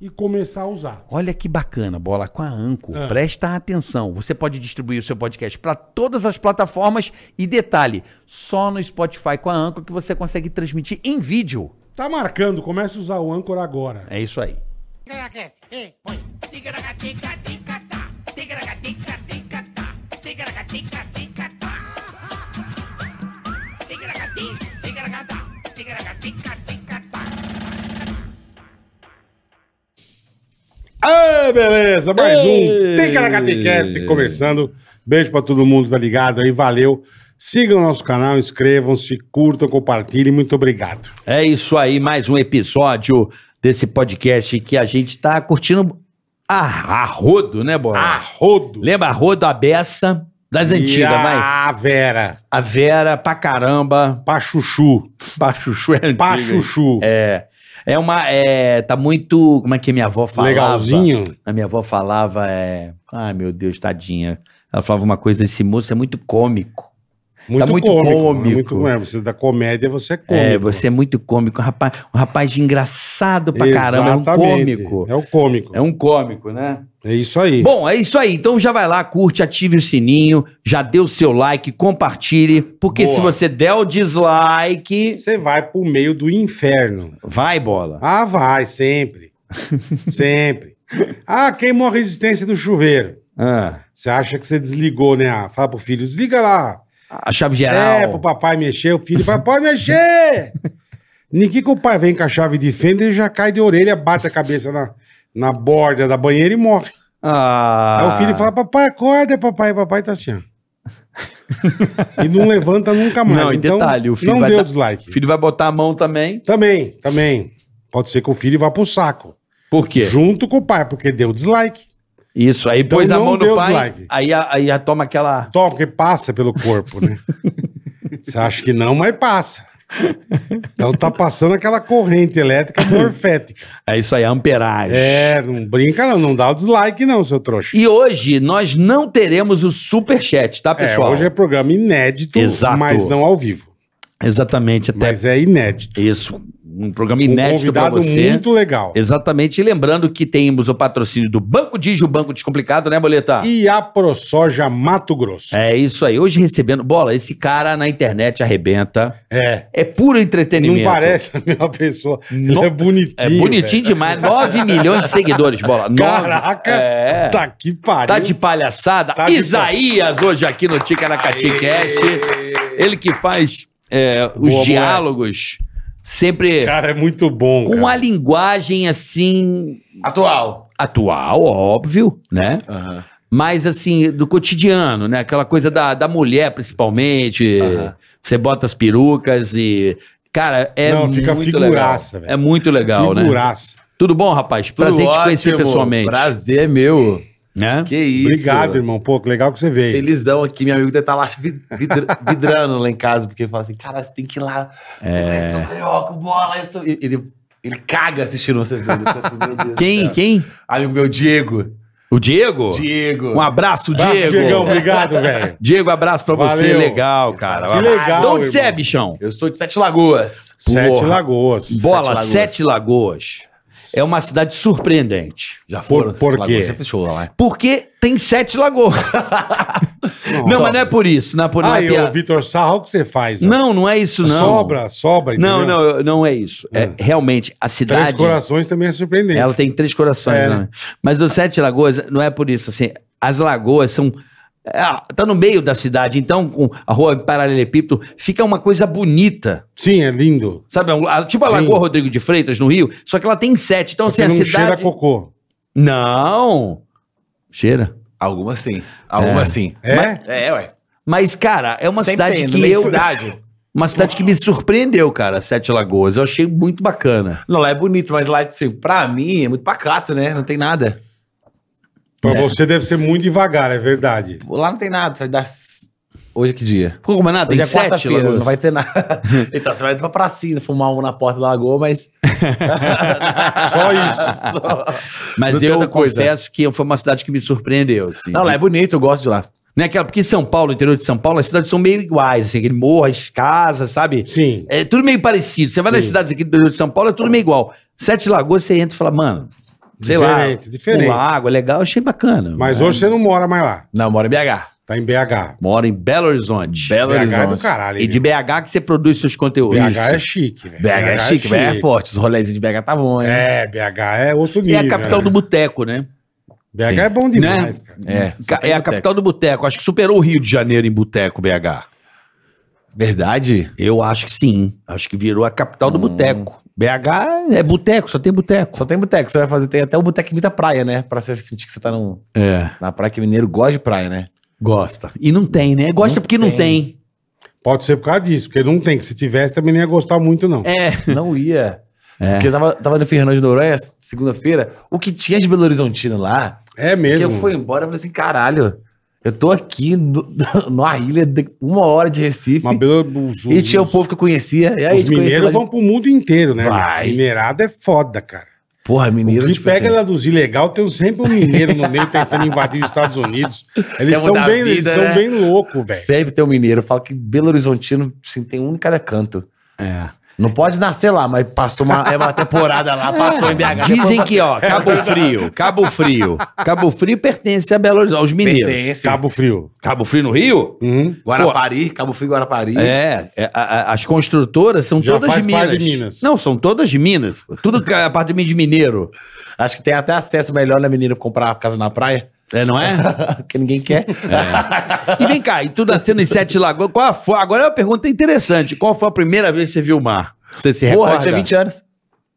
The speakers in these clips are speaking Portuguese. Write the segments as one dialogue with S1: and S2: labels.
S1: e começar a usar.
S2: Olha que bacana, bola com a Anco.
S1: Ah.
S2: Presta atenção. Você pode distribuir o seu podcast para todas as plataformas e detalhe, só no Spotify com a Anco que você consegue transmitir em vídeo.
S1: Tá marcando, comece a usar o Anchor agora.
S2: É isso aí.
S3: Ticaracast, e põe. Ticaracatica, ticatá. Ticaracatica, ticatá. Ticaracatica, ticatá. Ticaracati, ticaracatá. Ticaracatica, ticatá.
S1: Aê, Ah, beleza, mais
S2: Aê.
S1: um Tem Caracaticast começando. Beijo pra todo mundo, tá ligado aí, valeu. Sigam o nosso canal, inscrevam-se, curtam, compartilhem, muito obrigado.
S2: É isso aí, mais um episódio desse podcast que a gente tá curtindo a, a rodo, né, bola?
S1: Ah. Arrodo!
S2: Lembra a rodo a beça das antigas, vai.
S1: Ah, Vera,
S2: A Vera pra caramba,
S1: pá chuchu,
S2: pra chuchu é antiga.
S1: pá chuchu.
S2: É. É uma. É, tá muito. Como é que minha avó falava? Tá
S1: Legalzinho.
S2: A minha avó falava. É, Ai, meu Deus, tadinha. Ela falava uma coisa: esse moço é muito cômico.
S1: Muito,
S2: muito
S1: cômico.
S2: cômico.
S1: Muito, é, você da comédia, você é cômico.
S2: É, você é muito cômico. Um rapaz, um rapaz engraçado pra caramba. É um
S1: Exatamente.
S2: cômico.
S1: É o cômico.
S2: É um cômico, né?
S1: É isso aí.
S2: Bom, é isso aí. Então já vai lá, curte, ative o sininho, já dê o seu like, compartilhe. Porque
S1: Boa.
S2: se você der o dislike.
S1: Você vai pro meio do inferno.
S2: Vai, bola.
S1: Ah, vai, sempre. sempre. Ah, queimou a resistência do chuveiro.
S2: Ah,
S1: Você acha que você desligou, né? Ah, fala pro filho, desliga lá.
S2: a chave geral.
S1: É, pro papai mexer, o filho fala, pode mexer! Niki que o pai vem com a chave de fenda, ele já cai de orelha, bate a cabeça na, na borda da banheira e morre.
S2: Ah.
S1: Aí o filho fala, papai, acorda, papai, papai tá assim, ó. e não levanta nunca mais. Então,
S2: Não, e detalhe, o filho
S1: não
S2: vai
S1: deu
S2: dar-
S1: dislike.
S2: O filho vai botar a mão também.
S1: Também, também. Pode ser que o filho vá pro saco.
S2: Por quê?
S1: Junto com o pai, porque deu dislike.
S2: Isso, aí
S1: Então
S2: pôs a
S1: não
S2: mão no
S1: deu
S2: pai,
S1: dislike.
S2: aí, a- aí já toma aquela...
S1: Só porque passa pelo corpo, né? Você acha que não, mas passa. Então tá passando aquela corrente elétrica morfética.
S2: É isso aí, a amperagem.
S1: É, não brinca não, não dá o dislike não, seu trouxa.
S2: E hoje nós não teremos o superchat, tá,
S1: É,
S2: pessoal?
S1: hoje é programa inédito,
S2: Exato.
S1: mas não ao vivo.
S2: Exatamente, até
S1: Mas é inédito.
S2: isso. Um programa
S1: um
S2: inédito pra
S1: convidado
S2: você.
S1: muito legal.
S2: Exatamente, e lembrando que temos o patrocínio do Banco Digio, um Banco Descomplicado, né, Boleta?
S1: E a ProSoja Mato Grosso.
S2: É isso aí, hoje recebendo... Bola, esse cara na internet arrebenta,
S1: É,
S2: é puro
S1: não
S2: entretenimento.
S1: parece a mesma pessoa.
S2: Não-
S1: Ele é bonitinho.
S2: É bonitinho
S1: velho.
S2: demais, 9 milhões de seguidores, Bola. Nove-
S1: Caraca,
S2: É.
S1: tá que pariu.
S2: Tá de palhaçada.
S1: Tá de
S2: Isaías hoje aqui no Ticaracati Cast. Ele que faz é, os
S1: Boa,
S2: diálogos sempre
S1: Cara, é muito bom.
S2: com
S1: cara.
S2: a linguagem assim
S4: Atual.
S2: atual, óbvio, né? Mas assim, do cotidiano, né? Aquela coisa da, da mulher, principalmente.
S4: Aham.
S2: Você bota as perucas e. Cara, é
S1: Não, fica
S2: muito
S1: figuraça,
S2: legal.
S1: velho.
S2: É muito legal, né?
S1: Figuraça.
S2: Tudo bom, rapaz?
S4: Tudo
S2: Prazer te conhecer
S4: ótimo.
S2: pessoalmente.
S4: Prazer meu.
S2: Né?
S4: Que isso.
S1: Obrigado, irmão. Pô, que legal que você veio.
S4: Felizão aqui, meu amigo deve estar lá vid- vidra- vidrando lá em casa, porque ele fala assim: cara, você tem que ir lá. Você
S2: É.
S4: vai ser o carioca, bola. Eu sou... E- Ele, ele caga assistindo vocês dois. Eu fico assim, meu Deus do
S2: Quem?
S4: céu.
S2: Quem?
S4: Amigo meu, Diego.
S2: O Diego?
S4: Diego.
S2: Um abraço,
S1: Abraço,
S2: Diego.
S1: Diegão, obrigado, velho.
S2: Diego, abraço pra você.
S1: Valeu.
S2: Legal, cara.
S1: Que legal,
S2: De onde você é,
S1: irmão.
S2: bichão?
S4: Eu sou de Sete Lagoas.
S1: Sete
S2: Porra.
S1: Lagoas.
S2: Bola,
S4: Lagoas.
S2: Sete Lagoas. É uma cidade surpreendente.
S4: Já
S1: Por- por
S4: Sete
S1: quê?
S4: Lagoas, Você fechou lá.
S2: Porque tem Sete Lagoas.
S1: Nossa.
S2: Não, mas não é por isso. Não, é por, não, é
S1: Aí,
S2: pia-
S1: ô, Vitor Sarra, Ah, o que você faz? ó?
S2: não, não é isso, não.
S1: Sobra, sobra.
S2: Não,
S1: entendeu?
S2: não, eu- não é isso. É,
S1: Ah.
S2: Realmente, a
S1: Três
S2: cidade.
S1: Corações também é surpreendente.
S2: Ela tem três corações,
S1: É.
S2: né? Mas o Sete Lagoas não é por isso, assim. As lagoas são. é, tá no meio da cidade, então com a rua Paralelepípedo fica uma coisa bonita.
S1: Sim, é lindo.
S2: Sabe? A- Tipo a
S1: Sim. um
S2: Lagoa Rodrigo de Freitas, no Rio, só que ela tem sete. Então,
S1: Você
S2: assim, a
S1: não cheira
S2: cidade.
S1: a cocô.
S2: Não! Cheira.
S4: Algumas sim. Algumas sim.
S1: É?
S4: Mas- é, ué.
S2: Mas, cara, é uma
S4: Sempre
S2: cidade
S4: tem,
S2: que
S4: tem
S2: eu.
S4: cidade.
S2: Uma cidade que me surpreendeu, cara, Sete Lagoas. Eu achei muito bacana.
S4: Não, lá é bonito, mas lá, assim, pra mim, é muito pacato, né? Não tem nada.
S1: Pra você deve ser muito devagar, é verdade.
S4: Lá não tem nada, você vai dar... Hoje é que dia?
S2: Ficou com nada?
S4: Hoje
S2: Tem
S4: é
S2: sete
S4: quarta-feira,
S2: Lagoas.
S4: não vai ter nada. então, você vai pra pracinha, fumar um na porta da lagoa, mas...
S1: Só isso.
S4: Só- não
S2: Mas
S4: tem
S2: eu
S4: outra coisa.
S2: confesso que foi uma cidade que me surpreendeu. Assim,
S4: Não, lá é bonito, eu gosto de lá.
S2: Né, aquela, porque São Paulo, interior de São Paulo, as cidades são meio iguais, assim, aquele morro, as casas, sabe?
S1: Sim.
S2: É tudo meio parecido. Você vai nas cidades aqui do interior de São Paulo, é tudo meio igual. Sete Lagoas, você entra e fala, mano, sei
S1: Diferente,
S2: lá,
S1: diferente.
S2: um né? lago, é legal, achei bacana.
S1: Mas hoje você não mora mais lá.
S4: Não, eu moro em BH.
S1: Tá em BH.
S2: Moro em Belo Horizonte.
S4: Belo
S1: BH é
S4: Horizonte.
S1: do caralho.
S2: e de
S1: né?
S2: BH que você produz seus conteúdos.
S1: BH é chique, velho.
S4: BH é chique, BH é forte. Os rolezinhos de BH tá bom, hein?
S1: É, BH é outro
S2: É
S1: nível.
S2: a capital
S1: né?
S2: do boteco, né?
S1: BH
S4: Sim.
S1: é bom demais, cara.
S4: É, só
S2: Ca-
S4: tem
S2: É a
S4: boteco.
S2: capital do boteco. Acho que superou o Rio de Janeiro em boteco, BH.
S4: Verdade?
S2: Eu acho que sim. Acho que virou a capital do
S4: Hum.
S2: boteco. BH é boteco, só tem boteco.
S4: Só tem boteco, você vai fazer, tem até o boteco que imita praia, né? Pra você sentir que você tá num,
S2: É,
S4: na praia, que mineiro gosta de praia, né?
S2: gosta. E não tem, né? Gosta
S4: Não
S2: porque não tem.
S1: Pode ser por causa disso, porque não tem. Que se tivesse, também não ia gostar muito, não.
S2: É.
S4: Não ia.
S2: É.
S4: Porque eu tava, tava no Fernando de Noronha, segunda-feira, o que tinha de Belo Horizontino lá,
S1: É,
S4: que
S1: mesmo.
S4: eu fui embora, eu falei assim, caralho, eu tô aqui no, numa ilha, de uma hora de Recife,
S1: Uma belo- os-
S4: e tinha o
S1: os-
S4: povo que eu conhecia, e aí
S1: Os
S4: te conheci
S1: mineiros
S4: lá de-
S1: vão pro mundo inteiro, né?
S4: Vai.
S1: Minerada é foda, cara.
S4: Porra, mineiro,
S1: o que
S4: tipo
S1: pega
S4: assim,
S1: lá dos ilegal tem sempre um mineiro no meio tentando invadir os Estados Unidos. Eles
S4: Quer
S1: são
S4: mudar a
S1: bem, eles
S4: vida,
S1: são
S4: né?
S1: bem loucos, velho.
S4: sempre tem um mineiro, eu falo que Belo Horizontino, assim, tem um em cada canto.
S2: É.
S4: Não pode nascer lá, mas passou uma, é uma temporada lá, passou em BH.
S2: Dizem que, ó, Cabo Frio, Cabo Frio. É Cabo Frio pertence a Belo Horizonte, aos mineiros.
S4: Pertence.
S1: Cabo Frio.
S2: Cabo Frio no Rio?
S1: Uhum.
S4: Guarapari, Cabo Frio Guarapari.
S2: É, é, a- a- as construtoras são
S1: Já
S2: todas
S1: faz
S2: de Minas.
S1: parte de Minas.
S2: Não, são todas de Minas. Tudo que é apartamento de mineiro.
S4: Acho que tem até acesso melhor na menina comprar casa na praia,
S2: É, não é?
S4: que ninguém quer.
S1: É.
S2: E vem cá, e tu nascendo em Sete Lagoas, qual foi? Agora é uma pergunta interessante. Qual foi a primeira vez que você viu o mar? Você se
S4: Porra, eu
S2: recorda?
S4: tinha 20 anos.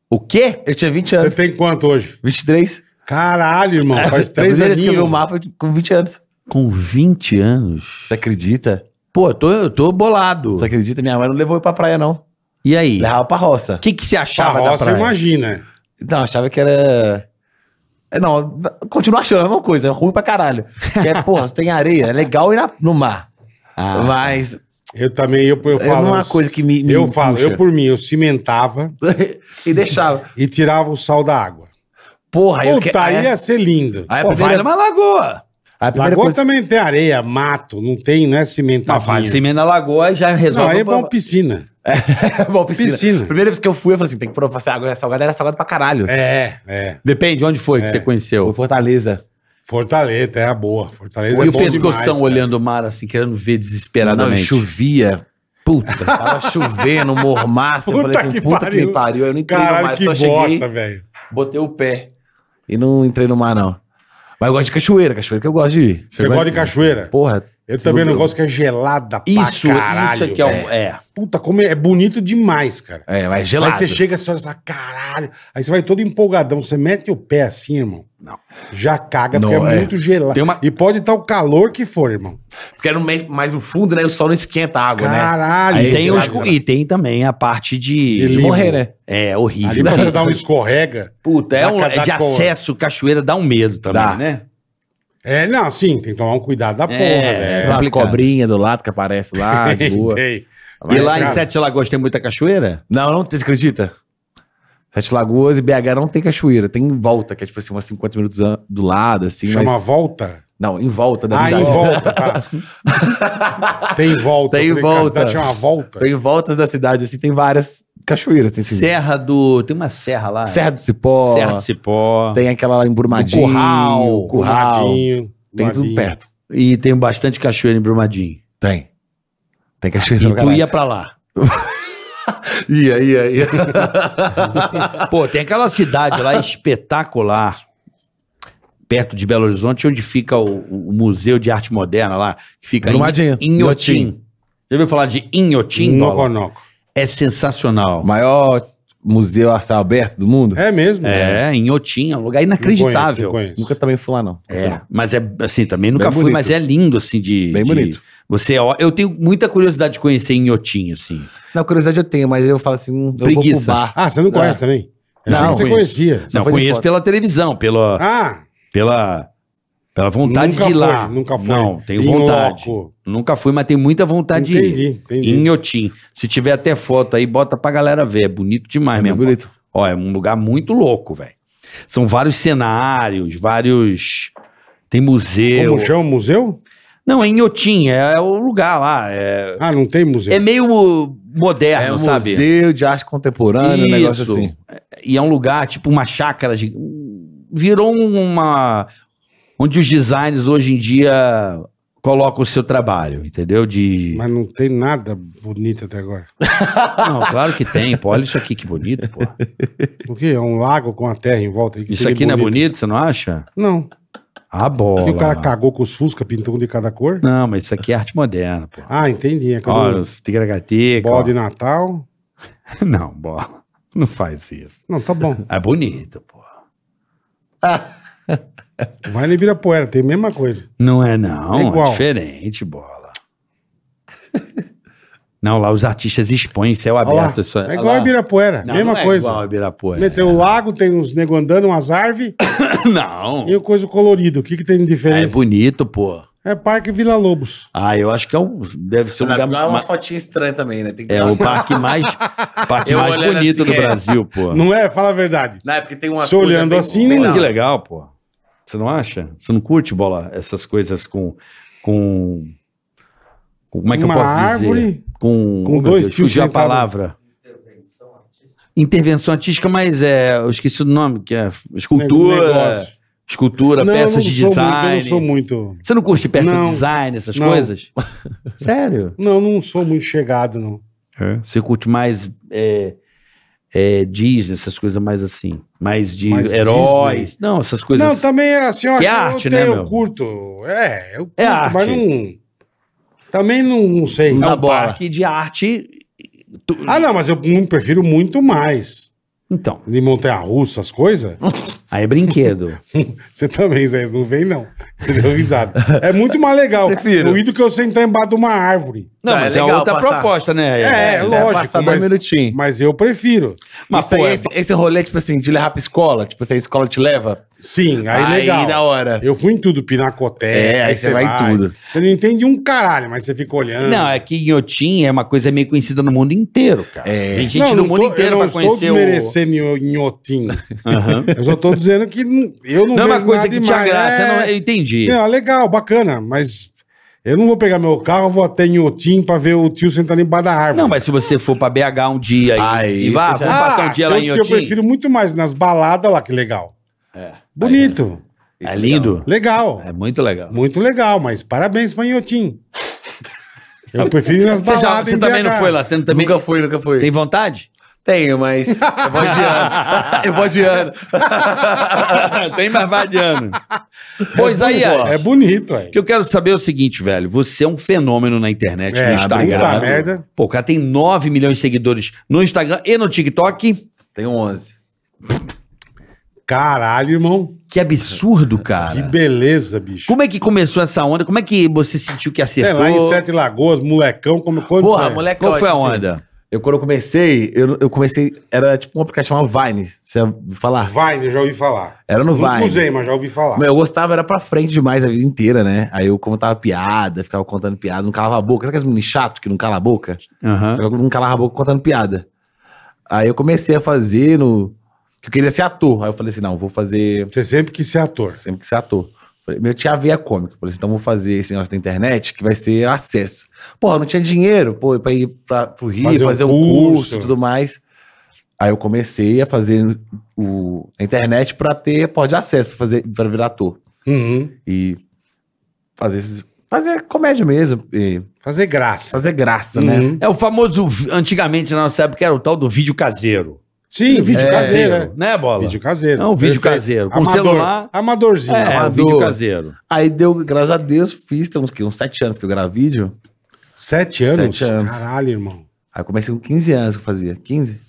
S2: O quê?
S4: Eu tinha 20
S1: Você
S4: anos.
S1: tem quanto hoje?
S4: 23.
S1: Caralho, irmão. Faz
S4: A primeira
S1: três
S4: vez
S1: anos.
S4: É que eu vi o mapa eu- com 20 anos.
S2: Com 20 anos?
S4: Você acredita?
S2: Pô, eu tô, eu tô bolado.
S4: Você acredita? Minha mãe não levou eu pra praia, não.
S2: E aí?
S1: Ah.
S4: Levava pra roça.
S2: O que, que você
S1: Pra
S2: achava da
S1: roça,
S2: praia?
S1: imagina.
S4: Não, achava que era. É, Não, continua achando a mesma coisa, é ruim pra caralho. Porque, é, porra, você tem areia, é legal ir na- no mar.
S2: Ah,
S4: Mas
S1: Eu também, eu, eu
S4: é
S1: falo. um
S4: uma coisa que me. me
S1: eu falo,
S4: puxa.
S1: eu por mim, eu cimentava
S4: e deixava.
S1: e tirava o sal da água.
S4: Porra, eu
S1: Puta,
S4: quero.
S2: é-
S1: aí ia ser lindo.
S4: Aí a
S2: Pô, vai
S4: primeira,
S2: numa lagoa.
S4: a primeira
S1: Lagoa
S4: coisa.
S1: também tem areia, mato, não tem, né?
S2: Tá,
S1: Cimentadinha.
S2: faz cimento na lagoa e já
S1: Não,
S2: resolve.
S1: aí é
S2: o problema.
S1: bom piscina.
S4: É bom, piscina.
S1: Piscina.
S4: Primeira vez que eu fui, eu falei assim: tem que provar se a água é salgada, era salgada pra caralho.
S1: É, é.
S2: Depende de onde foi que você
S4: Foi
S2: conheceu.
S4: Fortaleza.
S1: Fortaleza é a boa. Fortaleza
S2: e
S1: é
S2: o
S1: bom
S2: pescoção
S1: demais, cara.
S2: olhando o mar assim, querendo ver
S4: Não, e
S2: desesperadamente.
S4: chovia. Puta, tava chovendo, mormaço. Eu
S1: Puta
S4: falei assim,
S1: que
S4: puta que
S1: pariu.
S4: me pariu. Eu não entrei no
S1: Caralho,
S4: mar,
S1: que
S4: só
S1: bosta,
S4: cheguei,
S1: velho.
S4: botei o pé. E não entrei no mar, não. Mas eu gosto de cachoeira, cachoeira que eu gosto de ir.
S1: Você gosta de cachoeira?
S4: Porra.
S1: Eu também não
S4: eu-
S1: gosto que é gelada
S2: isso,
S1: pra caralho.
S2: isso é que é, o-
S1: velho.
S2: é.
S1: Puta, como é, é bonito demais, cara.
S4: um, É, mas gelado.
S1: Aí você chega você olha e fala, caralho. Aí você vai todo empolgadão, você mete o pé assim, irmão.
S4: Não.
S1: Já caga,
S4: Não,
S1: porque é,
S4: é.
S1: muito gelado.
S2: Tem uma-
S1: E pode estar o calor que for, irmão.
S4: Porque era mais, mais no fundo, né? O sol não esquenta a água, né?
S1: Caralho.
S2: Aí tem
S4: gelado,
S2: os-
S4: gelado.
S2: e tem também a parte de.
S4: De
S1: livro.
S4: morrer, né?
S2: É,
S1: Ali
S2: horrível.
S1: pra você dar um escorrega.
S2: Puta, é,
S1: Dá
S2: um,
S1: ca-
S2: é
S1: dá
S2: de
S1: cor.
S2: acesso, cachoeira dá um medo também,
S4: Dá.
S2: né?
S1: É, não, sim, tem que tomar um cuidado da porra, né?
S2: É,
S1: velho.
S4: Aquelas
S2: complicado.
S4: cobrinhas do lado que aparece lá, de boa.
S1: Tem.
S2: E
S4: Mas,
S2: lá em
S1: cara-
S2: Sete Lagoas tem muita cachoeira?
S4: Não, não, você acredita? Sete Lagoas e BH não tem cachoeira, tem em volta, que é tipo assim, umas 50 minutos an- do lado, assim,
S1: Chama
S4: mas...
S1: volta.
S4: Não, em volta da
S1: ah,
S4: cidade.
S1: em volta, tá. tem volta.
S4: Tem
S1: Eu falei, cara,
S4: volta.
S1: A cidade chama volta.
S4: Tem em voltas da cidade, assim, tem várias cachoeiras. Tem assim,
S2: Serra do. Tem uma serra lá.
S4: Serra do Cipó,
S2: Serra do Cipó.
S4: tem aquela lá em Brumadinho,
S2: O Curral,
S4: Curral,
S1: Ladinho,
S4: tem tudo
S1: ladinho.
S4: perto.
S2: E tem bastante cachoeira em Brumadinho.
S4: Tem. Tem
S2: E
S4: cachoeira pra
S2: tu
S4: caralho.
S2: ia pra lá.
S4: ia, ia, ia.
S2: Pô, tem aquela cidade lá espetacular, perto de Belo Horizonte, onde fica o, o Museu de Arte Moderna lá, que fica
S4: Brumadinho.
S2: em Inhotim. Já ouviu falar de Inhotim? Bola?
S1: Noconoco.
S2: É sensacional.
S4: O maior museu a céu aberto do mundo?
S1: É mesmo?
S2: É, em Otim, é um lugar inacreditável.
S1: Não conheço, não conheço.
S4: Nunca também fui lá, não.
S2: É, mas é assim, também nunca
S4: Bem
S2: fui,
S4: bonito.
S2: mas é lindo, assim, de.
S4: Bem
S2: de-
S4: bonito.
S2: Você, ó, eu tenho muita curiosidade de conhecer Inhotim, assim.
S4: Não, curiosidade eu tenho, mas eu falo assim, hum, eu vou pro
S2: Preguiça.
S4: bar.
S1: Ah, você não
S4: Não.
S1: conhece também? Eu
S4: Não,
S1: achei que você
S2: conheço.
S1: conhecia.
S4: Só
S2: É. não,
S4: foi de
S2: conheço
S4: foto.
S2: pela televisão, pela,
S1: Ah,
S2: pela, pela vontade
S1: nunca
S2: de ir
S1: foi,
S2: lá.
S1: nunca foi.
S2: Não, tenho
S1: Em
S2: vontade.
S1: loco.
S2: Nunca fui, mas tenho muita vontade de ir.
S1: entendi, entendi.
S2: Em Inhotim. Se tiver até foto aí, bota pra galera ver. É bonito demais
S4: É
S2: mesmo.
S4: bonito.
S2: Ó, é um lugar muito louco, velho. São vários cenários, vários. Tem museu.
S1: Como chama o museu?
S2: Não, é Inhotim, é, é o lugar lá. É,
S1: Ah, não tem museu.
S2: é meio moderno,
S4: é um
S2: sabe?
S4: museu de arte contemporânea, um negócio
S2: Isso.
S4: assim.
S2: E é um lugar, tipo uma chácara. gi- Virou um, uma. Onde os designers hoje em dia colocam o seu trabalho, entendeu? De.
S1: Mas não tem nada bonito até agora.
S2: Não, claro que tem, pô. Olha isso aqui que bonito, pô.
S1: O quê? É um lago com a terra em volta. Que
S2: Isso
S1: seria
S2: aqui não é bonito, você não acha?
S1: Não.
S2: A bola.
S1: Que o cara
S2: mano.
S1: cagou com os fusca, pintou um de cada cor.
S2: Não, mas isso aqui é arte moderna, pô.
S1: Ah, entendi. É
S2: Olha,
S1: quando
S2: os tigregateca.
S1: bola de Natal.
S2: Não, bola. Não faz isso.
S1: Não, tá bom.
S2: É bonito, pô.
S1: Vai no Ibirapuera, tem a mesma coisa.
S2: Não é, não.
S1: É
S2: É,
S1: igual.
S2: diferente, bola. não, lá os artistas expõem em céu
S1: Olha lá.
S2: aberto. Isso,
S1: É igual a Ibirapuera,
S2: Não,
S1: mesma
S2: não é
S1: coisa.
S2: igual a Ibirapuera.
S1: Meteu o lago, tem uns nego andando, umas árvores
S2: Não.
S1: e o coisa colorido. O que, que tem de
S2: É
S1: diferente?
S2: bonito, pô.
S1: É, Parque Vila Lobos.
S2: Ah, eu acho que é um, deve ser um lugar... ma-
S4: fotinhas estranhas também, né? Tem que
S2: É o parque mais, parque
S4: Eu
S2: mais
S4: olhando
S2: bonito
S4: assim,
S2: do
S4: é.
S2: Brasil, pô.
S1: Não é? Fala a verdade.
S4: Não, é porque tem
S1: umas Se coisas olhando bem- assim, bem
S2: Pô,
S1: não.
S2: Que legal, pô. Você não acha? Você não curte bola essas coisas com com com- como é que
S1: Uma
S2: eu posso dizer?
S1: árvore.
S2: Com, oh,
S1: com
S2: meu
S1: dois
S2: Deus,
S1: tios
S2: fugiu a
S1: sentados.
S2: palavra. Intervenção artística, mas é, eu esqueci o nome, que é escultura,
S1: né, um negócio.
S2: escultura,
S1: Não, eu
S2: peças
S1: não sou
S2: de
S1: Muito, eu
S2: design.
S1: não sou muito.
S2: Você não curte peça
S1: Não.
S2: de design, essas
S1: Não.
S2: coisas? Sério?
S1: Não, não sou muito chegado, não.
S2: Você curte mais é, é, Disney, essas coisas mais assim, mais de
S1: Mais
S2: heróis. Não, essas coisas.
S1: não, também é assim, ó.
S2: Que é
S1: eu
S2: arte,
S1: tenho,
S2: né,
S1: eu
S2: meu?
S1: curto. É, eu curto,
S2: É arte.
S1: mas não. Também não, não sei.
S2: É
S4: Na
S2: um
S4: bola.
S2: parque de arte. tu-
S1: Ah, não, mas eu não prefiro muito mais.
S2: Então,
S1: De montanha russa, as coisas.
S2: aí é brinquedo.
S1: Você também, Zé, não vem, não. Você deu risada. É muito mais legal.
S4: Prefiro.
S1: O ido que eu sentar embaixo de uma árvore.
S2: Não,
S4: Tá,
S2: mas
S4: é
S2: é,
S4: legal
S2: outra
S4: passar.
S2: proposta, né?
S1: É,
S4: É,
S1: lógico,
S4: lógico. Passar
S1: mas-
S4: dois minutinhos.
S1: Mas eu prefiro.
S2: Mas,
S4: Isso aí,
S2: pô, é-
S4: esse, esse rolê, tipo assim, de levar pra escola, tipo assim, a escola te leva.
S1: Sim, aí, legal.
S4: da hora.
S1: Eu fui em tudo, Pinacoteca.
S4: É, aí você vai em tudo.
S1: Você não entende um caralho, mas você fica
S4: Ah.
S1: olhando.
S2: Não, é que Inhotim é uma coisa meio conhecida no mundo inteiro, cara.
S4: É.
S2: Tem gente
S1: Não,
S2: do
S1: não
S2: mundo
S1: tô-
S2: inteiro pra conhecer
S1: Eu
S2: o.
S1: não estou desmerecendo o Inhotim.
S2: Aham.
S1: Eu só tô dizendo que não- eu não
S2: Não é uma
S1: vejo
S2: coisa
S1: nada
S2: que te
S1: demais.
S2: agrada.
S1: É,
S2: você não- Eu entendi.
S1: Não, é legal, bacana, mas eu não vou pegar meu carro, eu vou até em Otim pra ver o tio sentado embaixo da árvore.
S2: Não, mas se você for pra BH um dia e-
S4: Aí
S2: e vá,
S4: você
S2: vamos
S4: Ah, já- é
S2: passar um dia
S1: Ah, se
S2: lá
S1: eu-
S2: em
S1: Eu
S2: Inhotim.
S1: prefiro muito mais nas baladas lá, que legal. Bonito,
S2: É
S1: então.
S2: lindo?
S1: legal.
S2: É muito legal.
S1: Muito legal, mas parabéns pra Inhotim. Eu prefiro ir nas
S2: Você,
S1: baladas.
S2: já, você
S1: em
S2: também
S1: BH.
S2: não foi lá? Você não também.
S4: Nunca fui, nunca fui.
S2: Tem vontade?
S4: Tenho, mas eu vou adiando. eu vou adiando.
S2: Tem, mas vai de ano. Pois aí, Alex.
S1: É bonito, aí.
S2: O que eu quero saber é o seguinte, velho. Você é um fenômeno na internet,
S1: É,
S2: no Instagram.
S1: puta merda.
S2: Pô, o cara tem 9 milhões de seguidores no Instagram e no TikTok.
S4: Tenho 11.
S1: Caralho, irmão.
S2: Que absurdo,
S1: Que
S2: cara.
S1: beleza, bicho.
S2: Como é que começou essa onda? Como é que você sentiu que
S1: Sei
S2: acertou?
S1: lá, em Sete Lagoas, molecão, como quantos
S4: Porra,
S1: é?
S4: moleque.
S2: Qual foi a
S4: tipo assim,
S2: onda?
S4: eu, quando eu comecei, eu, eu comecei. Era tipo um aplicativo chamado Vine. Você já ouviu falar?
S1: Vine, eu né, já ouvi falar.
S4: Era no
S1: Nunca
S4: Vine.
S1: usei, mas já ouvi falar.
S4: Mas eu gostava, era pra frente demais a vida inteira, né? Aí eu contava piada, ficava contando piada, não calava a boca. Sabe aqueles meninos chato que não cala a boca?
S2: Aham.
S4: Só que eu não calava a boca contando piada. Aí eu comecei a fazer no. que eu queria ser ator. Aí eu falei assim: não, vou fazer.
S1: Você sempre quis ser ator.
S4: Sempre que ser ator. Falei, meu tinha veia cômica. Falei assim, então vou fazer esse negócio da internet que vai ser acesso. Porra, não tinha dinheiro, pô, pra ir pra, pro Rio,
S1: Fazer
S4: fazer,
S1: um
S4: um curso
S1: curso.
S4: e tudo mais. Aí eu comecei a fazer o, a internet pra ter, pô, de acesso, pra, fazer, pra virar ator.
S1: Uhum.
S4: E fazer esses- Fazer comédia mesmo, e
S1: Fazer graça.
S4: fazer graça, né?
S1: Uhum.
S2: É o famoso, vi- antigamente na nossa época, era o tal do vídeo caseiro.
S1: Sim, vídeo
S4: É.
S1: caseiro. é.
S2: Né, Bola?
S1: Vídeo caseiro.
S2: É um vídeo
S1: Perfeito.
S2: caseiro. Com celular.
S1: Amadorzinho.
S2: É,
S4: Amador.
S2: o vídeo caseiro.
S4: Aí deu, graças a Deus, fiz, tem uns, que, uns sete anos que eu gravo vídeo.
S1: Sete anos?
S4: Sete anos.
S1: Caralho, irmão.
S4: Aí eu comecei com 15 anos que eu fazia. 15?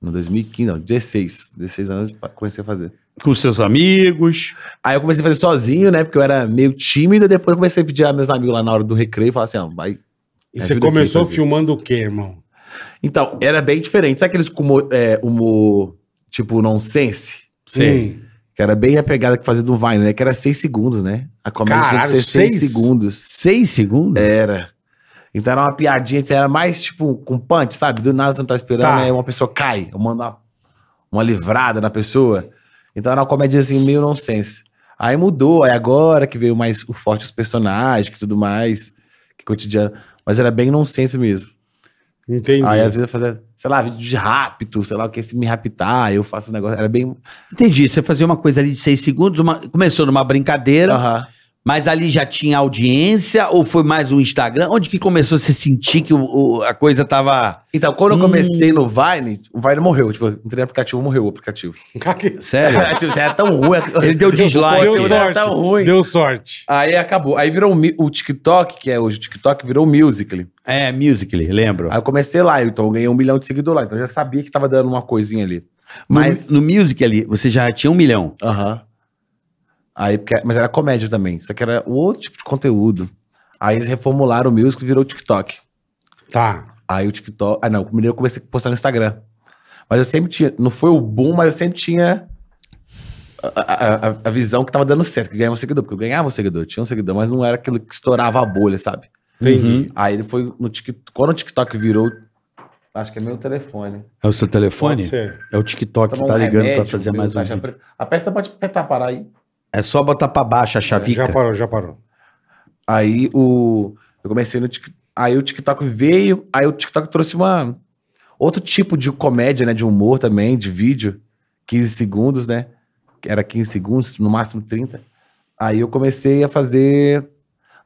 S4: Em 2015, não, 16. 16 anos eu comecei a fazer.
S2: Com seus amigos.
S4: Aí eu comecei a fazer sozinho, né? Porque eu era meio tímido. Depois eu comecei a pedir a meus amigos lá na hora do recreio. Falar assim, ó, vai...
S1: E
S4: É
S1: você
S4: tudo
S1: começou
S4: aqui, tá
S1: filmando o quê, irmão?
S4: Então, era bem diferente. Sabe aqueles humor, é, humor tipo nonsense?
S1: Hum.
S4: Que era bem a pegada que fazia do Vine, né? Que era seis segundos, né? A comédia
S1: Caralho,
S4: tinha que ser seis
S1: seis?
S4: segundos.
S2: Seis segundos?
S1: É.
S4: Era. Então era uma piadinha, que era mais tipo com punch, sabe? Do nada você não tá esperando,
S1: Tá.
S4: aí uma pessoa cai, eu mando uma, uma livrada na pessoa. Então era uma comédia assim, meio nonsense. Aí mudou, aí agora que veio mais o forte os personagens e tudo mais, que cotidiano. Mas era bem nonsense mesmo.
S1: Hum, Entendi.
S4: Aí às vezes eu fazia, sei lá, vídeo de rapto, sei lá, o que se me raptar, eu faço um negócio. Era bem.
S2: Entendi. Você fazia uma coisa ali de seis segundos, uma- começou numa brincadeira,
S4: Aham.
S2: mas ali já tinha audiência, ou foi mais um Instagram? Onde que começou a se sentir que o- o- a coisa tava.
S4: Então, quando eu comecei no Vine, o Vine morreu. Tipo, eu entrei no aplicativo, morreu o aplicativo.
S2: Sério?
S4: Tipo, isso era tão ruim.
S2: Ele deu
S4: um
S2: dislike.
S1: Deu
S4: Ele
S2: né?
S4: era
S1: sorte.
S4: tão ruim.
S1: Deu sorte.
S4: Aí acabou. Aí virou o mi- o TikTok, que é hoje o TikTok, virou o Musical.ly.
S2: É, Musical.ly, lembro.
S4: Aí eu comecei lá, então eu ganhei um milhão de seguidores lá. Então eu já sabia que tava dando uma coisinha ali.
S2: Mas
S4: Mas.
S2: no, Musical.ly, você já tinha um milhão.
S4: Aham. Aí, porque, mas era comédia também. Só que era outro tipo de conteúdo. Aí eles reformularam o Musical e virou o TikTok.
S1: Tá.
S4: Aí o TikTok. Ah, não. Primeiro eu comecei a postar no Instagram. Mas eu sempre tinha. Não foi o boom, mas eu sempre tinha. A, a- a- a visão que tava dando certo, que ganhava um seguidor, porque eu ganhava um seguidor, tinha um seguidor, mas não era aquilo que estourava a bolha, sabe?
S2: Uhum.
S1: Entendi.
S4: Aí ele foi no TikTok. Quando o TikTok virou. Acho que é meu telefone.
S2: É o seu
S1: Pode
S2: telefone?
S1: ser.
S2: É o TikTok que
S4: Tomar
S2: tá
S4: um
S2: ligando pra
S4: remédio,
S2: fazer
S4: meu,
S2: mais um
S4: tá, já
S2: vídeo.
S4: pre- Aperta, pode apertar, parar aí.
S2: É só botar pra baixo a chavica.
S1: Já parou, já parou.
S4: Aí o. Eu comecei no TikTok. Aí o TikTok veio. Aí o TikTok trouxe uma. Outro tipo de comédia, né? De humor também, de vídeo. 15 segundos, né? Que Era 15 segundos, no máximo 30. Aí eu comecei a fazer.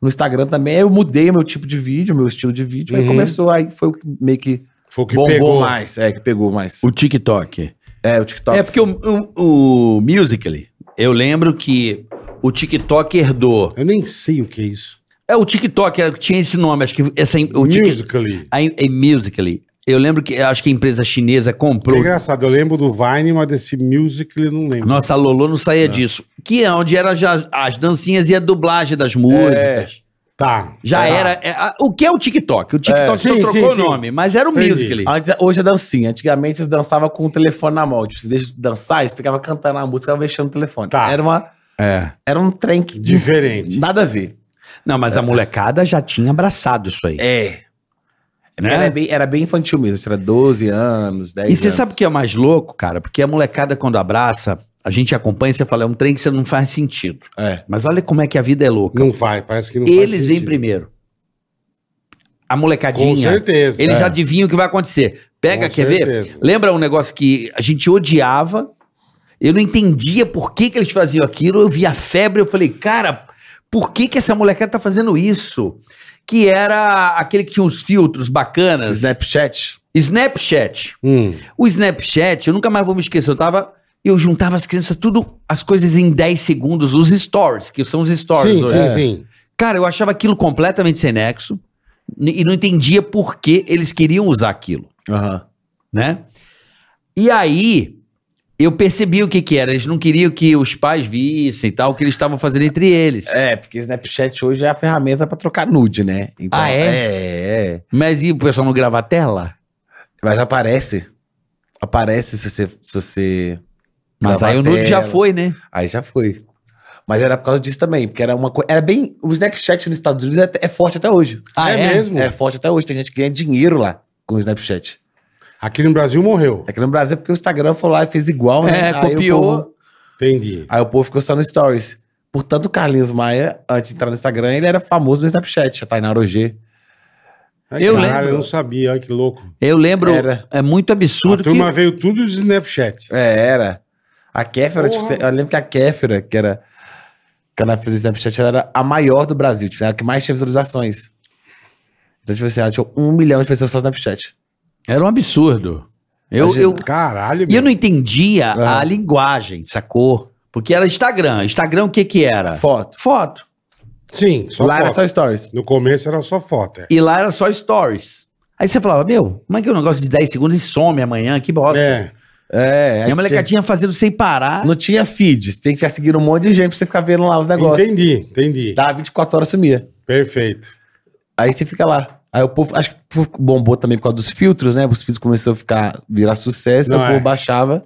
S4: No Instagram também, eu mudei o meu tipo de vídeo, meu estilo de vídeo. Aí
S1: Uhum.
S4: começou, aí foi o que meio que,
S1: Foi o que
S4: bombou
S1: pegou.
S4: mais. É, que pegou mais.
S2: O TikTok.
S4: É, o TikTok.
S2: É porque o, o, o Musical.ly, eu lembro que o TikTok herdou.
S1: Eu nem sei o que é isso.
S2: É, o TikTok é, tinha esse nome, acho que essa, o Tik-
S1: Musical.ly.
S2: a, a Musical.ly. Eu lembro que acho que a empresa chinesa
S1: Que
S2: comprou.
S1: É engraçado, eu lembro do Vine, mas desse Musical.ly eu não lembro.
S2: Nossa, a Lolo não saía disso. Que é onde era já as dancinhas e a dublagem das músicas.
S1: Tá.
S2: Já
S1: Tá.
S2: era. é, a- o que é o TikTok? O TikTok só
S4: É.
S1: Sim,
S2: trocou
S1: sim,
S2: o
S1: sim.
S2: nome, mas era o
S1: Entendi.
S2: Musical.ly.
S4: Antes, hoje é dancinha. Antigamente eles dançavam com o telefone na mão. Tipo, você deixa de dançar, eles ficavam cantando a música, ficavam mexendo no telefone.
S1: Tá.
S4: Era, uma,
S2: É.
S4: era um trem que
S1: Diferente.
S4: nada a ver.
S2: Não, mas a molecada já tinha abraçado isso aí.
S4: É.
S2: Né?
S4: Era, bem, era bem infantil mesmo. Isso Era 12 anos, 10
S2: E
S4: anos.
S2: você sabe o que é mais louco, cara? Porque a molecada, quando abraça, a gente acompanha e você fala, é um trem que você não faz sentido.
S4: É.
S2: Mas olha como é que a vida é louca.
S1: Não faz, parece que não faz
S2: Eles vêm
S1: sentido.
S2: primeiro. A
S1: Com
S2: molecadinha.
S1: certeza.
S2: Eles
S1: é.
S2: já adivinham o que vai acontecer. Pega,
S1: Com
S2: quer
S1: certeza.
S2: ver? Lembra um negócio que a gente odiava. Eu não entendia por que, que eles faziam aquilo. Eu via a febre, eu falei, cara, por que, que essa molecada tá fazendo isso? Que era aquele que tinha uns filtros bacanas, né?
S4: Snapchat.
S2: Snapchat.
S1: Hum.
S2: O Snapchat, eu nunca mais vou me esquecer. Eu tava. Eu juntava as crianças, tudo, as coisas em 10 segundos, os stories, que são os stories
S1: Sim,
S2: hoje.
S1: sim,
S2: É.
S1: sim.
S2: Cara, eu achava aquilo completamente sem nexo n- e não entendia por que eles queriam usar aquilo,
S4: Aham.
S2: né? E aí eu percebi o que que era. Eles não queriam que os pais vissem e tal, o que eles estavam fazendo entre eles.
S4: É, porque Snapchat hoje é a ferramenta pra trocar nude, né? Então,
S2: Ah, é?
S4: É, é.
S2: Mas e o pessoal não grava a tela?
S4: Mas aparece. Aparece se você... Se você...
S2: Mas
S4: gravar
S2: aí o
S4: a
S2: nude já
S4: tela.
S2: foi, né?
S4: Aí já foi. Mas era por causa disso também, porque era uma coisa. Era bem. O Snapchat nos Estados Unidos é, é forte até hoje.
S2: Ah, é?
S1: mesmo?
S4: É forte até hoje. Tem gente que ganha dinheiro lá com o Snapchat.
S1: Aqui no Brasil morreu.
S4: Aqui no Brasil, é porque o Instagram foi lá e fez igual,
S2: É,
S4: né? Aí o
S2: copiou.
S4: povo-
S1: Entendi.
S4: aí o povo ficou só no Stories. Portanto, o Carlinhos Maia, antes de entrar no Instagram, ele era famoso no Snapchat, a Tainá Orogê.
S1: Ai,
S2: Eu
S1: caralho,
S2: lembro.
S1: Eu não sabia, olha que louco.
S2: Eu lembro,
S4: Era.
S2: é muito
S1: a
S2: absurdo que...
S1: turma veio tudo de Snapchat.
S4: É, era. A Kéfera, tipo,
S1: Porra.
S4: eu lembro que a Kéfera, que era. Que ela fez o Snapchat, ela era a maior do Brasil, tipo, era a que mais tinha visualizações. Então, tipo assim, ela tinha um milhão de pessoas só no Snapchat.
S2: Era um absurdo. Eu,
S4: Imagina.
S2: eu,
S1: Caralho,
S2: E eu não
S1: meu.
S2: entendia
S4: Ah.
S2: a linguagem, sacou? Porque era Instagram. Instagram o que que era?
S4: Foto.
S2: Foto.
S1: Sim, só
S4: lá
S1: foto.
S4: era só stories.
S1: No começo era só foto. é.
S2: E lá era só stories. Aí você falava, meu, como é que é um negócio de 10 segundos e some amanhã? Que bosta.
S1: É.
S4: É,
S2: E
S4: aí
S2: a
S4: você
S2: molecadinha fazendo sem parar.
S4: tinha- não tinha feed, você tem que ficar seguindo um monte de gente pra você ficar vendo lá os negócios.
S1: Entendi, entendi.
S4: Dá 24 horas sumia.
S1: Perfeito.
S4: Aí você fica lá. Aí o povo, acho que o povo bombou também por causa dos filtros, né? Os filtros começaram a ficar, virar sucesso,
S1: Não
S4: aí o povo
S1: é.
S4: baixava.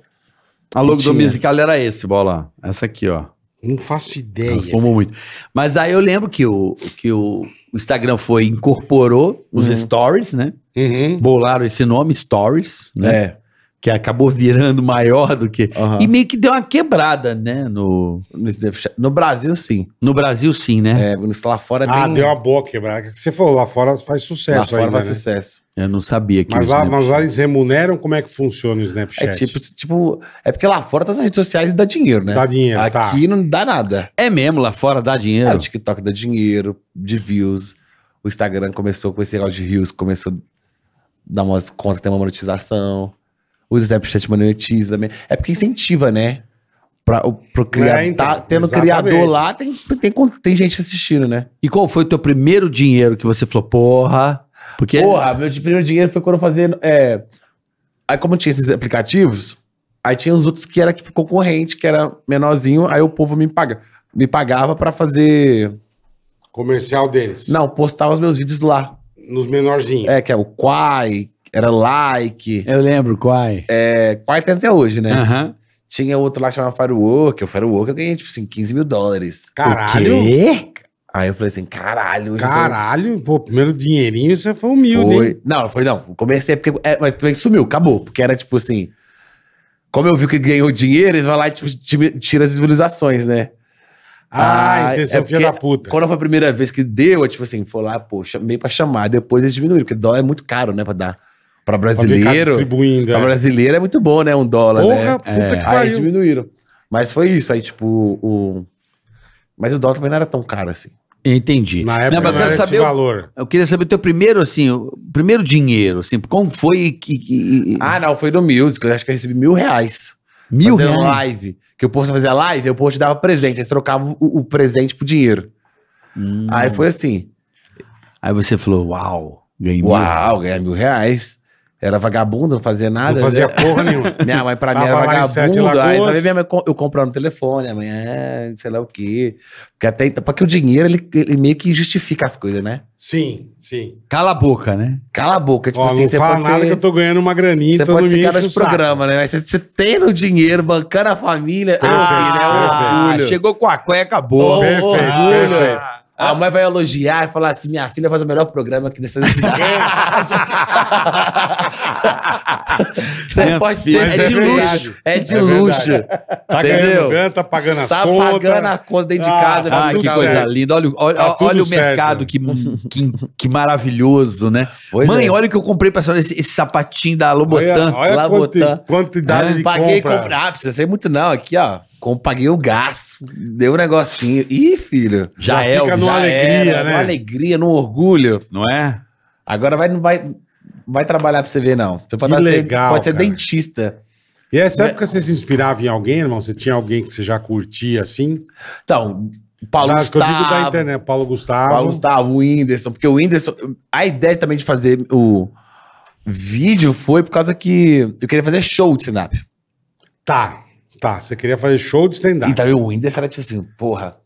S2: A logo do
S4: Tinha.
S2: musical era esse, bola. Essa aqui, ó.
S1: Não faço ideia.
S2: Transformou muito. Mas aí eu lembro que o, que o o Instagram foi, incorporou os
S4: Uhum.
S2: stories, né?
S1: Uhum.
S2: Bolaram esse nome, stories, né?
S4: É. Ah.
S2: Que acabou virando maior do que.
S4: aham.
S2: E meio que deu uma quebrada, né? No,
S4: No Snapchat- No Brasil, sim.
S2: no Brasil, sim, né?
S4: É, no- lá fora é
S1: ah,
S4: bem-
S1: deu uma boa quebrada. O que Você falou, lá fora faz sucesso
S4: Lá fora
S1: ainda,
S4: faz
S1: né?
S4: sucesso.
S2: Eu não sabia que
S1: Mas
S2: isso,
S1: lá,
S2: né?
S1: mas lá eles remuneram, como é que funciona o Snapchat?
S4: É tipo, tipo. É porque lá fora todas as redes sociais dá dinheiro, né?
S1: Dá dinheiro, tá.
S4: Aqui não dá nada.
S2: É mesmo, lá fora dá dinheiro.
S4: Ah, o TikTok dá dinheiro, de views. O Instagram começou com esse negócio de views, começou a dar umas contas que tem uma monetização. O Snapchat monetiza também. É porque incentiva, né? Pra, o, pro criador.
S1: então,
S4: tá, tendo
S1: exatamente.
S4: criador lá, tem, tem, con- tem gente assistindo, né?
S2: E qual foi o teu primeiro dinheiro que você falou, porra? Porque
S4: Porra, meu primeiro dinheiro foi quando eu fazia. é, Aí, como tinha esses aplicativos, aí tinha os outros que era tipo concorrente, que era menorzinho, aí o povo me, paga, me pagava pra fazer.
S1: Comercial deles.
S4: Não, postar os meus vídeos lá.
S1: Nos menorzinhos.
S4: É, que é o Quai, era like.
S2: eu lembro, quai.
S4: É, Quai tem até hoje, né?
S2: Aham.
S4: Tinha outro lá que chamava Firework. O Firework eu ganhei, tipo assim, 15 mil dólares.
S2: O
S1: Caralho.
S2: quê?
S4: Aí eu falei assim, caralho. hoje eu tô-
S1: Caralho. Pô, primeiro dinheirinho você foi humilde, hein?
S4: Foi. Não, foi não. Comecei porque. é, mas também sumiu, acabou. Porque era tipo assim. Como eu vi que ganhou dinheiro, eles vão lá e tipo, ti- tira as civilizações, né?
S1: Ah,
S4: Ah,
S1: intenção
S4: é
S1: filha
S4: porque-
S1: da puta.
S4: Quando foi a primeira vez que deu, eu, tipo assim, foi lá, pô, chamei pra chamar. Depois eles diminuíram, porque dólar é muito caro, né, pra dar. Pra
S1: Pra ficar
S4: brasileiro.
S1: distribuindo.
S4: Pra
S1: é.
S4: brasileiro é muito bom, né? Um dólar,
S1: Porra,
S4: né?
S1: puta
S2: É.
S1: que
S4: Aí
S1: pariu.
S4: diminuíram. Mas foi isso. Aí, tipo, o. Mas o dólar também não era tão caro assim.
S2: Entendi.
S1: Na época
S2: Não, mas
S1: não,
S2: eu quero
S1: era esse
S2: saber o-
S1: valor.
S2: Eu queria saber o teu primeiro, assim, o primeiro dinheiro, assim, como foi que... que-
S4: Ah, não, foi no Music. Eu acho que eu recebi mil reais.
S2: mil
S4: fazendo
S2: reais?
S4: live. Que o povo fazia live, aí o povo te dava presente. Eles trocavam o, o presente por dinheiro.
S2: Hum.
S4: Aí foi assim:
S2: Aí você falou, uau, ganhei mil.
S4: uau, ganhar mil reais. Era vagabundo, não fazia nada.
S1: Não fazia
S4: né?
S1: porra nenhuma.
S4: Minha mãe pra mim
S1: Tava
S4: era
S1: lá em Sete
S4: vagabundo. Aí
S1: Lagoas.
S4: pra mim, minha mãe co- eu comprando um telefone, amanhã, sei lá o quê. Porque até então, porque o dinheiro ele, ele meio que justifica as coisas, né?
S1: Sim, sim.
S2: Cala a boca, né?
S4: Cala a boca, tipo
S1: Ó,
S4: assim,
S1: não
S4: você
S1: fala
S4: pode
S1: nada
S4: ser.
S1: que eu tô ganhando uma graninha,
S4: Você
S1: então não
S4: pode
S1: me
S4: ser
S1: enche
S4: cara
S1: o
S4: de
S1: saco.
S4: programa, né? Mas você, você tendo dinheiro, bancando a família.
S1: Perfeito,
S4: ah,
S1: perfeito.
S4: orgulho.
S2: chegou com a cueca boa.
S1: Perfeito,
S4: Ô, orgulho.
S1: perfeito.
S4: A mãe vai elogiar e falar assim: minha filha faz o melhor programa aqui nessa
S1: É,
S4: cidade. Você
S2: Minha
S4: pode
S2: filha,
S4: ter.
S1: mas
S4: É
S1: é
S4: de
S1: verdade.
S4: luxo. É de
S1: É
S4: luxo.
S1: Tá ganhando
S4: Entendeu?
S1: grana, tá pagando as
S4: Tá
S1: contas.
S4: pagando a conta dentro
S1: Ah,
S4: de casa.
S1: tá
S4: vai
S2: Ah,
S4: tudo
S2: que
S4: certo.
S2: coisa linda. Olha, o- olha,
S1: Tá tudo
S2: olha o
S1: certo.
S2: mercado que, que, que maravilhoso, né?
S4: Pois
S2: Mãe,
S4: é.
S2: olha o que eu comprei pra senhora, esse, esse sapatinho da Lobotan.
S1: Olha, olha
S4: lá
S1: quanti-
S4: botar.
S1: quantidade
S4: Ah,
S1: de
S4: paguei
S1: compra.
S4: comprar. Ah, precisa ser muito não. Aqui, ó. Com, paguei o gás. Deu um negocinho. Ih, filho.
S2: Já,
S1: já
S2: é,
S1: fica
S2: o-
S1: numa
S2: já
S1: alegria,
S2: era,
S1: né?
S4: Uma alegria, no orgulho.
S2: não é?
S4: Agora vai, não vai, vai trabalhar pra você ver, não. Você pode,
S1: Que
S4: ser-
S1: legal,
S4: pode ser
S1: cara.
S4: dentista.
S1: E essa época você se inspirava em alguém, irmão? Você tinha alguém que você já curtia assim?
S4: Então, o Paulo
S1: Da- que eu digo da
S4: Gustavo,
S1: internet, Paulo Gustavo.
S4: Paulo Gustavo, o Whindersson, porque o Whindersson, a ideia também de fazer o vídeo foi por causa que eu queria fazer show de stand-up.
S1: Tá, tá. Você queria fazer show de stand-up.
S4: E também o Whindersson era tipo assim, porra,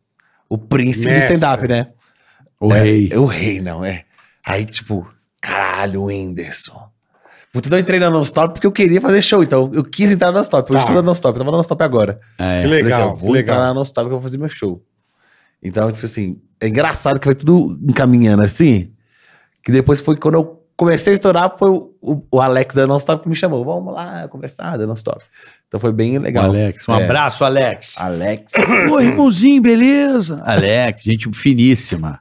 S4: o príncipe
S1: Mestre.
S4: do stand-up, né?
S2: O
S4: é,
S2: rei.
S4: é O rei, não, é. Aí, tipo, caralho, o Whindersson. Puta, eu entrei na non-stop porque eu queria fazer show, então eu quis entrar na non-stop. Eu
S1: Tá.
S4: estudo na non-stop, eu tava na non-stop agora.
S2: É.
S1: Que
S4: Eu falei assim,
S1: legal,
S4: eu
S1: que
S4: vou entrar
S1: legal.
S4: na non-stop que eu vou fazer meu show. Então, tipo assim, é engraçado que vai tudo encaminhando assim. Que depois foi quando eu comecei a estourar, foi o, o- o Alex da non-stop que me chamou. Vamos lá conversar da non-stop. Então foi bem legal.
S2: Alex, um
S4: É.
S2: abraço, Alex.
S4: Alex.
S2: Ô, irmãozinho, beleza? Alex, gente finíssima.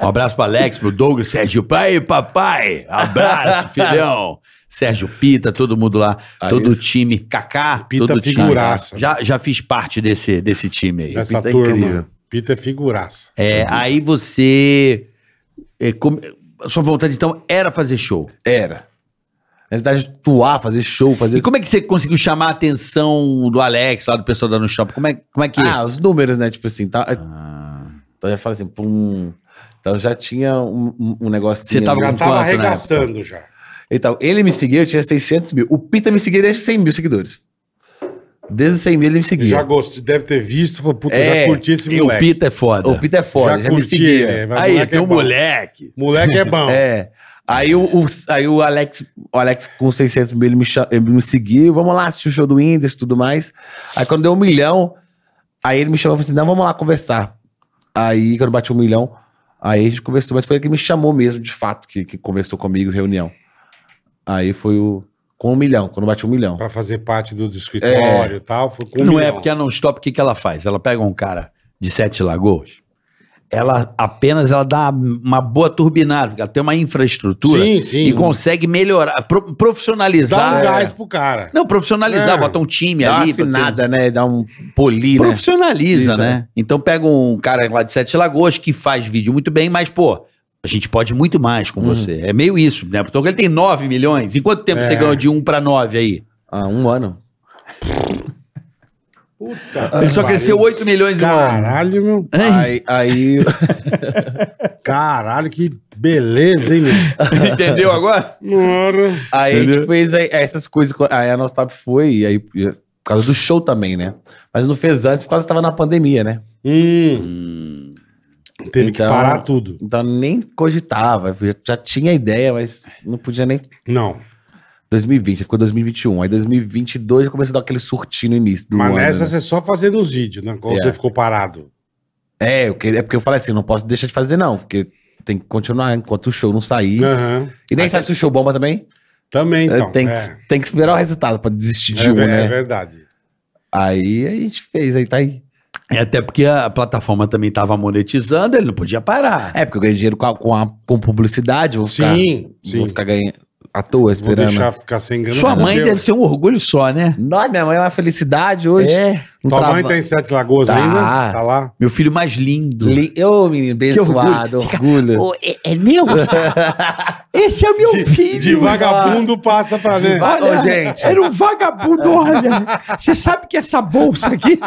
S2: Um abraço pro Alex, pro Douglas, Sérgio Pai, papai. Abraço, filhão. Sérgio Pita, todo mundo lá,
S4: Ah,
S2: todo o
S4: isso.
S2: time. Kaká,
S1: Pita
S2: todo o time.
S1: figuraça.
S2: Já, já fiz parte desse, desse time aí.
S1: Dessa
S4: Pita é
S1: turma.
S4: incrível.
S1: Pita é figuraça.
S4: Uhum.
S2: É, aí você. é, come- a sua vontade, então, era fazer show.
S4: Era. Na verdade, atuar, fazer show, fazer.
S2: E como é que você conseguiu chamar a atenção do Alex, lá do pessoal da No Shopping? Como é, como é que.
S4: Ah, os números, né? Tipo assim, tá,
S2: Ah,
S4: então já fala assim, pum. Então já tinha um, um, um negocinho.
S2: Você tava
S4: ali.
S1: Já
S2: com
S1: tava
S2: quanto na
S1: arregaçando já.
S4: Então, ele me seguia, eu tinha 600 mil. O Pita me seguia desde 100 mil seguidores. Desde os 100 mil ele me seguia.
S1: Já gostei, deve ter visto, falou, puta, já
S2: É,
S1: curti esse
S5: E o
S1: moleque.
S5: Pita é foda.
S4: O Pita é foda, já, me né?
S1: curti
S4: seguia.
S1: ele, mas
S2: Aí,
S1: moleque
S2: tem
S1: é
S2: um
S1: bom.
S2: moleque.
S1: Moleque é bom.
S4: É. Aí o, o- aí o Alex, o Alex com 600 mil, ele me, cha- ele me seguiu, vamos lá assistir o show do Windows e tudo mais. Aí quando deu um milhão, aí ele me chamou e falou assim, não, vamos lá conversar. Aí quando bati um milhão, aí a gente conversou, mas foi ele que me chamou mesmo, de fato, que, que conversou comigo, reunião. Aí foi o, com um milhão, quando bati um milhão.
S1: Pra fazer parte do, do escritório e tal. Foi com um
S2: não é
S1: milhão.
S2: porque a non-stop, o que, que ela faz? Ela pega um cara de Sete Lagoas, ela apenas ela dá uma boa turbinada, porque ela tem uma infraestrutura
S1: Sim, sim.
S2: e consegue melhorar, pro-
S1: Dá um
S2: profissionalizar.
S1: gás pro cara.
S2: Não, profissionalizar,
S1: É.
S2: bota um time
S4: Dá uma
S2: ali.
S4: afinada,
S2: porque-
S4: né? Dá um poli, né?
S2: Profissionaliza,
S4: Isso,
S2: né?
S1: é.
S4: né?
S2: Então pega um cara lá de Sete Lagoas que faz vídeo muito bem, mas, pô, a gente pode muito mais com você. É meio isso, né? Porque ele tem 9 milhões. Em quanto tempo
S1: Hum. É.
S2: você ganhou de 1 para 9 aí?
S4: Ah, um ano.
S1: Puta
S2: Ele só cresceu 8 milhões em um ano.
S1: Caralho, meu.
S4: Aí, aí
S1: Caralho, que beleza, hein, meu?
S2: Entendeu agora?
S1: Mora.
S4: Aí a gente fez aí- essas coisas. co- Aí a nossa top foi, e aí, e- por causa do show também, né? Mas não fez antes por causa que tava na pandemia, né?
S1: Hum. Teve que
S4: Então-
S1: parar tudo.
S4: Então nem cogitava. eu Já, já tinha ideia, mas não podia nem.
S1: Não.
S4: 2020, ficou 2021. Aí 2022 já começou a dar aquele surtinho no início do
S1: Mas
S4: ano.
S1: nessa
S4: né?
S1: você só fazendo os vídeos, né? Quando
S4: É.
S1: você ficou parado.
S4: É, eu que- é porque eu falei assim: não posso deixar de fazer, não, porque tem que continuar enquanto o show não sair.
S1: Aham.
S4: E nem sabe se o show bomba também.
S1: Também, É. então.
S4: tem, que,
S1: é.
S4: tem que esperar o resultado pra desistir de
S1: É
S4: um,
S1: ver-
S4: né?
S1: é verdade.
S4: Aí a gente fez, aí tá aí.
S2: É até porque a plataforma também estava monetizando, ele não podia parar.
S4: É, porque eu ganhei dinheiro com, a- com, a- com publicidade, eu vou ficar.
S1: Sim,
S4: Não
S1: sim.
S4: Vou ficar ganhando à toa
S1: Vou
S4: esperando.
S1: deixar ficar sem grana.
S2: Sua mãe
S1: fudeu.
S2: deve ser um orgulho só, né?
S4: Nós, minha mãe é uma felicidade hoje.
S2: É.
S4: Um
S1: Tua mãe
S4: trava-
S1: tá em Sete Lagoas
S4: Tá.
S1: ainda? Tá lá?
S2: Meu filho mais lindo.
S4: Li- Ô, menino, abençoado, orgulho.
S2: é, meu? Esse é o meu
S1: De,
S2: filho.
S1: de vagabundo passa pra gente.
S4: va- Ô, gente.
S2: Era um vagabundo, olha. Você sabe que essa bolsa aqui.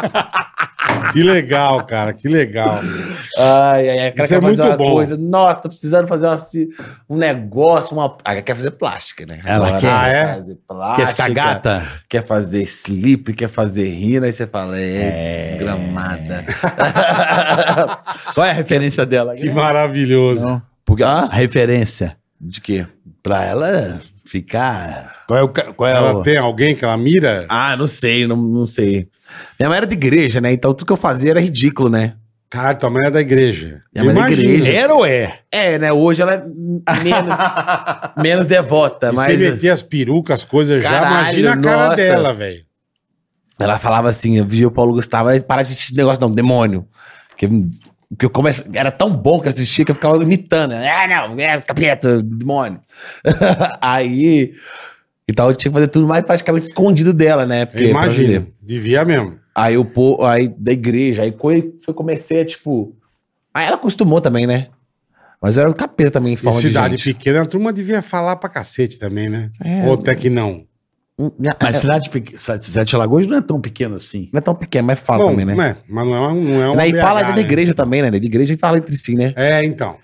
S1: Que legal, cara. Que legal.
S4: Ai, ai, ai, cara
S1: Isso é
S4: quer fazer
S1: muito
S4: uma
S1: bom.
S4: coisa. Nossa, tô precisando fazer uma ci- um negócio, uma. Ah, ela quer fazer plástica, né?
S2: Ela
S4: Agora
S2: quer.
S1: Ah, é?
S4: fazer plástica.
S2: Quer ficar gata?
S4: Quer fazer slip, quer fazer rina, aí você fala, é, desgramada.
S2: Qual é a referência dela?
S1: Que maravilhoso.
S2: Não.
S4: Porque, ah,
S2: A referência
S4: de quê?
S2: pra ela ficar. Qual é o. ca- Qual é
S1: Ela
S2: o...
S1: tem alguém que ela mira?
S4: Ah, não sei, não, não sei. Minha mãe era de igreja, né? Então tudo que eu fazia era ridículo, né?
S1: Cara, tua mãe é da igreja.
S4: Minha mãe é da igreja.
S2: Era ou é?
S4: É, né? Hoje ela é menos, menos
S1: E
S4: devota,
S2: é
S1: você
S4: É, mas.
S1: metia as perucas, as coisas já,
S4: Caralho,
S1: imagina a cara
S4: nossa.
S1: dela, velho.
S4: Ela falava assim, eu vi o Paulo Gustavo, "Ai, para de assistir esse negócio, não, demônio. Que, que eu começo, era tão bom que eu assistia que eu ficava imitando. né? Ah, não, é, capeta, demônio. Aí. Então eu tinha que fazer tudo mais praticamente escondido dela, né? Porque, pra
S1: Imagina.
S4: vender.
S1: Devia mesmo.
S4: Aí o povo, aí da igreja, aí foi, foi comecei a, tipo. Aí ela acostumou também, né? Mas eu era um capeta também em
S1: Em
S4: forma
S1: cidade
S4: de gente.
S1: pequena, a turma devia falar pra cacete também, né?
S4: É.
S1: Ou até que não.
S4: Hum, minha-
S2: Mas
S4: é,
S2: cidade pequ- Sete Sete Lagoas não é tão pequeno assim.
S4: não é tão pequena, mas fala
S1: Bom,
S4: também, né?
S1: é, mas não é, uma- não é
S4: E aí
S1: BH,
S4: fala dentro da
S1: né?
S4: igreja também, né? Dentro da igreja e fala entre si, né?
S1: É, então.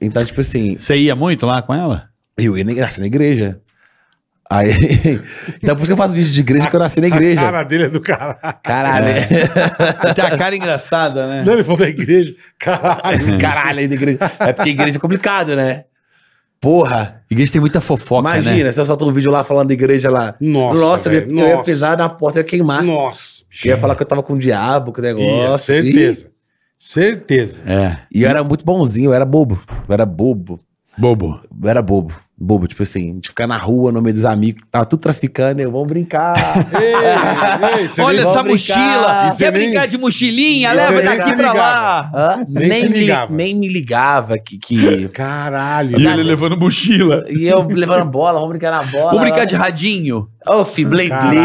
S4: Então, tipo assim,
S2: Você ia muito lá com ela?
S4: eu ia na, nasci na igreja. Aí. então, por isso que eu faço vídeo de igreja, porque eu nasci na
S1: A
S4: igreja.
S1: cara dele é do caralho.
S4: Caralho.
S1: É.
S2: Tem a cara engraçada, né?
S1: Não, ele falou da igreja. Caralho.
S4: Caralho, aí da igreja.
S1: né?
S4: É porque igreja é complicado, né? Porra.
S2: Igreja tem muita fofoca,
S4: imagina,
S2: né?
S4: se eu soltar um vídeo lá falando da igreja lá.
S1: Nossa,
S4: eu, ia,
S1: velho,
S4: eu ia
S1: nossa.
S4: pisar na porta, eu ia queimar.
S1: Nossa.
S4: Eu ia falar que eu tava com o diabo, com o negócio.
S1: Ia, certeza. Certeza.
S2: É.
S4: E, e eu era muito bonzinho, eu era bobo. Eu era bobo.
S2: Bobo.
S4: Eu era bobo. Bobo, tipo assim, de ficar na rua no meio dos amigos, tava tudo traficando, eu vamos brincar.
S1: Ei, ei, você
S2: Olha
S1: nem-
S2: essa
S4: vão brincar.
S2: mochila.
S1: Isso
S2: Quer
S1: é nem-
S2: brincar de mochilinha?
S1: Isso é
S2: Leva
S1: nem
S2: daqui
S1: se
S2: pra
S1: ligava.
S2: lá.
S4: Hã?
S1: Nem
S4: nem,
S1: se
S4: me
S1: ligava.
S4: nem me ligava que. que...
S1: Caralho.
S4: E ele
S2: levando mochila.
S4: E eu levando bola, vamos brincar na bola.
S2: Vamos brincar de radinho.
S4: Ô, fi, Blade
S1: Caralho,
S4: Blade,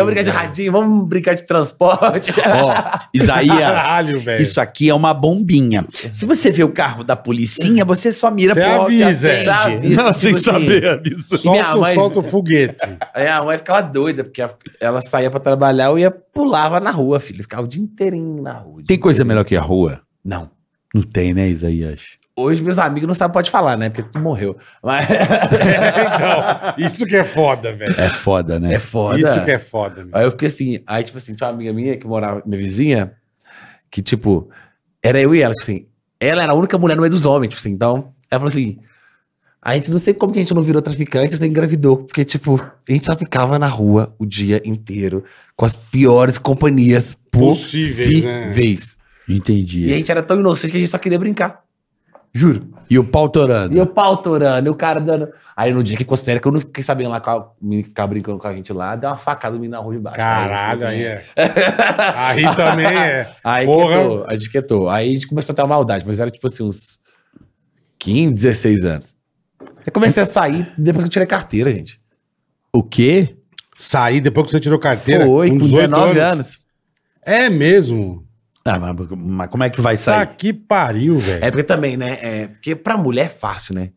S4: vamos brincar de
S1: velho.
S4: radinho, vamos brincar de transporte.
S2: Ó, Isaías,
S1: Caralho, velho.
S2: isso aqui é uma bombinha. Se você vê o carro da policinha, você só mira
S1: Você
S2: pro alto e
S1: avisa, é.
S2: acende.
S4: Avisa,
S2: Não,
S4: tipo
S2: sem
S4: assim.
S2: saber, avisa.
S4: E minha
S1: Solta,
S4: mãe-
S1: solta o foguete.
S4: Aí a mãe ficava doida, porque ela- ela saía pra trabalhar, eu ia pulava na rua, filho. Ficava o dia inteirinho na rua. o dia
S2: Tem coisa
S4: inteirinho.
S2: melhor que a rua?
S4: Não.
S2: Não tem, né, Isaías?
S4: Hoje meus amigos não sabem, pode falar, né? Porque tu morreu. Mas
S1: então, isso que é foda, velho.
S2: É foda, né?
S4: é foda.
S1: Isso que é foda, meu.
S4: Aí eu fiquei assim, aí, tipo assim, tinha uma amiga minha que morava, minha vizinha, que, tipo, era eu e ela, tipo assim, ela era a única mulher no meio dos homens, tipo assim, então, ela falou assim, a gente não sei como que a gente não virou traficante, você engravidou, porque, tipo, a gente só ficava na rua o dia inteiro, com as piores companhias
S1: Possíveis,
S4: possíveis.
S1: né?
S4: E a
S2: Entendi.
S4: gente era tão inocente que a gente só queria brincar. Juro.
S2: E o pau torando?
S4: E o pau torando, e o cara dando. Aí no dia que ficou sério, que eu não fiquei sabendo lá qual o menino que ficava brincando com a gente lá, deu uma facada no menino na rua de baixo.
S1: Caralho, aí
S4: aí. tipo assim,
S1: é. Aí também é.
S4: Ah, Aí
S1: Porra.
S4: quietou, a gente quietou. Aí a gente começou a ter uma maldade, mas era tipo assim, uns 15, 16 anos. Eu comecei a sair depois que eu tirei carteira, gente.
S2: O quê?
S1: Saí depois que você tirou carteira.
S4: Foi, com 19 anos.
S1: É mesmo.
S2: Ah, mas, mas como é que vai
S1: Tá
S2: sair?
S1: que pariu, velho.
S4: É porque também, né? É, porque pra mulher é fácil, né?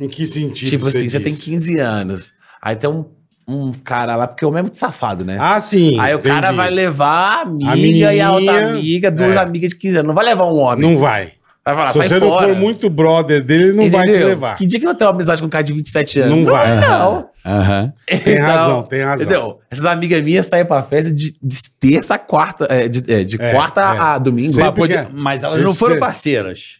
S1: Em que sentido?
S4: tipo assim, você tem
S1: diz?
S4: 15 anos. Aí tem um, um cara lá, porque o homem é muito safado, né?
S1: Ah, sim.
S4: Aí o cara
S1: entendi.
S4: vai levar a amiga
S1: menininha,
S4: e a outra amiga, duas
S1: é.
S4: amigas de 15 anos. Não vai levar um homem.
S1: Não vai.
S4: Vai falar,
S1: Se
S4: sai
S1: você
S4: fora.
S1: não for muito brother dele, ele não vai te
S4: Entendeu?
S1: levar.
S4: Que dia que eu tenho uma amizade com um cara de 27 anos?
S1: Não vai. É.
S4: Não.
S2: Aham.
S1: Tem
S4: Então,
S1: razão, tem razão.
S4: Entendeu? Essas amigas minhas saem pra festa de, de terça a quarta. é, de é, de
S1: É,
S4: quarta
S1: é.
S4: a domingo.
S1: Sempre
S4: Mas pode-
S1: que é.
S2: Mas elas não
S1: Esse-
S2: foram parceiras.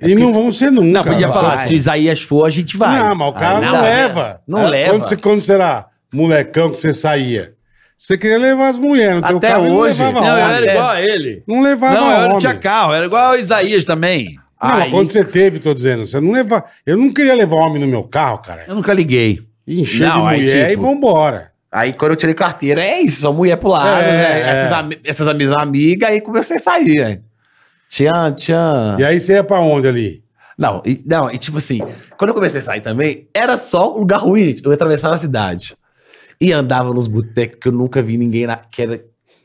S4: É
S1: E não vão ser nunca.
S2: Não, podia
S1: vai.
S2: falar, se o Isaías for, a gente vai.
S1: Não, mas o cara
S2: Aí
S1: não,
S2: dá.
S1: leva.
S4: assim, Ah, Não
S1: Quando
S4: leva.
S1: Você, quando você era molecão que você saía, você queria levar as mulheres. no teu
S4: Até
S1: carro,
S4: hoje.
S1: Não levava
S2: Não, eu
S1: homem.
S2: era igual a ele.
S1: É. Não levava
S2: Não, eu
S1: homem.
S2: não tinha carro, eu era igual o Isaías também.
S1: Não, mas
S4: Aí-
S1: quando você teve, tô dizendo, você não leva. Eu não queria levar homem no meu carro, cara.
S2: Eu nunca liguei.
S1: Encher de
S2: Não, aí,
S1: mulher e
S2: tipo-
S1: vambora.
S4: Aí quando eu tirei carteira, é isso, só mulher pro
S1: É,
S4: lado, né?
S1: é.
S4: Essas, ami- essas mesmas amigas, aí comecei a sair, né? Tchan, tchan.
S1: E aí você ia pra onde ali?
S4: Não, e, não, e tipo assim, quando eu comecei a sair também, era só um lugar ruim. gente. Eu atravessava a cidade. E andava nos botecos que eu nunca vi ninguém na, que era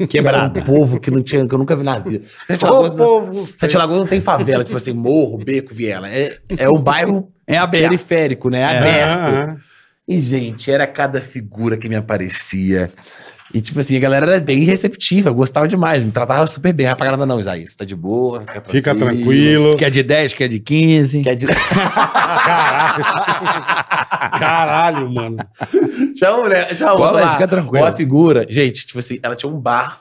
S2: Quebrado.
S4: que era um povo que não tinha, que eu nunca vi na vida. Sete Lagoas, Sete Lagoas não tem favela, tipo assim, morro, beco, viela. É, é um bairro
S2: É aberto. É.
S4: periférico, né? Aberto.
S1: Ah, ah.
S4: E, gente, era cada figura que me aparecia. E, tipo assim, a galera era bem receptiva, gostava demais, me tratava super bem. Rapaz, ela não, Isaías, tá de boa, fica tranquilo.
S1: Fica tranquilo.
S2: Quer é de 10, quer de 15.
S4: Quer dizer,
S1: Caralho, mano.
S4: tinha uma mulher, tinha uma
S2: Bola,
S4: moça lá,
S2: fica tranquilo.
S4: uma figura. Gente, tipo assim, ela tinha um bar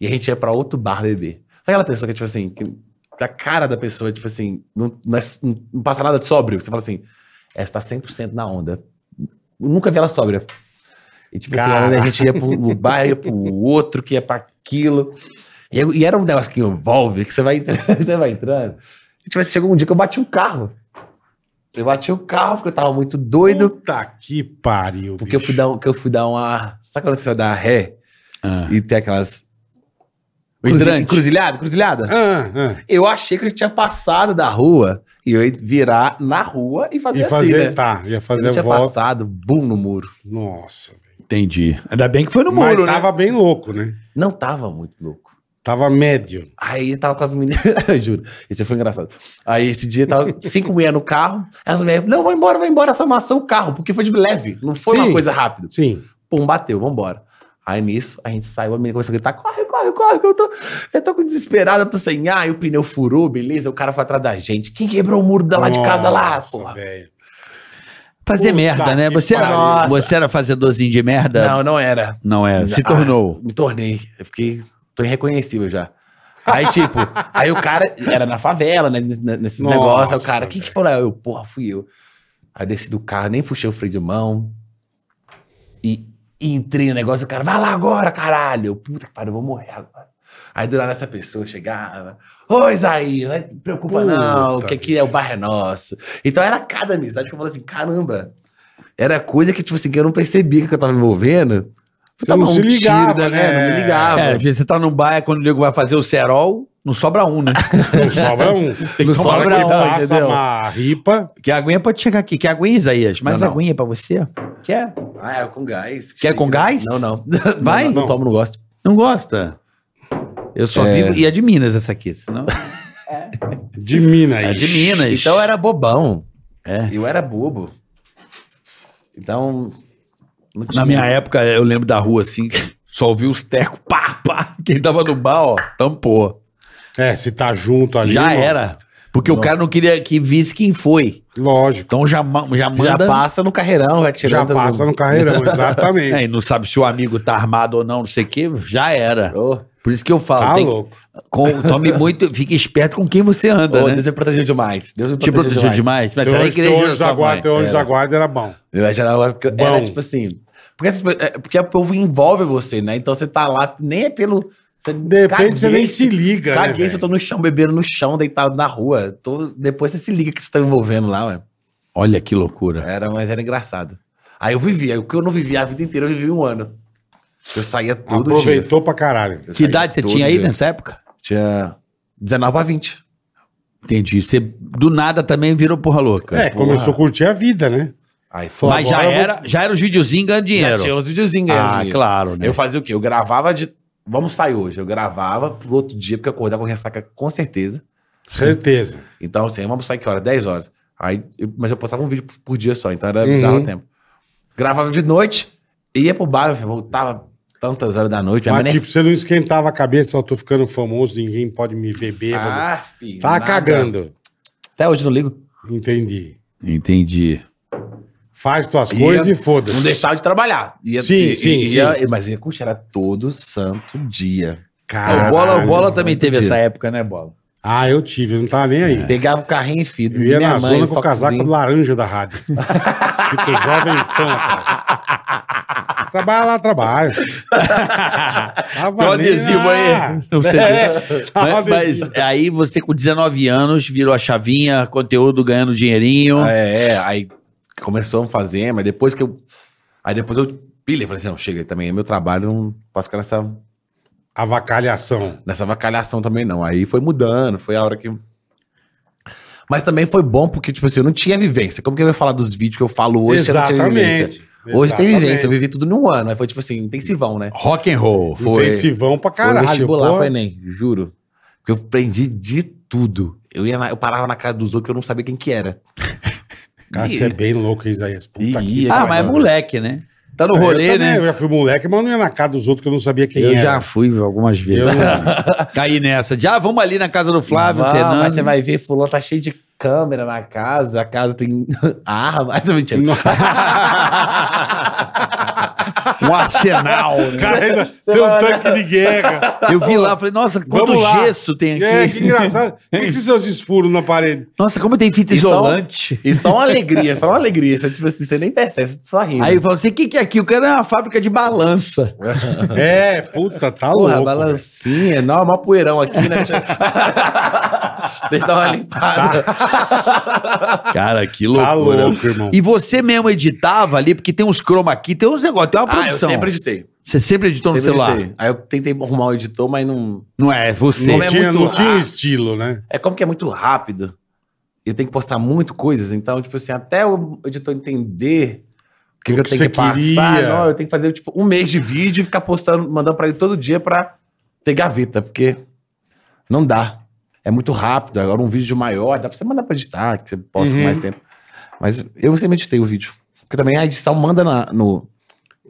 S4: e a gente ia pra outro bar beber. Aquela pessoa que, tipo assim, que, da cara da pessoa, tipo assim, não, não, é- não passa nada de sóbrio. Você fala assim, essa tá 100% na onda. Nunca vi ela sóbria. E tipo assim,
S1: Cara.
S4: a gente ia pro o bar, ia pro outro, que ia pra aquilo. E, eu- e era um negócio que envolve, que você vai entrando, você vai entrando. E, tipo assim, chegou um dia que eu bati o carro. Eu bati o carro porque eu tava muito doido.
S1: Puta que pariu.
S4: Porque eu fui, dar, um- que eu fui dar uma. Sabe quando você vai dar ré
S2: Ah.
S4: e tem aquelas.
S1: Um
S2: O hidrante.
S4: Cruzilhada? Cruzilhada?
S1: Ah, ah.
S4: Eu achei que eu tinha passado da rua e eu ia virar na rua e fazer,
S1: E fazer,
S4: assim, né?
S1: tá, ia
S4: eu
S1: fazer
S4: tinha
S1: volta.
S4: passado, bum no muro.
S1: Nossa, velho.
S2: Entendi. Ainda bem que foi no
S1: Mas
S2: muro, né?
S1: tava bem louco, né?
S4: Não tava muito louco.
S1: Tava médio.
S4: Aí eu tava com as meninas. Juro, isso foi engraçado. Aí esse dia tava cinco mulheres no carro, as mulheres, não, vai embora, vai embora, essa amassou o carro, porque foi de leve, não foi
S1: Sim.
S4: uma coisa rápida.
S1: Sim.
S4: Pum, bateu, vambora. Aí nisso, a gente saiu, a menina começou a gritar: corre, corre, corre, que eu tô, eu tô com desesperado, eu tô sem ar, e o pneu furou, beleza, o cara foi atrás da gente. Quem quebrou o muro da lá de casa lá,
S1: Nossa,
S4: porra?
S1: velho.
S2: Fazer
S1: Puta
S2: merda, né?
S1: que
S2: Você era,
S4: pariu.
S2: você era fazedorzinho de merda?
S4: Não, não era.
S2: Não era. Se
S4: Ah,
S2: tornou.
S4: me tornei. Eu fiquei. tô irreconhecível já. Aí, tipo, aí o cara era na favela, né? n- n- Nesses
S1: Nossa,
S4: negócios. Aí o cara, quem que
S1: velho.
S4: foi lá? Eu, porra, fui eu. Aí desci do carro, nem puxei o freio de mão. E, e entrei no negócio, o cara, vai lá agora, caralho. Eu, puta que pariu, eu vou morrer agora. Aí do nada essa pessoa chegava. Ô, Isaías, não te preocupa não,
S1: Puta
S4: que aqui é o bairro é nosso. Então era cada amizade que eu falava assim, caramba. Era coisa que, tipo assim, que eu não percebia que eu tava me envolvendo.
S1: Você não se ligava, né?
S4: um Não me ligava.
S2: É, às vezes você tá num baia, quando o nego vai fazer o cerol, não sobra um, né?
S1: Não sobra um.
S2: Tem
S4: Não
S2: que tomar
S4: sobra
S2: cuidado.
S4: um.
S1: Passa
S4: entendeu?
S1: uma ripa.
S2: Que a aguinha pode chegar aqui. Quer aguinha, Isaías? Mais
S4: Não, não.
S2: aguinha pra você? Quer?
S4: Ah, é com gás.
S2: Quer com gás?
S4: Não, não.
S2: Vai?
S4: Não, não, tomo, não gosto.
S2: Não gosta? Eu só
S4: É.
S2: vivo. E é de Minas essa aqui, senão.
S1: De mina aí.
S2: É de Minas.
S4: Então eu era bobão.
S2: É.
S4: Eu era bobo. Então. não tinha.
S2: Na minha época, eu lembro da rua assim, só ouvi os tecos, pá, pá. Quem tava no bar, ó, tampou.
S1: É, se tá junto ali.
S2: Já
S1: irmão.
S2: era. Porque o cara não queria que visse quem foi.
S1: Lógico.
S2: Então já, ma- já
S4: Já
S2: manda.
S4: passa no carreirão, vai
S1: Já
S4: tirando. então,
S1: passa no carreirão, exatamente.
S2: É, e não sabe se o amigo tá armado ou não, não sei o quê, já era.
S4: Ô,
S2: Por isso que eu falo,
S1: Tá
S2: tem-
S1: louco.
S2: com- tome muito, fique esperto com quem você anda,
S4: ô,
S2: né?
S4: Deus me protegeu demais. Deus me
S2: Te
S1: Tipo,
S4: protegeu,
S2: protegeu
S4: demais.
S2: demais, mas
S1: Teu
S2: era a
S1: anjo-
S2: igreja
S1: teu
S2: da
S1: anjo
S2: sua
S1: da
S2: mãe.
S1: guarda, teu anjo
S4: Era.
S1: da guarda era bom.
S4: Eu já era, porque era
S1: Bom.
S4: tipo assim. Porque, essas coisas- é, porque o povo envolve você, né? Então você tá lá, nem é pelo. Você
S1: De repente você nem se liga, né,
S4: Caguei se
S1: velho?
S4: eu tô no chão, bebendo no chão, deitado na rua. Tô- depois você se liga que você tá envolvendo lá, ué.
S2: Olha que loucura.
S4: Era, mas era engraçado. Aí eu vivia, o que eu não vivia a vida inteira, eu vivi um ano. Eu saía todo dia.
S1: Aproveitou pra caralho.
S2: Que
S4: Eu saía
S2: idade você
S4: todo
S2: tinha aí né?
S4: dia.
S2: nessa época?
S4: Tinha 19 pra 20.
S2: Entendi. Você do nada também virou porra louca.
S1: É, começou a curtir a vida, né?
S4: Aí foi.
S2: Mas já
S1: Agora eu vou-
S2: era, já era os videozinhos ganhando
S4: Já
S2: dinheiro.
S4: tinha uns videozinhos ganhando
S2: ah,
S4: dinheiro.
S2: claro, né?
S4: Eu fazia o quê? Eu gravava de. Vamos sair hoje. Eu gravava pro outro dia, porque eu acordava com ressaca com certeza.
S1: Certeza.
S4: Então, assim, vamos sair que hora? 10 horas. Aí, eu- mas eu postava um vídeo por- por dia só, então era,
S1: Uhum.
S4: dava tempo. Gravava de noite, ia pro bar, voltava tantas horas da noite. minha
S1: Mas,
S4: mãe
S1: tipo, você não esquentava a cabeça, eu tô ficando famoso, ninguém pode me ver
S4: nem-
S1: bêbado.
S4: Ah, filho,
S1: tá
S4: nada.
S1: cagando.
S4: Até hoje não ligo.
S1: Entendi.
S2: Entendi.
S1: Faz tuas
S4: Ia-
S1: coisas e
S4: Não
S1: foda-se.
S4: deixava de trabalhar. Ia,
S1: Sim,
S4: ia-
S1: sim,
S4: ia- Mas ia curtir, era todo santo dia.
S2: Ah, o Bola, o
S1: Caralho.
S2: bola também teve
S4: entendi.
S2: essa época, né, Bola?
S1: Ah, eu tive, eu não tava nem aí.
S4: Pegava o carrinho e filho.
S1: É. Eu ia na zona com o
S4: Foxzinho.
S1: casaco laranja da rádio. Escrito Jovem Pan atrás. Trabalha lá, trabalho. Tava
S2: Tem um
S1: nem
S2: adesivo
S1: lá.
S2: aí. Não sei.
S1: tava
S2: mas, mas aí você, com 19 anos, virou a chavinha, conteúdo ganhando dinheirinho.
S4: É, é, aí começamos a fazer, mas depois que eu. Aí depois eu pilhei, falei assim: não, chega também, é meu trabalho, não posso ficar nessa,
S1: Avacalhação.
S4: nessa vacalhação também, não. Aí foi mudando, foi a hora que. Mas também foi bom porque, tipo assim, eu não tinha vivência. Como que eu ia falar dos vídeos que eu falo hoje se eu não tinha vivência? Hoje tem vivência, eu vivi tudo num ano. Aí foi tipo assim, intensivão, né?
S2: Rock and roll.
S4: foi-
S1: Intensivão pra
S4: foi
S1: caralho.
S4: vestibular
S1: pô.
S4: pro Enem, juro. Porque eu aprendi de tudo. Eu, ia na- eu parava na casa dos outros que eu não sabia quem que era.
S1: Cara, você é bem louco, Isaías. Puta
S4: Ih,
S1: que
S4: ah,
S2: Ah,
S1: pariu.
S2: mas é moleque, né? Tá no
S1: Eu
S2: rolê,
S1: também,
S2: né?
S1: Eu já fui moleque, mas não ia na casa dos outros que eu não sabia quem
S2: Eu
S1: era.
S4: é.
S2: já fui algumas vezes.
S1: Eu não-
S2: Caí nessa. Já vamos ali na casa do
S1: Ah,
S2: Flávio,
S4: Vamos,
S2: Fernando.
S4: Mas você vai ver, fulano tá cheio de câmera na casa, a casa tem arma, mas é mentira.
S2: Um arsenal.
S1: Cara, ainda
S4: Você
S1: tem um
S4: vai
S1: tanque de guerra.
S2: Eu vi lá, falei, nossa, quanto
S1: Vamos lá.
S2: gesso tem aqui.
S1: É, que engraçado. Por que, que são esses furos na parede?
S2: Nossa, como tem fita
S4: E só-
S2: isolante.
S4: E só uma alegria, só uma alegria. Você, tipo assim, você nem percebe, você só ri.
S2: Aí eu falo assim, o que, que é aqui? O cara é uma fábrica de balança.
S1: É, puta, tá
S4: Porra,
S1: louco.
S4: balancinha, não, mó poeirão aqui, né? Deixa eu dar uma limpada.
S2: Cara, que
S1: Tá louco, irmão.
S2: E você mesmo editava ali, porque tem uns chroma aqui, tem uns negócios, tem uma
S4: Ah, eu
S2: produção.
S4: sempre editei.
S2: Você sempre editou
S4: sempre
S2: no celular?
S4: editei. Aí eu tentei arrumar um editor, mas não.
S2: Não é, você.
S1: Não,
S4: é
S1: tinha,
S4: muito
S1: não tinha
S4: raro.
S1: estilo, né?
S4: É como que é muito rápido. Eu tenho que postar muito coisas, então, tipo assim, até o editor entender o que,
S1: O
S4: que eu
S1: que
S4: tenho
S1: você
S4: que passar,
S1: queria.
S4: não, eu tenho que fazer tipo um mês de vídeo e ficar postando, mandando pra ele todo dia pra ter gaveta, porque não dá. É muito rápido. Agora um vídeo maior, dá pra você mandar pra editar, que você posta
S1: Uhum.
S4: com mais tempo. Mas eu sempre editei o vídeo. Porque também a edição manda na- no,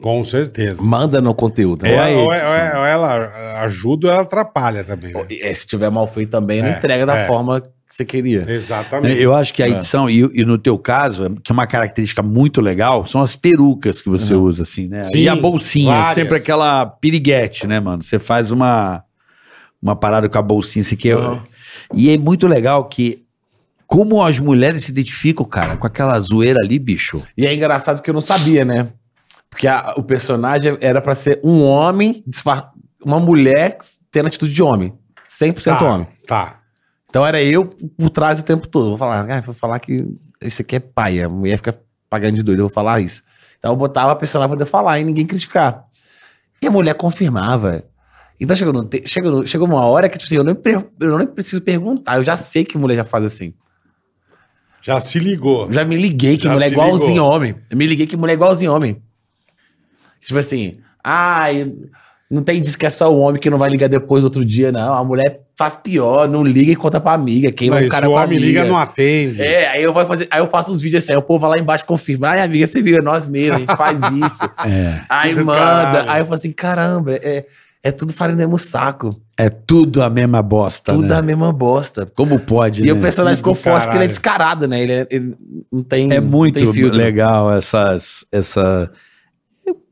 S1: Com certeza.
S4: manda no conteúdo.
S1: Ou,
S4: né?
S1: ela, ou é- ou ela ajuda ou ela atrapalha também. né?
S4: E- e se tiver mal feito também, não
S1: É,
S4: entrega da
S1: é.
S4: forma que você queria.
S1: Exatamente.
S2: né? Eu acho que a
S4: É.
S2: edição, e, e no teu caso, que é uma característica muito legal, são as perucas que você usa, assim, né?
S1: Sim,
S2: e a bolsinha,
S1: várias.
S2: sempre aquela piriguete, né, mano? Você faz uma, uma parada com a bolsinha, assim, que é-
S4: Uhum.
S2: E é muito legal que como as mulheres se identificam, cara, com aquela zoeira ali, bicho.
S4: E é engraçado que eu não sabia, né? Porque a- o personagem era pra ser um homem, disfar- uma mulher tendo atitude de homem. 100% homem.
S1: Tá.
S4: Então era eu por trás o tempo todo. Vou falar, ah, vou falar que isso aqui é paia. A mulher fica pagando de doido, eu vou falar isso. Então eu botava a personagem pra poder falar e ninguém criticar. E a mulher confirmava. Então chegou, no te- chegou, no- chegou uma hora que, tipo assim, eu nem, per- eu nem preciso perguntar. Eu já sei que mulher já faz assim.
S1: Já se ligou.
S4: Já me liguei que
S1: Já
S4: mulher é
S1: se
S4: igualzinho
S1: ligou.
S4: homem. Eu me liguei que mulher é igualzinho homem. Tipo assim, ai, não tem disso que é só o homem que não vai ligar depois outro dia, não. A mulher faz pior, não liga e conta pra amiga, queima
S1: Mas
S4: o um cara
S1: o
S4: com a
S1: homem
S4: amiga.
S1: liga não atende.
S4: É, aí eu, vou fazer, aí eu faço uns vídeos assim, aí o povo vai lá embaixo confirma, ai amiga, você viu, é nós mesmos, a gente faz isso.
S2: É.
S4: Aí
S1: Do
S4: manda,
S1: caralho.
S4: aí eu falo assim, caramba, é, É tudo farinha do mesmo saco.
S2: É tudo a mesma
S1: Tá
S2: bosta,
S4: tudo
S2: né?
S4: a mesma bosta.
S2: Como pode,
S4: E
S2: né?
S4: o personagem ficou
S1: Do
S4: forte porque ele
S1: É, caralho.
S4: é descarado, né? Ele, é- ele não tem.
S2: É
S4: não
S2: muito
S4: tem filtro.
S2: legal essas, essa...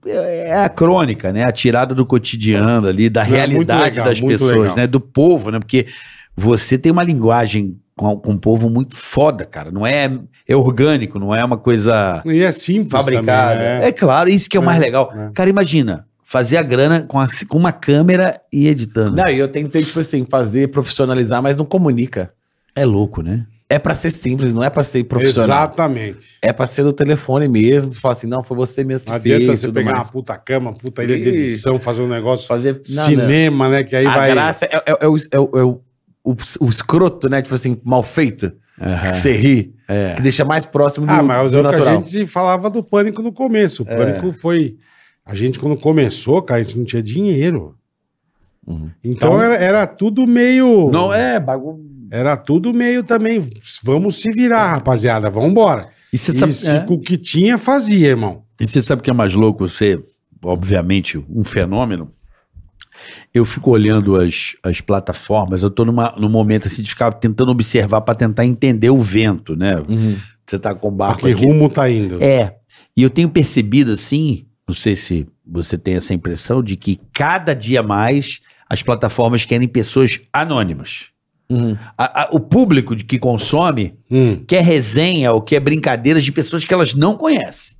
S2: É a crônica, né? A tirada do cotidiano ali, da
S1: É. Não, muito
S2: realidade
S1: legal,
S2: das
S1: muito
S2: pessoas,
S1: legal.
S2: né? Do povo, né? Porque você tem uma linguagem com, com o povo muito foda, cara. Não é, é orgânico, não é uma coisa
S1: E é simples
S2: fabricada.
S1: também,
S2: é.
S1: né?
S2: claro, isso que é o
S1: É,
S2: mais legal.
S1: é.
S2: Cara, imagina, fazer a grana com, a- com uma câmera e editando.
S4: Não, e eu tentei, tipo assim, fazer profissionalizar, mas não comunica.
S2: É louco, né?
S4: É pra ser simples, não é pra ser profissional.
S1: Exatamente.
S4: É pra ser do telefone mesmo, falar assim, não, foi você mesmo que
S1: Não adianta
S4: fez,
S1: você
S4: tudo
S1: pegar
S4: mais.
S1: uma puta cama, puta ilha de
S4: Ih.
S1: edição, fazer um negócio
S4: Fazer nada.
S1: cinema, né? Que aí
S4: a
S1: vai.
S4: graça é, é- é o, é o- é o- o- o escroto, né? Tipo assim, mal feito.
S1: É.
S4: Que você ri. Que deixa mais próximo do,
S1: Ah, mas
S4: do
S1: é o que a
S4: natural. É.
S1: gente falava do pânico no começo. O pânico foi. A gente, quando começou, cara, a gente não tinha dinheiro.
S4: Uhum.
S1: Então, era, era tudo meio.
S2: é bagulho.
S1: Era tudo meio também. Vamos se virar, rapaziada. Vamos embora.
S2: E você
S1: E
S2: sabe,
S1: se,
S2: é.
S1: com o que tinha, fazia, irmão.
S2: E você sabe o que é mais louco? Você, obviamente, um fenômeno. Eu fico olhando as, as plataformas, eu tô numa, num momento assim de ficar tentando observar para tentar entender o vento, né?
S4: Uhum.
S2: Você tá com o
S1: A
S2: barco
S1: que
S2: aqui.
S1: rumo tá indo?
S2: É. E eu tenho percebido assim, não sei se você tem essa impressão, de que cada dia mais as plataformas querem pessoas anônimas.
S4: Uhum.
S2: A- a- o público de que consome
S1: Hum.
S2: quer é resenha ou quer brincadeiras de pessoas que elas não conhecem.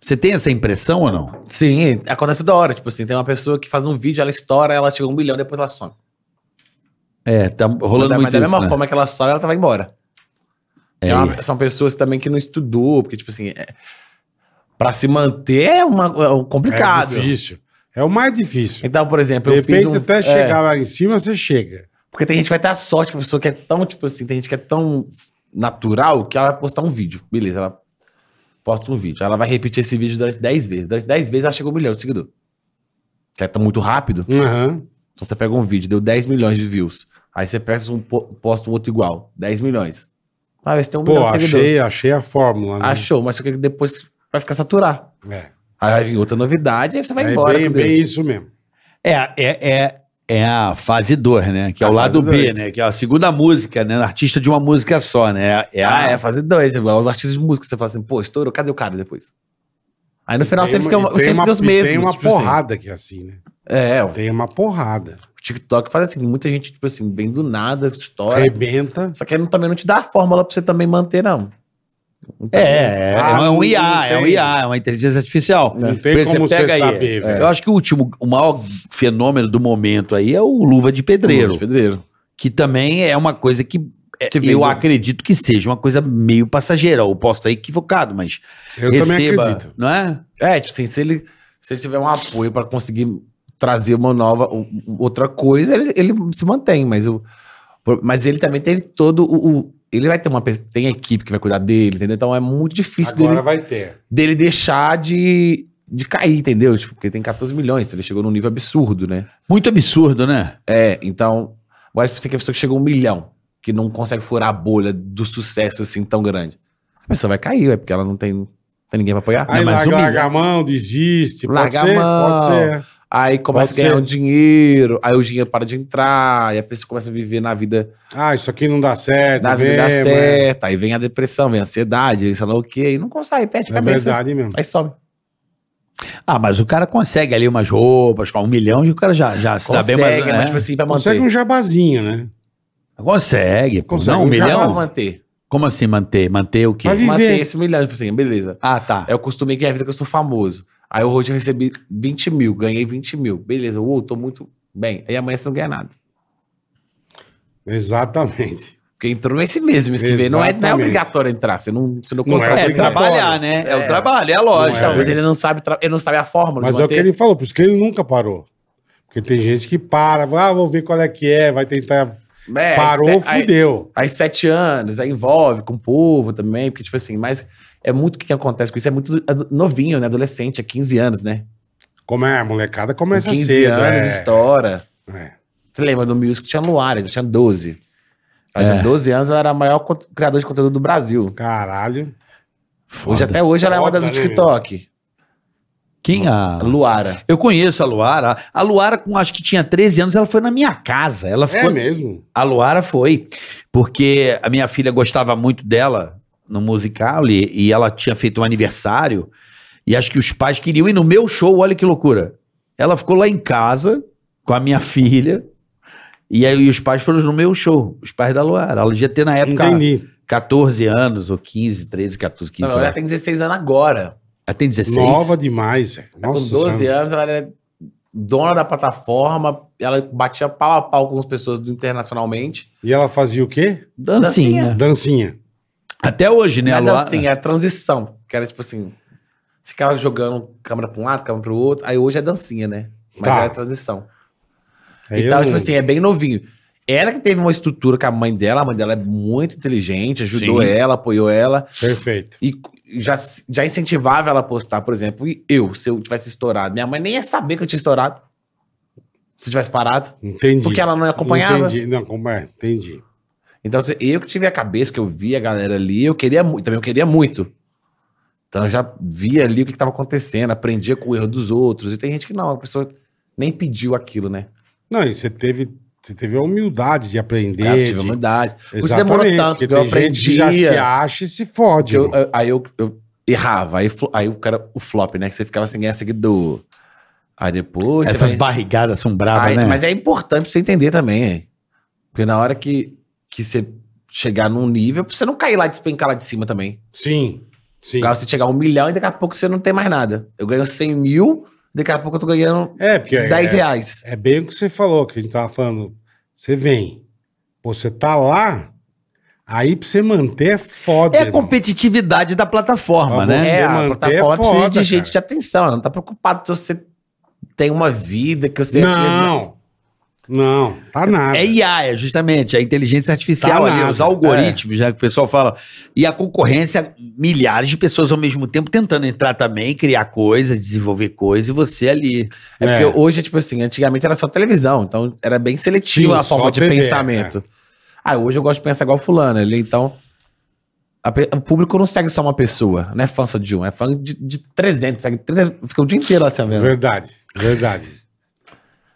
S2: Você tem essa impressão ou não?
S4: Sim, acontece da hora. Tipo assim, tem uma pessoa que faz um vídeo, ela estoura, ela chega a um milhão, depois ela some.
S2: É, tá rolando
S4: mas,
S2: muito
S4: da
S2: isso,
S4: mesma
S2: né?
S4: forma que ela sobe, ela vai embora. É uma- são pessoas também que não estudou, porque, tipo assim, é, pra se manter é, uma, é
S1: É
S4: complicado.
S1: difícil. É o mais difícil.
S4: então, por exemplo,
S1: De
S4: eu fiz
S1: repente,
S4: um,
S1: até
S4: é,
S1: chegar lá em cima, você chega.
S4: Porque tem gente que vai ter a sorte que a pessoa que é tão, tipo assim, tem gente que é tão natural que ela vai postar um vídeo. Beleza, ela posta um vídeo. Ela vai repetir esse vídeo durante 10 vezes. Durante 10 vezes ela chegou a um milhão de seguidor. Que é tão muito rápido.
S1: Aham.
S4: Então você pega um vídeo, deu 10 milhões de views. Aí você peça um, po- posta um outro igual, 10 milhões. Ah, você tem um
S1: Pô,
S4: milhão de seguidor.
S1: achei, achei a fórmula, né?
S4: Achou, mas só que depois vai ficar saturar.
S1: É.
S4: Aí vai vir outra novidade, aí você vai
S1: É
S4: embora.
S1: bem,
S4: com
S1: bem
S4: Deus.
S1: isso mesmo.
S2: É, é, é, é a fase 2, né? Que é
S4: A
S2: o lado
S4: fase
S2: B,
S4: dois.
S2: né? Que é a segunda música, né? Artista de uma música só, né? É, é a-
S4: Ah, é, fazer dois. É igual o artista de música. Você fala assim, pô, estourou, cadê o cara depois? Aí no final
S1: Tem
S4: você
S1: uma-
S4: fica,
S1: e
S4: você
S1: tem
S4: fica
S1: uma-
S4: os
S1: e
S4: mesmos.
S1: Tem uma
S4: tipo assim.
S1: porrada que é assim, né?
S4: É, o
S1: Tem uma porrada.
S4: TikTok faz assim, muita gente, tipo assim, vem do nada, estoura.
S1: Arrebenta.
S4: Só que aí não- também não te dá a fórmula pra você também manter, não.
S2: é, é,
S1: Ah,
S2: é um IA,
S1: não
S2: é um
S1: tem.
S2: IA, é uma inteligência artificial.
S1: Não
S2: É.
S1: tem
S2: Por exemplo,
S1: como você
S2: pega aí,
S1: saber,
S2: é.
S1: velho.
S2: Eu acho que o último, o maior fenômeno do momento aí é o Luva de Pedreiro,
S4: Pedreiro.
S2: que também é uma coisa que, é,
S4: Que vem
S2: eu
S4: do-
S2: acredito que seja uma coisa meio passageira. Eu posso estar equivocado, mas
S1: Eu também
S2: receba,
S1: acredito.
S2: não é?
S4: É, tipo assim, se ele, se ele tiver um apoio pra conseguir trazer uma nova, um- outra coisa, ele, ele se mantém, mas o. Mas ele também teve todo o. o- ele vai ter uma pessoa, tem a equipe que vai cuidar dele, entendeu? Então é muito difícil
S1: Agora
S4: dele
S1: vai ter.
S4: dele deixar de, de cair, entendeu? Tipo, porque ele tem 14 milhões, então ele chegou num nível absurdo, né?
S2: Muito absurdo, né?
S4: É, então. Agora, tipo assim, que a pessoa que chegou a um milhão, que não consegue furar a bolha do sucesso assim tão grande. A pessoa vai cair, é porque ela não tem, não tem ninguém pra apoiar. né?
S1: Aí
S2: Não, mas
S1: larga,
S2: um
S1: larga a mão, desiste. Pode
S4: Larga a
S1: ser?
S4: mão.
S1: Pode ser.
S4: Aí começa
S1: Pode
S4: a ganhar
S1: ser.
S4: um dinheiro, aí o dinheiro para de entrar, e a pessoa começa a viver na vida,
S1: Ah, isso aqui não dá certo.
S4: na vida
S1: mesmo, é.
S4: certa, aí vem a depressão, vem a ansiedade, aí sei lá o quê, e não consegue, perde
S1: É
S4: a cabeça.
S1: verdade mesmo.
S4: Aí sobe.
S2: Ah, mas o cara consegue ali umas roupas com um milhão e o cara já, já se
S4: Consegue,
S2: dá bem.
S4: mas,
S2: né?
S4: tipo assim, pra manter.
S1: Consegue um jabazinho, né?
S2: Consegue, pô.
S1: Consegue,
S2: Não, um
S1: já
S4: Pra
S2: milhão?
S4: manter.
S2: Como assim manter? Manter o quê?
S1: Vai vir- Viver.
S4: é Manter esse milhão, tipo assim, beleza.
S2: Ah, tá.
S4: É o costume que é a vida que eu sou famoso. Aí eu hoje eu recebi 20 mil, ganhei 20 mil. Beleza, uou, tô muito bem. Aí amanhã você não ganha nada.
S1: Exatamente.
S4: Porque entrou nesse mesmo mês que vem. Não é, não é
S1: Exatamente.
S4: obrigatório entrar. Você não, você não
S1: Não é
S4: contrata.
S2: É,
S4: ninguém.
S1: obrigatório.
S2: trabalhar, né? É, o
S4: É.
S2: trabalho, é a lógica.
S1: Não é,
S4: Talvez ele não sabe, tra- ele não sabe a fórmula.
S1: Mas
S4: de
S1: é o que
S4: manter.
S1: ele falou, por isso que ele nunca parou. Porque tem gente que para, ah, vou ver qual é que é, vai tentar.
S4: É,
S1: Parou,
S4: aí, se- aí,
S1: fudeu.
S4: aí sete anos, aí envolve com o povo também, porque, tipo assim, mas é muito o que, que acontece com isso. É muito ado- novinho, né? Adolescente, é 15 anos, né?
S1: Como é, a molecada
S4: Com
S1: começa
S4: 15
S1: cedo.
S4: anos,
S1: é.
S4: estoura.
S1: É.
S4: Você lembra do Music? Tinha Luara, tinha 12. Ela
S1: É.
S4: tinha 12 anos, ela era a maior cont- criadora de conteúdo do Brasil.
S1: Caralho.
S2: Foda.
S4: Hoje, até hoje, ela é uma
S1: Foda,
S4: do
S1: né,
S4: TikTok.
S2: Quem a.
S4: Luara.
S2: Eu conheço a Luara. A Luara, com acho que tinha 13 anos, ela foi na minha casa. Ela
S1: É
S2: ficou
S1: mesmo?
S2: A Luara foi, porque a minha filha gostava muito dela no musical e, e ela tinha feito um aniversário e acho que os pais queriam ir no meu show, olha que loucura. Ela ficou lá em casa com a minha filha e aí os pais foram no meu show, os pais da Luara. Ela devia ter na época
S1: Entendi.
S2: 14 anos ou 15, 13, 14, 15.
S4: Não,
S2: sei lá.
S1: é.
S4: ela é tem 16 anos agora.
S2: Ela tem 16?
S1: Nova demais. velho.
S4: Tá com
S1: Nossa
S4: 12
S1: senhora.
S4: anos, ela é dona da plataforma. Ela batia pau a pau com as pessoas do- internacionalmente.
S1: E ela fazia o quê?
S2: Dancinha.
S4: É.
S1: Dancinha.
S2: Até hoje, né,
S4: Não
S2: a
S4: é
S2: Luara?
S4: dancinha, é a transição. Que era tipo assim. Ficava jogando câmera pra um lado, câmera pro outro. Aí hoje é dancinha, né? Mas
S1: Tá.
S4: é a transição.
S1: Aí
S4: então,
S1: eu
S4: tipo
S1: não-
S4: assim, é bem novinho. Ela que teve uma estrutura com a mãe dela, a mãe dela é muito inteligente, ajudou
S2: Sim.
S4: ela, apoiou ela
S1: Perfeito.
S4: e cu- já, se- já incentivava ela a postar, por exemplo. E eu, se eu tivesse estourado, minha mãe nem ia saber que eu tinha estourado. Se eu tivesse parado.
S1: Entendi.
S4: Porque ela não acompanhava.
S1: Entendi. Não, como é? Entendi.
S4: Então, se- eu que tive a cabeça, que eu via a galera ali, eu queria muito, também eu queria muito. Então, eu já via ali o que estava acontecendo, aprendia com o erro dos outros. E tem gente que não, a pessoa nem pediu aquilo, né?
S1: Não, e você teve, você teve a humildade de aprender.
S4: Eu tive
S1: de-
S4: a humildade. Por isso
S1: Exatamente,
S4: demorou tanto,
S1: porque
S4: porque eu
S1: tem gente que já
S4: aprendia.
S1: se acha e se fode.
S4: Porque eu-
S1: irmão.
S4: eu- aí eu, eu errava, aí, flo- aí o cara, o flop, né? Que você ficava sem ganhar seguidor. Aí depois. você
S2: Essas
S4: vai-
S2: barrigadas são bravas,
S4: Aí-
S2: né?
S4: Mas é importante pra você entender também. hein? Porque na hora que, que você chegar num nível, pra você não cair lá e despencar lá de cima também.
S1: Sim, sim.
S4: Pra você chegar a um milhão e daqui a pouco você não tem mais nada. Eu ganho 100 mil, daqui a pouco eu tô ganhando
S1: É, porque é,
S4: 10 reais.
S1: é bem o que você falou, que a gente tava falando. Você vem, pô, você tá lá, aí pra você manter é foda.
S2: É a
S1: irmão.
S2: competitividade da plataforma,
S1: Ah,
S2: né?
S1: você
S4: É,
S1: manter
S4: a plataforma
S1: é
S4: precisa
S1: foda,
S4: de gente
S1: cara.
S4: de atenção. Ela não tá preocupado se você tem uma vida, que você... né?
S1: Não, não, tá nada.
S4: Ah,
S2: É IA, é justamente, a inteligência artificial
S1: Tá
S2: ali,
S1: nada,
S2: os algoritmos, né,
S4: é.
S2: que o pessoal fala. E a concorrência, milhares de pessoas ao mesmo tempo tentando entrar também, criar coisa, desenvolver coisa, e você ali.
S4: É
S1: É.
S4: porque hoje, é tipo assim, antigamente era só televisão, então era bem seletiva
S1: Sim,
S4: a forma
S1: só é.
S4: de
S1: TV,
S4: pensamento. Ah, hoje eu gosto de pensar igual fulano, ele então... a pe- o público não segue só uma pessoa, não é fã só de um, é fã de, de 300, segue 300, fica o dia inteiro lá assim, vendo.
S1: Verdade, verdade.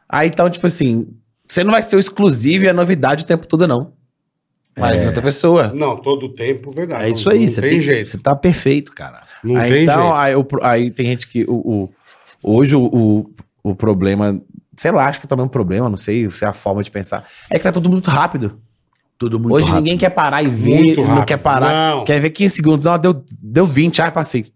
S4: Aí então, tipo assim, você não vai ser o exclusivo e a novidade o tempo todo, não. Vai vir outra pessoa.
S1: Não, todo tempo, verdade.
S4: Ah,
S2: É
S1: Não-
S2: isso aí,
S1: não
S2: você
S1: tem
S2: tem-
S1: jeito.
S2: Você tá perfeito, cara.
S1: Não
S4: aí,
S1: tem
S4: então,
S1: jeito.
S4: Aí, o pro- aí tem gente que. O, o- hoje o, o, o problema. Sei lá, acho que também é um problema, não sei se é a forma de pensar. É que tá tudo muito rápido.
S2: Tudo muito
S4: hoje
S2: rápido.
S4: ninguém quer parar e ver,
S1: Muito
S4: não
S1: rápido.
S4: quer parar.
S1: Não,
S4: Quer ver 15 segundos, não, deu, deu 20, ah, passei.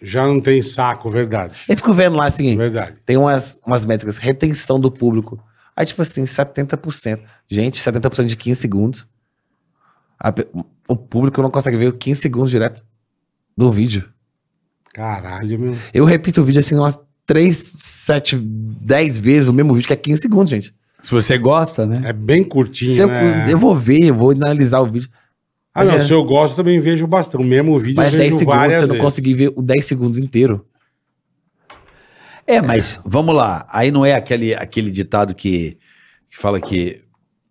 S1: já não tem saco, verdade.
S4: Eu fico vendo lá assim,
S1: Verdade.
S4: tem umas, umas métricas, retenção do público. Aí, tipo assim, 70%. Gente, 70% de 15 segundos. A pe- o público não consegue ver 15 segundos direto do vídeo.
S1: Caralho, meu.
S4: Eu repito o vídeo assim umas 3, 7, 10 vezes o mesmo vídeo, que é 15 segundos, gente.
S2: Se você gosta, né?
S1: É bem curtinho,
S4: Se eu,
S1: né?
S4: eu vou ver, eu vou analisar o vídeo.
S1: Ah, não,
S4: Mas é-
S1: se eu gosto, também vejo bastante. O mesmo vídeo
S4: Mas
S1: eu
S4: 10
S1: vejo
S4: segundos,
S1: várias
S4: você não
S1: vezes.
S4: conseguir ver o 10 segundos inteiro.
S2: É, mas vamos lá. Aí não é aquele, aquele ditado que, que fala que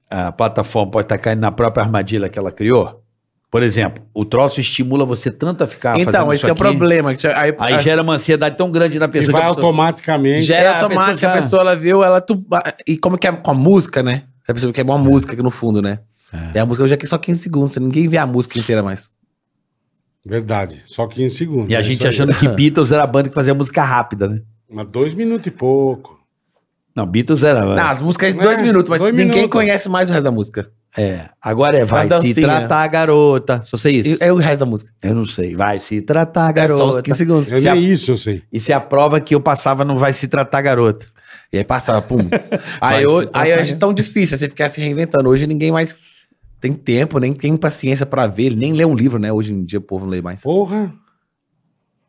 S2: a plataforma pode estar caindo na própria armadilha que ela criou? Por exemplo, o troço estimula você tanto a ficar
S4: então,
S2: Ah, fazendo
S4: esse
S2: isso
S4: que é o
S2: aqui,
S4: problema. que Aí,
S2: Aí gera uma ansiedade tão grande na
S1: E
S2: pessoa. que
S1: vai
S2: a pessoa-
S1: automaticamente.
S4: Gera
S2: É, a
S4: automática, a
S2: pessoa já-
S4: pessoa, ela viu, ela. Tu... E como que é com a música, né? A pessoa quer uma música aqui no fundo, né? E a música hoje aqui é só 15 segundos, ninguém vê a música inteira mais.
S1: Verdade, só 15 segundos.
S2: E a
S1: é isso
S2: gente
S1: aí.
S2: achando que Beatles era a banda que fazia música rápida, né?
S1: Mas dois minutos e pouco.
S2: Não, Beatles era.
S4: Não, as músicas de dois
S1: É,
S4: minutos, mas
S1: dois
S4: ninguém
S1: minutos.
S4: conhece mais o resto da música.
S2: É. Agora é, vai
S4: As
S2: se
S4: dancinha.
S2: tratar, garota. Só sei isso.
S4: E- É o resto da música.
S2: Eu não sei. Vai se tratar,
S4: É só os
S2: garota.
S4: 15 segundos.
S1: É
S2: Se a-
S1: nem isso, eu sei.
S2: Isso é a prova que eu passava não vai se tratar, garota.
S4: E aí passava, pum.
S2: Vai,
S4: aí hoje
S2: você tá
S4: aí
S2: cagando.
S4: hoje é tão difícil você ficar se reinventando. Hoje ninguém mais tem tempo, nem tem paciência pra ver, nem lê um livro, né? Hoje em dia o povo não lê mais.
S1: Porra, você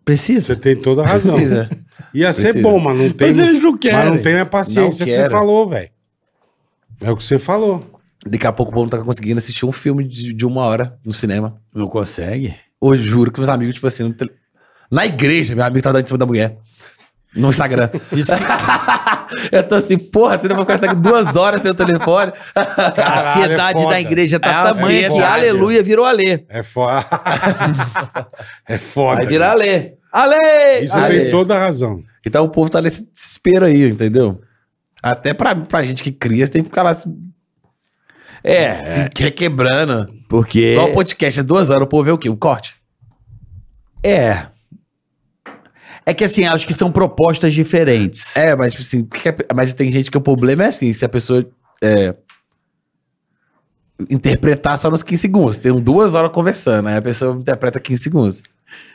S2: Precisa.
S1: tem toda a razão.
S4: Precisa.
S1: Ia ser
S4: Precisa.
S1: bom, mas não tem.
S2: Mas eles não querem.
S1: Mas não tem a paciência
S4: Não
S1: que você
S4: quero.
S1: falou, velho. É o que você falou.
S4: Daqui a pouco o povo não tá conseguindo assistir um filme de, de uma hora no cinema.
S2: Não consegue?
S4: Hoje juro que meus amigos, tipo assim, no tele- na igreja, meu amigo tá dando em cima da mulher. No Instagram.
S2: Isso-
S4: eu tô assim, porra, você não vai ficar essa- duas horas sem o telefone.
S2: a
S1: Caralho,
S2: ansiedade
S1: é foda.
S2: da igreja tá
S4: É a
S2: tamanha que
S4: ansiedade.
S2: aleluia virou Alê.
S1: É foda. é foda.
S2: Vai virar
S1: cara.
S2: Alê. Alê!
S1: Isso
S4: Ale.
S1: tem toda a razão.
S4: Então o povo tá nesse desespero aí, entendeu? Até pra, pra gente que cria, você tem que ficar lá se,
S2: É,
S4: se que- quebrando.
S2: porque.
S4: Igual o podcast é duas horas, o povo vê o quê? O corte.
S2: É. É que assim, acho que são propostas diferentes.
S4: É, mas tipo assim, o que que a- mas tem gente que o problema é assim, se a pessoa é, interpretar só nos 15 segundos. Tem duas horas conversando, aí a pessoa interpreta 15 segundos.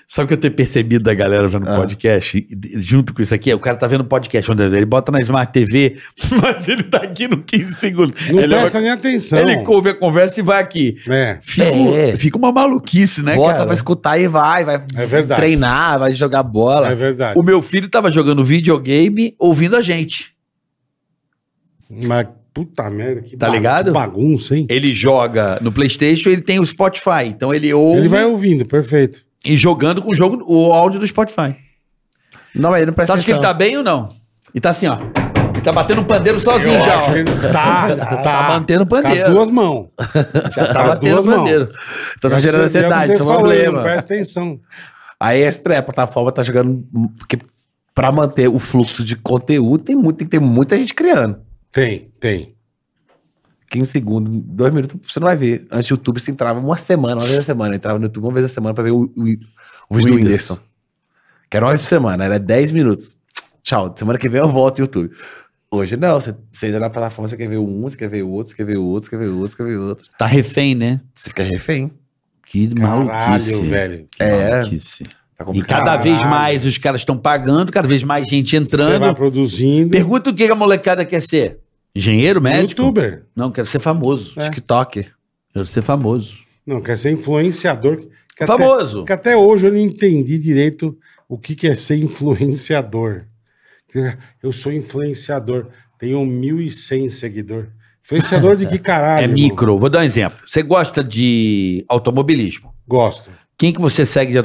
S2: Sabe o que eu tenho percebido da galera vendo
S4: Ah.
S2: podcast? E de- Junto com isso aqui, é, o cara tá vendo podcast, onde ele bota na Smart TV, mas ele tá aqui no 15 segundos.
S1: Não
S2: ele,
S1: presta nem atenção.
S2: ele ouve a conversa e vai aqui.
S1: É.
S2: Fica, um-
S4: É.
S2: fica uma maluquice, né,
S4: Bota
S2: cara?
S4: pra escutar e vai, vai
S1: É verdade.
S4: treinar, vai jogar bola.
S1: É verdade.
S2: O meu filho tava jogando videogame ouvindo a gente.
S1: Mas puta merda, que
S2: Tá
S1: ba-
S2: ligado?
S1: que bagunça, hein?
S2: Ele joga no PlayStation, ele tem o Spotify. Então ele ouve
S1: Ele vai ouvindo, perfeito.
S2: e jogando com o jogo, o áudio do Spotify.
S4: Não, mas ele
S2: Você
S4: não presta
S2: acha que ele
S4: atenção.
S2: tá bem ou não? E tá assim, ó. Ele tá batendo um pandeiro sozinho
S1: Eu
S2: já,
S1: acho
S2: ó.
S1: que ele tá, tá.
S2: Tá mantendo o
S1: com as
S2: pandeiro.
S1: duas mãos.
S2: já
S1: com
S2: tá
S1: as
S2: batendo
S1: duas
S2: o
S1: mãos.
S2: pandeiro.
S4: Então
S1: É
S4: tá
S1: o que
S4: gerando
S1: você- é o que
S4: ansiedade,
S1: você
S4: isso é um
S1: falou, ele não
S4: problema.
S1: Presta atenção.
S4: Aí essa é, a plataforma tá jogando. Porque pra manter o fluxo de conteúdo, tem, muito, tem que ter muita gente criando.
S1: Tem, tem.
S4: 15 segundos, 2 minutos, você não vai ver. Antes o YouTube se entrava uma semana, uma vez a semana. Entrava no YouTube uma vez a semana pra ver o, o, o vídeo do
S2: Whindersson.
S4: Whindersson. Que era uma vez por semana, era 10 minutos. Tchau, semana que vem eu volto no YouTube. Hoje não, você, você entra na plataforma, você quer ver um, você quer ver o outro, você quer ver o outro, você quer ver o outro, você quer ver o outro.
S2: Tá refém, né?
S4: Você fica refém.
S2: Que
S1: Caralho,
S2: maluquice.
S1: velho.
S2: Que
S4: É.
S2: maluquice.
S4: Tá
S2: E
S4: complicado.
S2: cada vez
S1: Caralho.
S2: mais os caras estão pagando, cada vez mais gente
S1: Você vai
S2: entrando.
S1: produzindo.
S2: Pergunta o que a molecada quer ser. Engenheiro, médico?
S1: Youtuber.
S2: Não, quero ser famoso.
S4: TikTok.
S2: Quero ser famoso.
S1: Não, quer ser influenciador. Que até,
S2: famoso.
S1: que até hoje eu não entendi direito o que, que é ser influenciador. Eu sou influenciador. Tenho 1.100 seguidor. Influenciador de que
S2: É
S1: caralho? irmão?
S2: micro. Vou dar um exemplo. Você gosta de automobilismo.
S1: Gosto.
S2: Quem que você segue de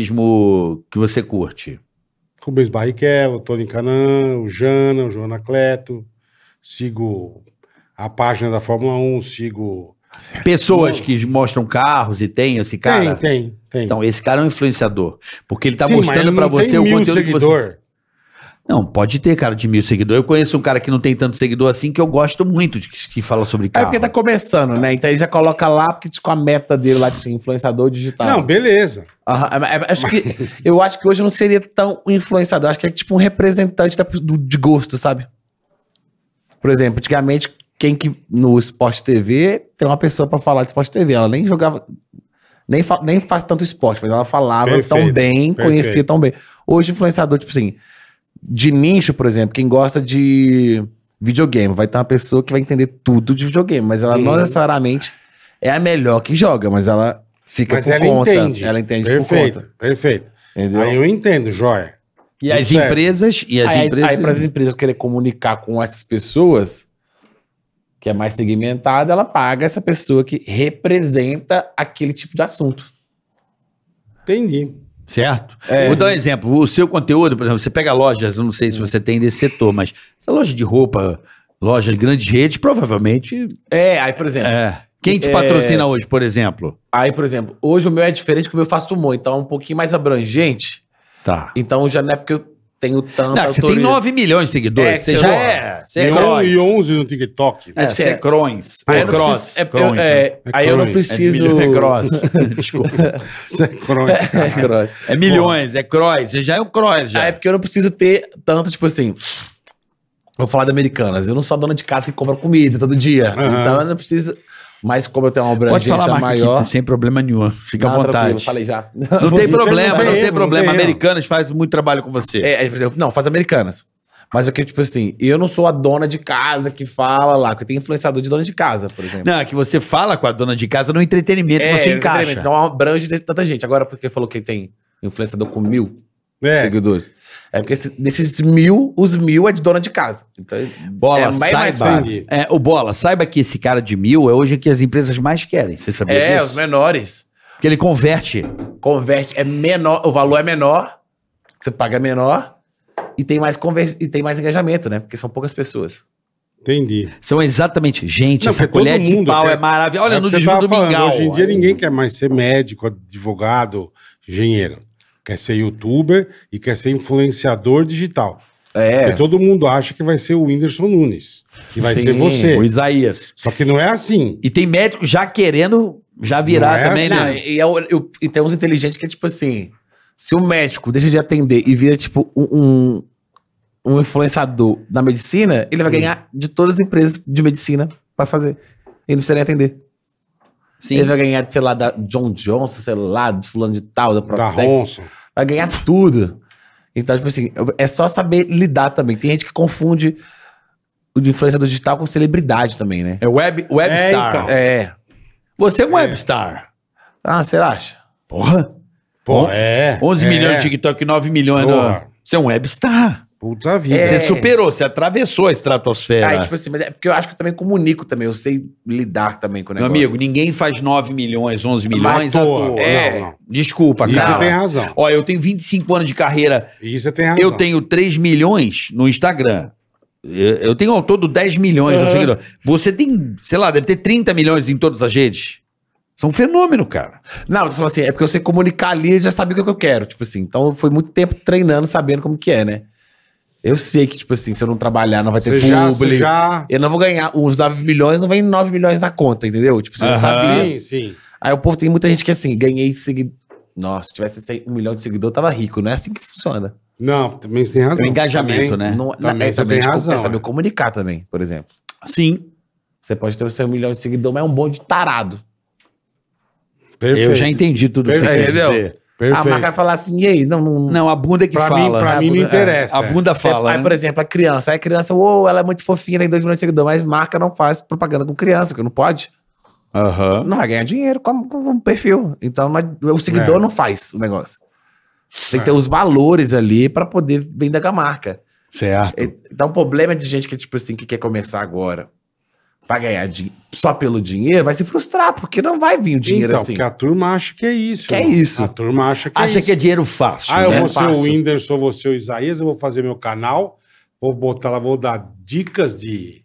S2: automobilismo que você curte?
S1: Rubens Barrichello, Tony Canan, o Jana, o Joana Cleto. Sigo a página da Fórmula 1, sigo.
S2: Pessoas que mostram carros e tem esse cara.
S1: tem, tem, tem.
S2: Então, esse cara é um influenciador. Porque ele tá
S1: Sim, mas
S2: mostrando
S1: ele
S2: pra
S1: não
S2: você
S1: tem
S2: o
S1: mil
S2: conteúdo que você...
S1: seguidor.
S2: Não, pode ter cara de mil seguidores. Eu conheço um cara que não tem tanto seguidor assim que eu gosto muito de que, que fala sobre
S4: É
S2: carro.
S4: porque tá começando, né? Então ele já coloca lá, porque tipo, a meta dele lá de ser influenciador
S2: tá.
S4: digital.
S1: Não, beleza.
S4: Aham, mas- mas acho que, eu acho que hoje eu não seria tão influenciador. Acho que é tipo um representante da- do- de gosto, sabe? Por exemplo, antigamente, quem que no Esporte TV tem uma pessoa pra falar de Esporte TV. Ela nem jogava, nem, fa- nem faz tanto esporte, mas ela falava tão
S1: Perfeito,
S4: bem,
S1: perfeito.
S4: conhecia tão bem. Hoje, influenciador, tipo assim, de nicho, por exemplo, quem gosta de videogame, vai ter uma pessoa que vai entender tudo de videogame, mas ela não
S1: Uhum.
S4: necessariamente é a melhor que joga, mas ela fica
S1: Mas
S4: por
S1: ela
S4: conta. É,
S1: entende.
S4: Ela entende
S1: perfeito,
S4: por conta.
S1: Perfeito.
S4: Entendeu?
S1: Aí eu entendo, joia.
S2: E as
S1: Certo.
S2: empresas... E as
S4: aí,
S2: empresas...
S4: para as empresas querer comunicar com essas pessoas, que é mais segmentada, ela paga essa pessoa que representa aquele tipo de assunto.
S1: Entendi.
S2: Certo? Vou dar um exemplo. O seu conteúdo, por exemplo, você pega lojas, eu não sei se você tem desse setor, mas essa loja de roupa, loja de grandes redes, provavelmente.
S4: É, aí, por exemplo,
S2: É. Quem te patrocina hoje, por exemplo?
S4: aí, por exemplo, hoje o meu é diferente porque o meu eu faço humor, então é um pouquinho mais abrangente.
S2: Tá.
S4: Então já não é porque eu tenho tanta
S2: Não, é você tem
S4: autoridade.
S2: 9 milhões de seguidores.
S4: É,
S2: você
S4: que
S2: já
S4: você
S2: é. Você
S1: E
S2: é
S1: um-
S2: cross.
S1: e 11 no TikTok.
S2: É, você é crons.
S4: Aí
S2: É
S4: eu não
S2: cross.
S4: preciso- é- eu-
S2: Crons, né?
S4: é, aí eu não
S1: crons.
S2: É de
S4: preciso.
S2: milho- É cross. Desculpa.
S1: Isso é crônica.
S4: É cross.
S2: É milhões, é cross. Você já é um cross, já.
S4: Ah, é porque eu não preciso ter tanto, tipo assim. Vou falar de Americanas. Eu não sou a dona de casa que compra comida todo dia.
S1: Aham.
S4: Então eu não preciso. Mas como eu tenho uma
S2: Pode
S4: abrangência
S2: falar, Marco,
S4: maior.
S2: aqui, sem problema nenhum. Fica à
S4: Não, tranquilo,
S2: vontade.
S4: Falei já.
S2: Não tem problema,
S1: tem
S2: não tem
S1: erro, não
S2: problema.
S1: tem erro.
S2: Americanas faz muito trabalho com você.
S4: É, é, por exemplo, não, faz Americanas. Mas eu quero, tipo assim, eu não sou a dona de casa que fala lá, porque tem influenciador de dona de casa, por exemplo.
S2: Não, é que você fala com a dona de casa no entretenimento, É, tipo,
S4: É,
S2: você encaixa.
S4: Não Então, abrange de tanta gente. Agora, porque falou que tem influenciador com mil
S1: É,
S4: seguidores. É porque esse- desses mil, os mil é de dona de casa. Então,
S2: Bola,
S4: é
S2: saiba.
S4: bem mais fácil.
S2: É, o Bola, saiba que esse cara de mil é hoje que as empresas mais querem. Você sabia
S4: é, os
S2: disso?
S4: menores.
S2: Porque ele converte.
S4: converte é menor, o valor é menor, você paga menor e tem mais conver- e tem mais engajamento, né? Porque são poucas pessoas.
S1: entendi.
S2: São exatamente. Gente,
S1: Não,
S2: essa
S1: porque todo
S2: colher de
S1: mundo
S2: pau
S1: quer-
S2: é maravilhosa. Olha,
S1: É o
S2: no
S1: que você
S2: Desvio
S1: tava
S2: do
S1: falando,
S2: Mingau.
S1: Hoje em dia ninguém quer mais ser médico, advogado, engenheiro. Quer ser youtuber e quer ser influenciador digital.
S4: É.
S1: Porque todo mundo acha que vai ser o Whindersson Nunes. Que vai
S4: Sim,
S1: ser você.
S2: O Isaías.
S1: Só que não é assim.
S2: E tem médico já querendo já virar
S1: Não é
S2: também,
S4: Não,
S2: né?
S4: e, é o- eu- e tem uns inteligentes que é tipo assim: se o médico deixa de atender e vira tipo um, um, um influenciador da medicina, ele vai ganhar de todas as empresas de medicina pra fazer. Ele não precisa nem atender.
S2: Sim.
S4: Ele vai ganhar, sei lá, da John Johnson, sei lá, do fulano de tal, da
S1: Da
S4: Protex.
S1: Ronson.
S4: Vai ganhar tudo. Então, tipo assim, é só saber lidar também. Tem gente que confunde o de influenciador digital com celebridade também, né?
S2: É web,
S1: É,
S2: webstar.
S1: então.
S4: É.
S2: Você é um
S1: É.
S2: webstar.
S4: Ah, você acha?
S2: Porra.
S1: Pô, é.
S2: 11
S1: é.
S2: milhões de TikTok, 9 milhões.
S1: Porra.
S2: No... Você é um webstar.
S1: Puta vida. É.
S2: Você superou, você atravessou a estratosfera.
S4: Ah, tipo assim, mas é porque eu acho que eu também comunico também, eu sei lidar também com o
S2: Meu
S4: um negócio.
S2: amigo, ninguém faz 9 milhões, 11 milhões.
S1: à toa. Não,
S2: É,
S1: não.
S2: Desculpa,
S1: Isso
S2: cara.
S1: você tem razão.
S2: Ó, eu tenho 25 anos de carreira
S1: Isso você tem razão.
S2: Eu tenho 3 milhões no Instagram. Eu eu tenho ao todo 10 milhões de seguidores. Você tem, sei lá, deve ter 30 milhões em todas as redes. Isso é um fenômeno, cara.
S4: Não, tu falou assim, é porque eu sei comunicar ali e já sabia o que eu quero, tipo assim. Então foi muito tempo treinando, sabendo como que é, né? Eu sei que, tipo assim, se eu não trabalhar, não vai ter
S1: Você já,
S4: publi.
S1: você já...
S4: Eu não vou ganhar. Os 9 milhões não vem 9 milhões na conta, entendeu? Tipo, você já
S2: Aham.
S1: Sim,
S4: sabia.
S1: sim.
S4: Aí o povo tem muita gente que assim, ganhei seguidor. Nossa, se tivesse se- um milhão de seguidor, eu tava rico, não é assim que funciona.
S1: Não, também você tem razão.
S2: É o engajamento,
S1: Também.
S2: né?
S4: Não,
S1: Também
S4: é,
S1: você tem
S4: tipo,
S1: razão,
S4: É saber
S1: é.
S4: comunicar também, por exemplo.
S2: Sim.
S4: Você pode ter o seu milhão de seguidor, mas é um bom de tarado.
S1: Perfeito.
S2: Eu já entendi tudo que você
S1: Perfeito.
S2: quer dizer.
S4: A marca vai falar assim, e aí? Não, não,
S2: Não, a bunda é que
S1: Pra mim,
S2: fala.
S1: pra
S2: A
S1: mim não
S2: bunda-
S1: interessa.
S2: A bunda
S4: Você-
S2: fala.
S4: aí,
S2: né?
S4: por exemplo, a criança. Aí a criança, uou, ela é muito fofinha, tem 2 milhões de seguidores, mas marca não faz propaganda com criança, que não pode.
S2: Aham.
S4: Não vai ganhar dinheiro com, com um perfil. Então, não ad- o seguidor
S1: É.
S4: não faz o negócio. Tem que ter os valores ali pra poder vender com a marca.
S2: Certo.
S4: E- Então, o problema de gente que, tipo assim, que quer começar agora pra ganhar di- só pelo dinheiro, vai se frustrar, porque não vai vir o dinheiro
S1: então,
S4: assim.
S1: porque a turma acha que é isso.
S4: Que é
S1: mano.
S4: isso.
S1: A turma acha que é
S2: Acha
S1: isso.
S2: que é dinheiro fácil.
S1: Ah, eu
S2: né?
S1: vou ser o
S4: Fácil.
S1: Whindersson, vou ser o Isaías, eu vou fazer meu canal, vou botar lá, vou dar dicas de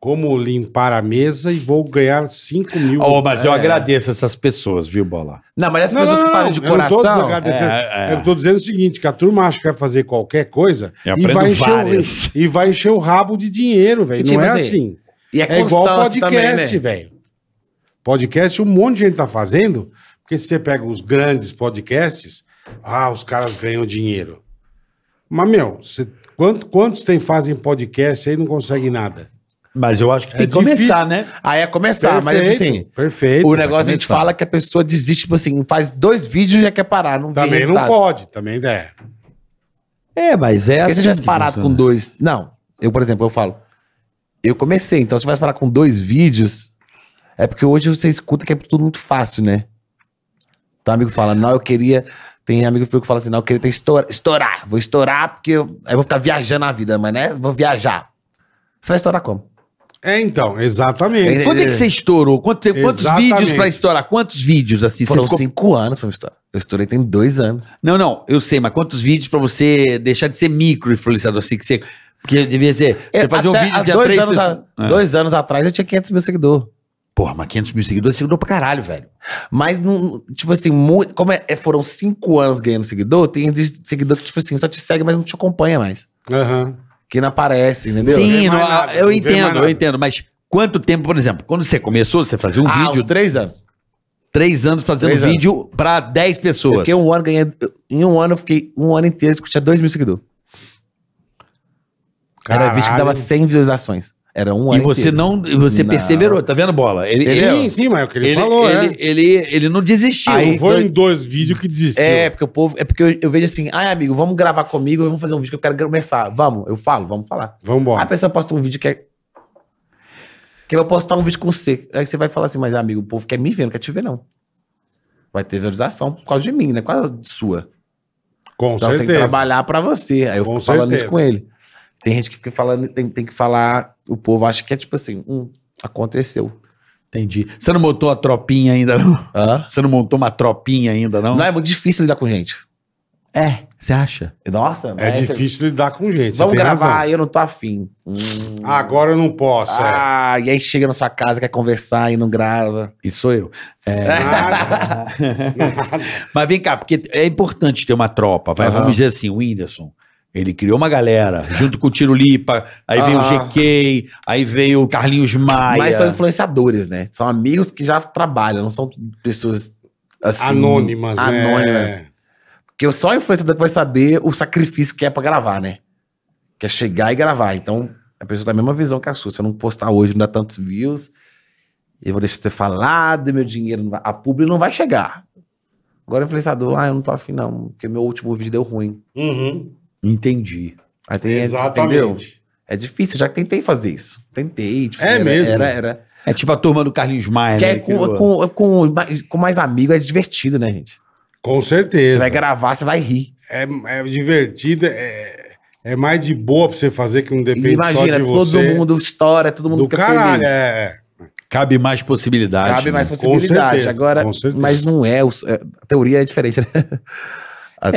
S1: como limpar a mesa e vou ganhar 5 mil.
S2: Ô, mas eu
S4: É.
S2: agradeço essas pessoas, viu, Bola?
S4: Não, mas as pessoas que falam de
S1: eu não tô
S4: coração.
S1: desagradecendo.
S2: É, é.
S1: Eu tô dizendo o seguinte, que a turma acha que vai fazer qualquer coisa
S2: Eu
S1: e
S2: aprendo
S1: vai, encher
S2: várias.
S1: o, e vai encher o rabo de dinheiro, velho.
S4: E
S1: Não
S4: tipo
S1: é
S4: assim,
S1: assim.
S4: E
S1: É igual
S4: constância também, né?
S1: podcast, velho. Podcast, um monte de gente tá fazendo, porque se você pega os grandes podcasts, ah, os caras ganham dinheiro. Mas, meu, você- quanto- quantos tem fazem podcast aí e não conseguem nada?
S2: Mas eu acho que
S1: É
S2: tem que
S1: difícil.
S2: começar, né?
S4: Aí é começar, mas tipo assim,
S1: perfeito.
S4: O negócio a gente
S2: começar.
S4: fala que a pessoa desiste, tipo assim, faz dois vídeos e já quer parar. Não
S1: tá. Também não pode, também é.
S2: É, mas é
S4: Porque se
S2: assim.
S4: você tivesse
S2: que
S4: parado com
S2: funciona.
S4: dois. Não. Eu, por exemplo, eu falo. Eu comecei, então se tivesse parar com dois vídeos, é porque hoje você escuta que é tudo muito fácil, né? Então, amigo fala, não, eu queria. Tem amigo meu que fala assim, não, eu queria ter estoura, estourar. Vou estourar porque eu, aí eu vou ficar viajando na vida, mas né? Vou viajar. Você vai estourar como?
S1: É, então, exatamente.
S2: Quando é que você estourou? Quanto tempo- quantos
S1: Exatamente.
S2: vídeos pra estourar? Quantos vídeos assim? Você
S4: Foram
S2: ficou-
S4: cinco anos pra me estourar. Eu estourei tem dois anos.
S2: Não, não, eu sei, mas quantos vídeos pra você deixar de ser micro influenciador assim que você porque devia ser, você
S4: Eu-
S2: fazer um
S4: É, até
S2: vídeo
S4: há
S2: de
S4: dois,
S2: três
S4: anos,
S2: pessoas-
S4: a-
S2: É.
S4: dois anos atrás eu tinha 500 mil seguidores.
S2: Porra, mas 500 mil seguidores, seguidor pra caralho, velho.
S4: Mas, não, tipo assim, muito, como é, é- foram cinco anos ganhando seguidor, tem de- seguidor que, tipo assim, só te segue, mas não te acompanha mais.
S1: Aham.
S4: Que não aparece, entendeu?
S1: Não
S2: Sim,
S1: vê mais nada,
S2: não, eu
S1: não vê mais
S2: entendo,
S1: nada.
S2: eu entendo, mas quanto tempo, por exemplo, quando você começou, você fazia um
S4: ah,
S2: vídeo,
S4: uns três anos.
S2: três anos fazendo
S4: Três anos.
S2: vídeo pra 10
S4: Eu
S2: pessoas.
S4: fiquei um ano ganhando. Em um ano, eu fiquei um ano inteiro que tinha dois mil seguidores. Era vídeo que
S1: Caralho.
S4: dava 100 visualizações. Era um
S2: e
S4: ano
S2: você
S4: inteiro.
S2: não, e você
S4: Não.
S2: perseverou, tá vendo bola? Ele
S4: Entendeu?
S1: Sim, sim, mas é o que ele,
S2: ele, ele,
S1: falou,
S2: ele,
S1: é.
S2: ele- ele não desistiu.
S4: Aí-
S1: Não foi
S4: dois-
S1: em dois vídeos que desistiu.
S4: É, porque o povo. É porque eu, eu vejo assim, ai, amigo, vamos gravar comigo, vamos fazer um vídeo que eu quero começar. Vamos, eu falo, vamos falar. Aí A
S1: Vambora.
S4: pessoa posta um vídeo que é. Que eu vou postar um vídeo com você. Aí você vai falar assim, mas amigo, o povo quer me ver, não quer te ver, não. Vai ter visualização por causa de mim, né? Por causa de sua.
S1: Com
S4: então você tem que
S1: certeza.
S4: trabalhar pra você. Aí eu
S1: Com
S4: fico falando
S1: certeza.
S4: isso com ele. Tem gente que fica falando, tem, tem que falar. O povo acha que é tipo assim, hum, aconteceu.
S2: Entendi. Você não montou a tropinha ainda, não?
S4: Hã?
S2: Você não montou uma tropinha ainda, não?
S4: Não é muito difícil lidar com gente.
S2: É. Você acha?
S4: Nossa,
S1: É
S4: mas-
S1: difícil lidar com gente. você
S4: Vamos
S1: tem
S4: gravar,
S1: razão. Ah,
S4: eu não tô afim. Hum.
S1: Agora eu não posso. é.
S4: Ah, e aí chega na sua casa, quer conversar e não grava.
S2: Isso sou eu.
S1: Nada.
S2: Mas vem cá, porque é importante ter uma tropa, vai.
S4: Aham.
S2: Vamos dizer assim, o Whindersson. Ele criou uma galera, junto com o Tiro Lipa, aí veio o
S4: Aham.
S2: GK, aí veio o Carlinhos Maia.
S4: Mas são influenciadores, né? São amigos que já trabalham, não são pessoas assim.
S1: Anônimas, né?
S4: Anônimas.
S1: É.
S4: Porque só o influenciador que vai saber o sacrifício que é pra gravar, né? Que é chegar e gravar. Então, a pessoa tem a mesma visão que a sua. Se eu não postar hoje, não dá tantos views, eu vou deixar de ser falado, meu dinheiro, não vai- a publi não vai chegar. Agora o influenciador, ah, eu não tô afim não, porque meu último vídeo deu ruim.
S1: Uhum.
S2: Entendi.
S4: Aí tem esse, entendeu?
S1: Exatamente.
S4: É difícil, já tentei fazer isso. Tentei, tipo,
S1: É
S4: era-
S1: mesmo?
S4: Era, era.
S2: É tipo a turma do Carlinhos Maia,
S4: Que
S2: né?
S4: é com,
S2: Criou.
S4: com, com, mais- com mais amigo é divertido, né, gente?
S1: Com
S4: Você
S1: certeza.
S4: vai gravar, você vai rir.
S1: É, é divertido, é, é mais de boa pra você fazer que não depende só
S4: Imagina,
S1: de
S4: todo
S1: você.
S4: mundo estoura, todo mundo
S1: do caralho,
S4: feliz.
S1: é.
S2: Cabe mais possibilidades.
S4: Cabe mais
S2: né?
S4: possibilidade.
S1: certeza,
S4: Agora,
S1: com certeza.
S4: mas não é, o- é, A teoria é diferente, né? A
S1: a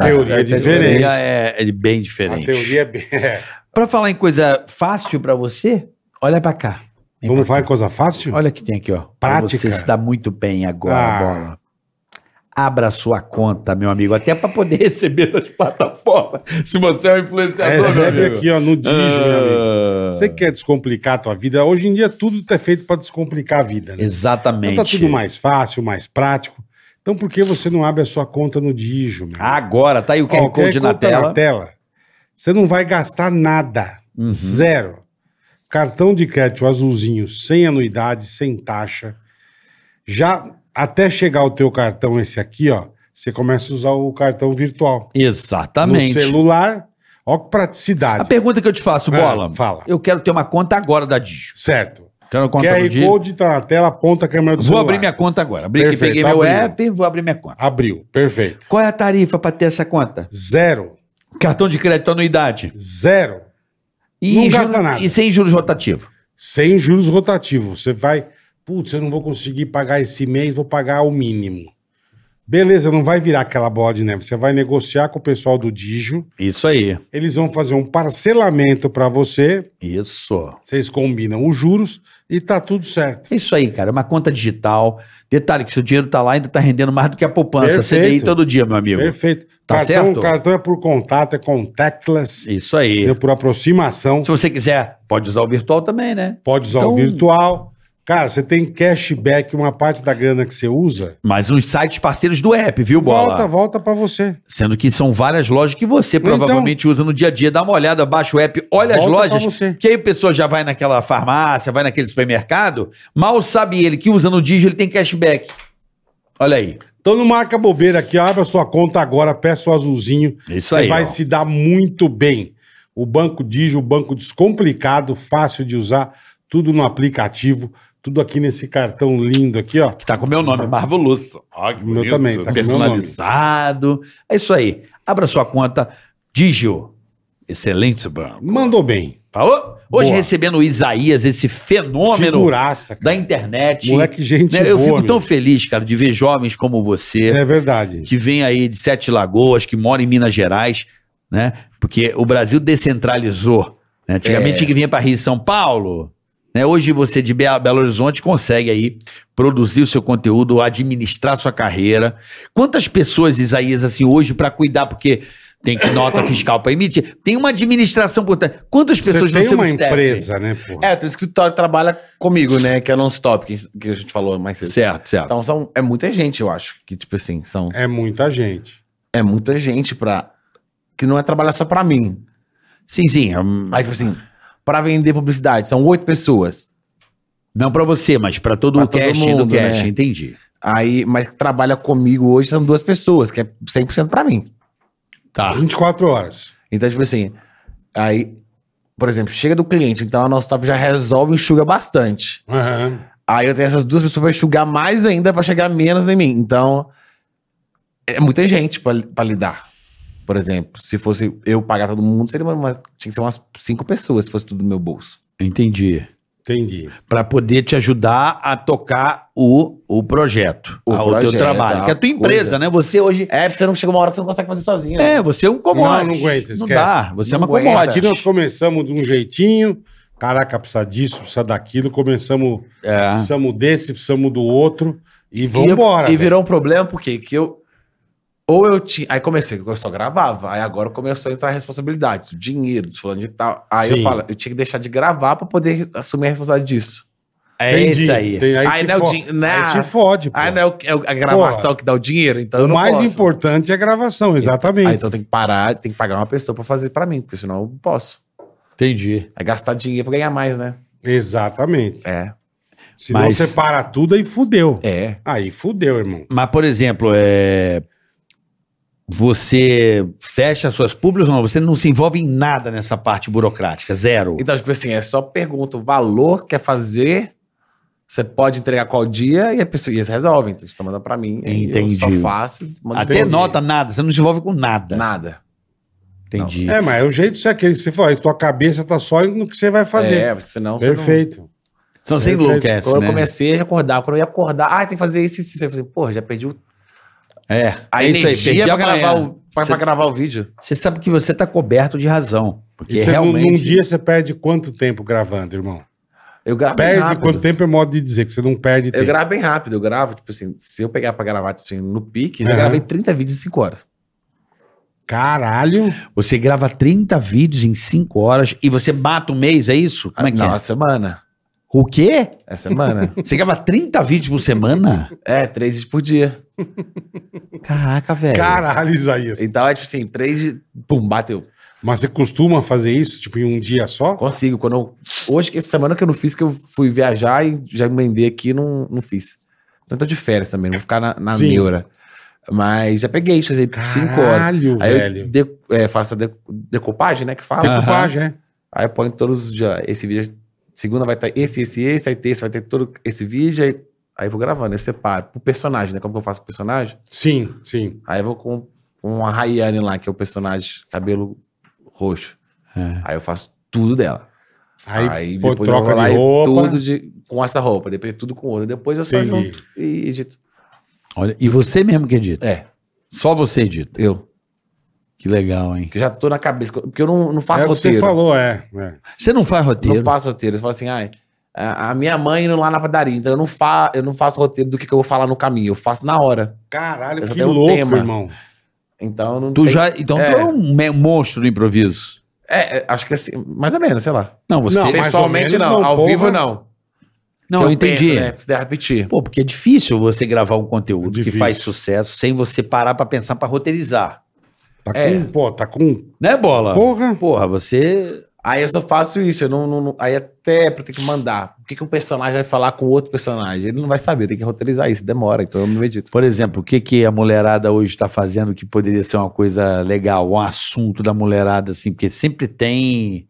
S1: teoria é
S2: A
S1: diferente.
S2: teoria É, é bem
S1: A
S2: diferente.
S1: teoria é bem. é.
S2: Pra falar em coisa fácil pra você, olha pra cá. Vem
S1: Vamos
S2: pra
S1: falar em coisa fácil?
S2: Olha o que tem aqui, ó. Pra
S1: Prática.
S2: Você se dá muito bem agora,
S1: Ah.
S2: bola. Abra sua conta, meu amigo, até pra poder receber das plataformas. Se você é um influenciador,
S1: É,
S2: meu
S1: Recebe
S2: amigo.
S1: aqui, ó, no dirige, meu amigo.
S2: Ah.
S1: Você quer descomplicar a tua vida? Hoje em dia tudo é feito pra descomplicar a vida, né?
S2: Exatamente.
S1: Então tá tudo mais fácil, mais prático. Então por que você não abre a sua conta no Digio, meu?
S2: Agora, tá aí o QR
S1: Ó,
S2: Code na
S1: conta
S2: tela.
S1: Você não vai gastar nada.
S2: Uhum.
S1: Zero. Cartão de crédito azulzinho, sem anuidade, sem taxa. Já até chegar o teu cartão esse aqui, ó, você começa a usar o cartão virtual. No
S2: Exatamente.
S1: celular, ó que
S2: A
S1: praticidade.
S2: pergunta que eu te faço,
S1: É,
S2: bola.
S1: fala.
S2: Eu quero ter uma conta agora da Digio.
S1: Certo.
S2: Quero conta do
S1: QR
S2: Digio.
S1: Code tá na tela, aponta a câmera do
S2: Vou
S1: celular.
S2: abrir minha conta agora. Abri,
S1: Perfeito,
S2: peguei meu
S1: abriu.
S2: app, vou abrir minha conta.
S1: Abriu, perfeito.
S2: Qual é a tarifa pra ter essa conta?
S1: Zero.
S2: Cartão de crédito, anuidade.
S1: Zero.
S2: E,
S1: Não
S2: juros-
S1: gasta nada.
S2: e sem juros rotativos.
S1: Sem juros rotativos. Você vai, putz, eu não vou conseguir pagar esse mês, vou pagar o mínimo. Beleza, não vai virar aquela bola de neve. Você vai negociar com o pessoal do Digio,
S2: Isso aí.
S1: eles vão fazer um parcelamento pra você,
S2: Isso.
S1: vocês combinam os juros e tá tudo certo.
S2: É Isso aí, cara. É uma conta digital. Detalhe que seu dinheiro tá lá ainda tá rendendo mais do que a poupança.
S1: Perfeito.
S2: CDI todo dia, meu amigo.
S1: Perfeito.
S2: Tá
S1: cartão,
S2: certo?
S1: cartão é por contato, é contactless,
S2: Isso aí.
S1: é por aproximação.
S2: Se você quiser, pode usar o virtual também, né?
S1: Pode usar o
S2: Então-
S1: virtual. Cara, você tem cashback, uma parte da grana que você usa,
S2: Mas uns sites parceiros do app, viu, Bola?
S1: volta, volta pra você.
S2: Sendo que são várias lojas que você
S1: Então-
S2: provavelmente usa no dia a dia. Dá uma olhada, baixa o app, olha
S1: volta
S2: as
S1: pra
S2: lojas.
S1: você.
S2: Que aí a pessoa já vai naquela farmácia, vai naquele supermercado. Mal sabe ele que usando o Digio ele tem cashback. Olha aí.
S1: Então não marca bobeira aqui, abra sua conta agora, peça o azulzinho.
S2: Isso
S1: Você
S2: aí.
S1: vai
S2: ó.
S1: se dar muito bem. O Banco Digio, o banco descomplicado, fácil de usar, tudo no aplicativo, tudo aqui nesse cartão lindo aqui, ó.
S2: Que tá com o meu nome, Marvo Lúcio. Ó, que
S1: O meu também, tá com o meu
S2: Personalizado. É isso aí. Abra sua conta, Digio. Excelente seu banco.
S1: Mandou bem.
S2: Falou? Hoje
S1: Boa.
S2: recebendo o Isaías, esse fenômeno
S1: Figuraça, cara.
S2: da internet.
S1: Moleque gente
S2: Né, Eu
S1: boa,
S2: fico tão
S1: meu.
S2: feliz, cara, de ver jovens como você.
S1: É verdade.
S2: que vem aí de Sete Lagoas, que mora em Minas Gerais, né? Porque o Brasil descentralizou. né? Antigamente tinha que vinha para Rio e São Paulo. Né? Hoje você de Be- Belo Horizonte consegue aí produzir o seu conteúdo, administrar sua carreira. Quantas pessoas, Isaías, assim, hoje para cuidar, porque tem que nota fiscal para emitir, tem uma administração por trás. Quantas pessoas
S1: Você tem
S2: seu
S1: uma
S2: staff?
S1: empresa, né, porra?
S4: É, o teu escritório trabalha comigo, né? Que é non-stop, que, que a gente falou mais cedo.
S2: Certo, certo.
S4: Então são, é muita gente, eu acho. Que, tipo assim, são.
S1: É muita gente.
S4: É muita gente pra. Que não é trabalhar só pra mim.
S2: sim, sim. hum,
S4: Aí, tipo assim, pra vender publicidade, são oito pessoas.
S2: Não para você, mas para todo
S4: Pra
S2: o
S4: todo
S2: casting do
S4: mundo, né?
S2: casting, entendi.
S4: Aí, mas que trabalha comigo hoje são duas pessoas, que é 100% pra mim.
S2: Tá.
S1: 24 horas.
S4: Então, tipo assim, aí, por exemplo, chega do cliente, então a nossa top já resolve e enxuga bastante.
S1: Aham.
S4: Aí eu tenho essas duas pessoas pra enxugar mais ainda, pra chegar menos em mim. Então, é muita gente pra, pra lidar. Por exemplo, se fosse eu pagar todo mundo, seria uma, uma- tinha que ser umas cinco pessoas, se fosse tudo do meu bolso.
S2: Entendi.
S1: Entendi.
S2: Pra poder te ajudar a tocar o, o projeto,
S4: O
S2: a- o
S4: projeto,
S2: teu trabalho, que é a tua
S4: coisa.
S2: empresa, né? Você hoje
S4: É, porque você não chega uma hora que você não consegue fazer sozinho. né?
S2: é, você é um commodity.
S1: Não, não aguenta,
S2: Não
S1: esquece.
S2: dá, você
S4: Não
S2: é uma
S4: aguenta.
S1: Aqui
S2: commodity.
S1: nós começamos de um jeitinho. Caraca, precisa disso, precisa daquilo. Começamos,
S2: É.
S1: precisamos desse, precisamos do outro. E
S4: Ah. E, eu-
S1: vambora.
S4: e
S1: velho.
S4: virou um problema, por quê? Que eu. Ou eu tinha. Aí comecei, eu só gravava. Aí agora começou a entrar a responsabilidade, do dinheiro, dos fulano de tal. Aí eu
S1: Sim.
S4: falo, eu tinha que deixar de gravar pra poder assumir a responsabilidade disso.
S2: É
S1: Entendi.
S2: isso aí.
S1: Tem- aí,
S4: Aí
S1: te
S4: não é o
S1: fo-
S4: din- não é
S1: aí
S4: a-
S1: te fode, pô.
S4: Aí não é, o- é o- a gravação que dá o dinheiro, então eu
S1: o
S4: não
S1: mais
S4: posso.
S1: importante é a gravação,
S4: Aí
S1: exatamente.
S4: então tem que parar, tem que pagar uma pessoa pra fazer pra mim, porque senão eu não posso.
S2: Entendi.
S4: É gastar dinheiro pra ganhar mais, né?
S1: Exatamente.
S4: É.
S1: Senão
S2: Mas-
S1: você para tudo aí fudeu.
S4: É.
S1: Aí fudeu, irmão.
S2: Mas, por exemplo, é... você fecha suas públicas ou não? Você não se envolve em nada nessa parte burocrática, zero.
S4: Então, tipo assim, é só pergunta o valor que quer fazer, você pode entregar qual dia e, a pessoa, e eles resolvem. Então, você manda pra mim. aí
S2: Entendi.
S4: Eu só faço. e mando
S2: Até
S4: entendi.
S2: nota, nada. Você não se envolve com nada.
S4: Nada.
S2: Entendi.
S1: É, mas é o jeito é aquele que você fala, tua cabeça tá só no que você vai fazer.
S4: É, porque senão. você
S1: Perfeito.
S2: São sem
S1: Perfeito.
S4: não-
S2: enlouquece,
S4: Quando
S2: né?
S4: eu comecei a acordar, quando eu ia acordar, ah, tem que fazer isso, isso, isso. Eu falei, porra, já perdi o-
S2: É.
S4: a
S2: é
S4: energia
S2: perdi
S4: pra,
S2: a manhã.
S4: gravar o, pra,
S2: Você-
S4: pra gravar o vídeo.
S2: Você sabe que você tá coberto de razão. Porque
S1: E você, num-
S2: realmente.
S1: num dia você perde quanto tempo gravando, irmão?
S4: Eu gravo Tá bem
S1: Perde
S4: rápido.
S1: quanto tempo é modo de dizer, porque você não perde
S4: Eu
S1: tempo.
S4: gravo bem rápido, eu gravo, tipo assim, se eu pegar pra gravar tipo assim, no pique, eu
S1: Aham.
S4: gravei 30 vídeos em 5 horas.
S1: Caralho.
S2: Você grava 30 vídeos em 5 horas e você mata um mês, é isso? Como é que
S4: Ah, Não,
S2: é?
S4: a semana.
S2: O quê?
S4: É semana.
S2: Você grava 30 vídeos por semana?
S4: é, três vídeos por dia.
S2: Caraca,
S4: É.
S2: velho.
S1: Caralho, Isaías.
S4: Então é tipo assim, três de. Pum, bateu.
S1: Mas você costuma fazer isso, tipo, em um dia só?
S4: Consigo. Quando eu... Hoje, que essa semana que eu não fiz, que eu fui viajar e já emendei aqui, não, não fiz. Então eu tô de férias também, não vou ficar na, na
S1: Sim.
S4: neura. Mas já peguei, isso aí, cinco horas.
S1: Caralho,
S4: Aí eu
S1: velho.
S4: de- é, faço a de- decupagem, né? Que fala.
S2: Aham.
S1: Decupagem, é?
S4: Aí eu ponho todos os dias. Esse vídeo, segunda vai estar esse, esse, esse, aí terça vai ter todo esse vídeo, aí, aí eu vou gravando, eu separo. Pro personagem, né? Como que eu faço o personagem?
S1: Sim, sim.
S4: Aí eu vou com, com a Rayane lá, que é o personagem, cabelo roxo.
S2: É.
S4: Aí eu faço tudo dela.
S1: Aí, pô,
S4: depois
S1: troca
S4: eu vou lá
S1: de
S4: e
S1: roupa.
S4: Tudo de, com essa roupa, depois tudo com outra. Depois eu só
S1: Entendi.
S4: junto e edito.
S2: Olha, e você mesmo que edita.
S4: É,
S2: Só você edita.
S4: eu.
S2: Que legal, hein?
S4: Que eu já tô na cabeça. Porque eu não, não
S1: É
S4: faço
S1: o que
S4: roteiro.
S1: você falou, é. é.
S2: Você não faz
S4: Eu
S2: roteiro.
S4: não faço roteiro. Eu falo assim, ai, a a minha mãe indo lá na padaria, então eu não, fa eu não faço roteiro do que, que eu vou falar no caminho, eu faço na hora.
S1: Caralho,
S4: Eu só
S1: que
S4: tenho um
S1: louco,
S4: tema.
S1: irmão.
S4: Então eu não
S2: Tu
S4: tem-
S2: já, então
S4: É.
S2: tu é um me- monstro do improviso.
S4: É, é, acho que assim, mais ou menos, sei lá.
S2: Não, você.
S1: Não,
S2: Não,
S1: mais ou
S4: Pessoalmente
S1: menos
S4: não,
S1: não,
S4: ao
S1: porra.
S4: vivo não.
S2: eu
S4: Eu
S2: entendi.
S4: Penso, né? Precisa repetir.
S2: Pô, porque é difícil você gravar um conteúdo que
S1: Difícil.
S2: faz sucesso sem você parar pra pensar pra roteirizar.
S1: Tá
S4: É. Ah.
S1: com, pô, tá com...
S2: Né, bola?
S1: Porra.
S2: Porra, você.
S4: Aí eu só faço isso, eu não, não- não- aí até é pra eu ter que mandar. O que, que um personagem vai falar com outro personagem? Ele não vai saber, tem que roteirizar isso, demora, então eu não medito.
S2: Por exemplo, o que, que a mulherada hoje está fazendo que poderia ser uma coisa legal, um assunto da mulherada, assim, porque sempre tem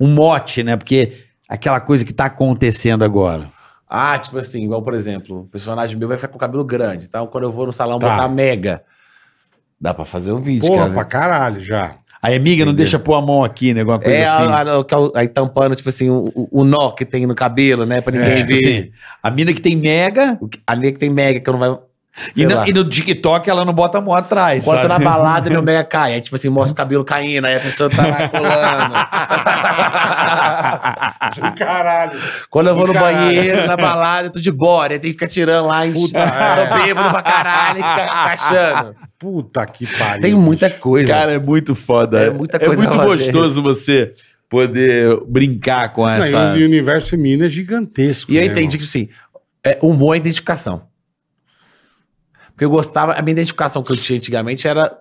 S2: um mote, né? Porque aquela coisa que tá acontecendo agora.
S4: Ah, tipo assim, igual, por exemplo, o personagem meu vai ficar com o cabelo grande. Então, quando eu vou no salão
S1: Tá.
S4: botar mega, dá pra fazer um vídeo.
S1: Porra,
S4: cara.
S1: pra caralho, já.
S2: Aí, amiga, não
S4: Entendi.
S2: deixa pôr a mão aqui, né? Alguma coisa
S4: É,
S2: assim.
S4: a- a- a- aí tampando, tipo assim, o, o- o nó que tem no cabelo, né? Pra ninguém
S2: É, tipo
S4: ver.
S2: assim, a mina que tem mega
S4: O que- a minha que tem mega, que eu não vai.
S2: e,
S4: sei
S2: na-
S4: lá.
S2: e no TikTok ela não bota a mão atrás. sabe?
S4: Enquanto na balada meu mega cai. Aí, tipo assim, mostra o cabelo caindo, aí a pessoa tá lá colando.
S1: Caralho.
S4: Quando eu vou no
S1: Caralho.
S4: banheiro, na balada, eu tô de bora. Aí tem que ficar tirando lá, enche-
S1: Puta, é.
S4: tô bêbado pra caralho, e fica achando.
S1: Puta que pariu.
S4: Tem muita coisa.
S2: Cara, é muito foda.
S4: É muita coisa
S2: muito
S4: pra fazer.
S2: gostoso você poder brincar com
S1: Não, e
S2: essa.
S1: o universo feminino é gigantesco.
S4: E eu
S1: né,
S4: entendi
S1: irmão?
S4: que, assim, é, humor é identificação. Porque eu gostava, a minha identificação que eu tinha antigamente era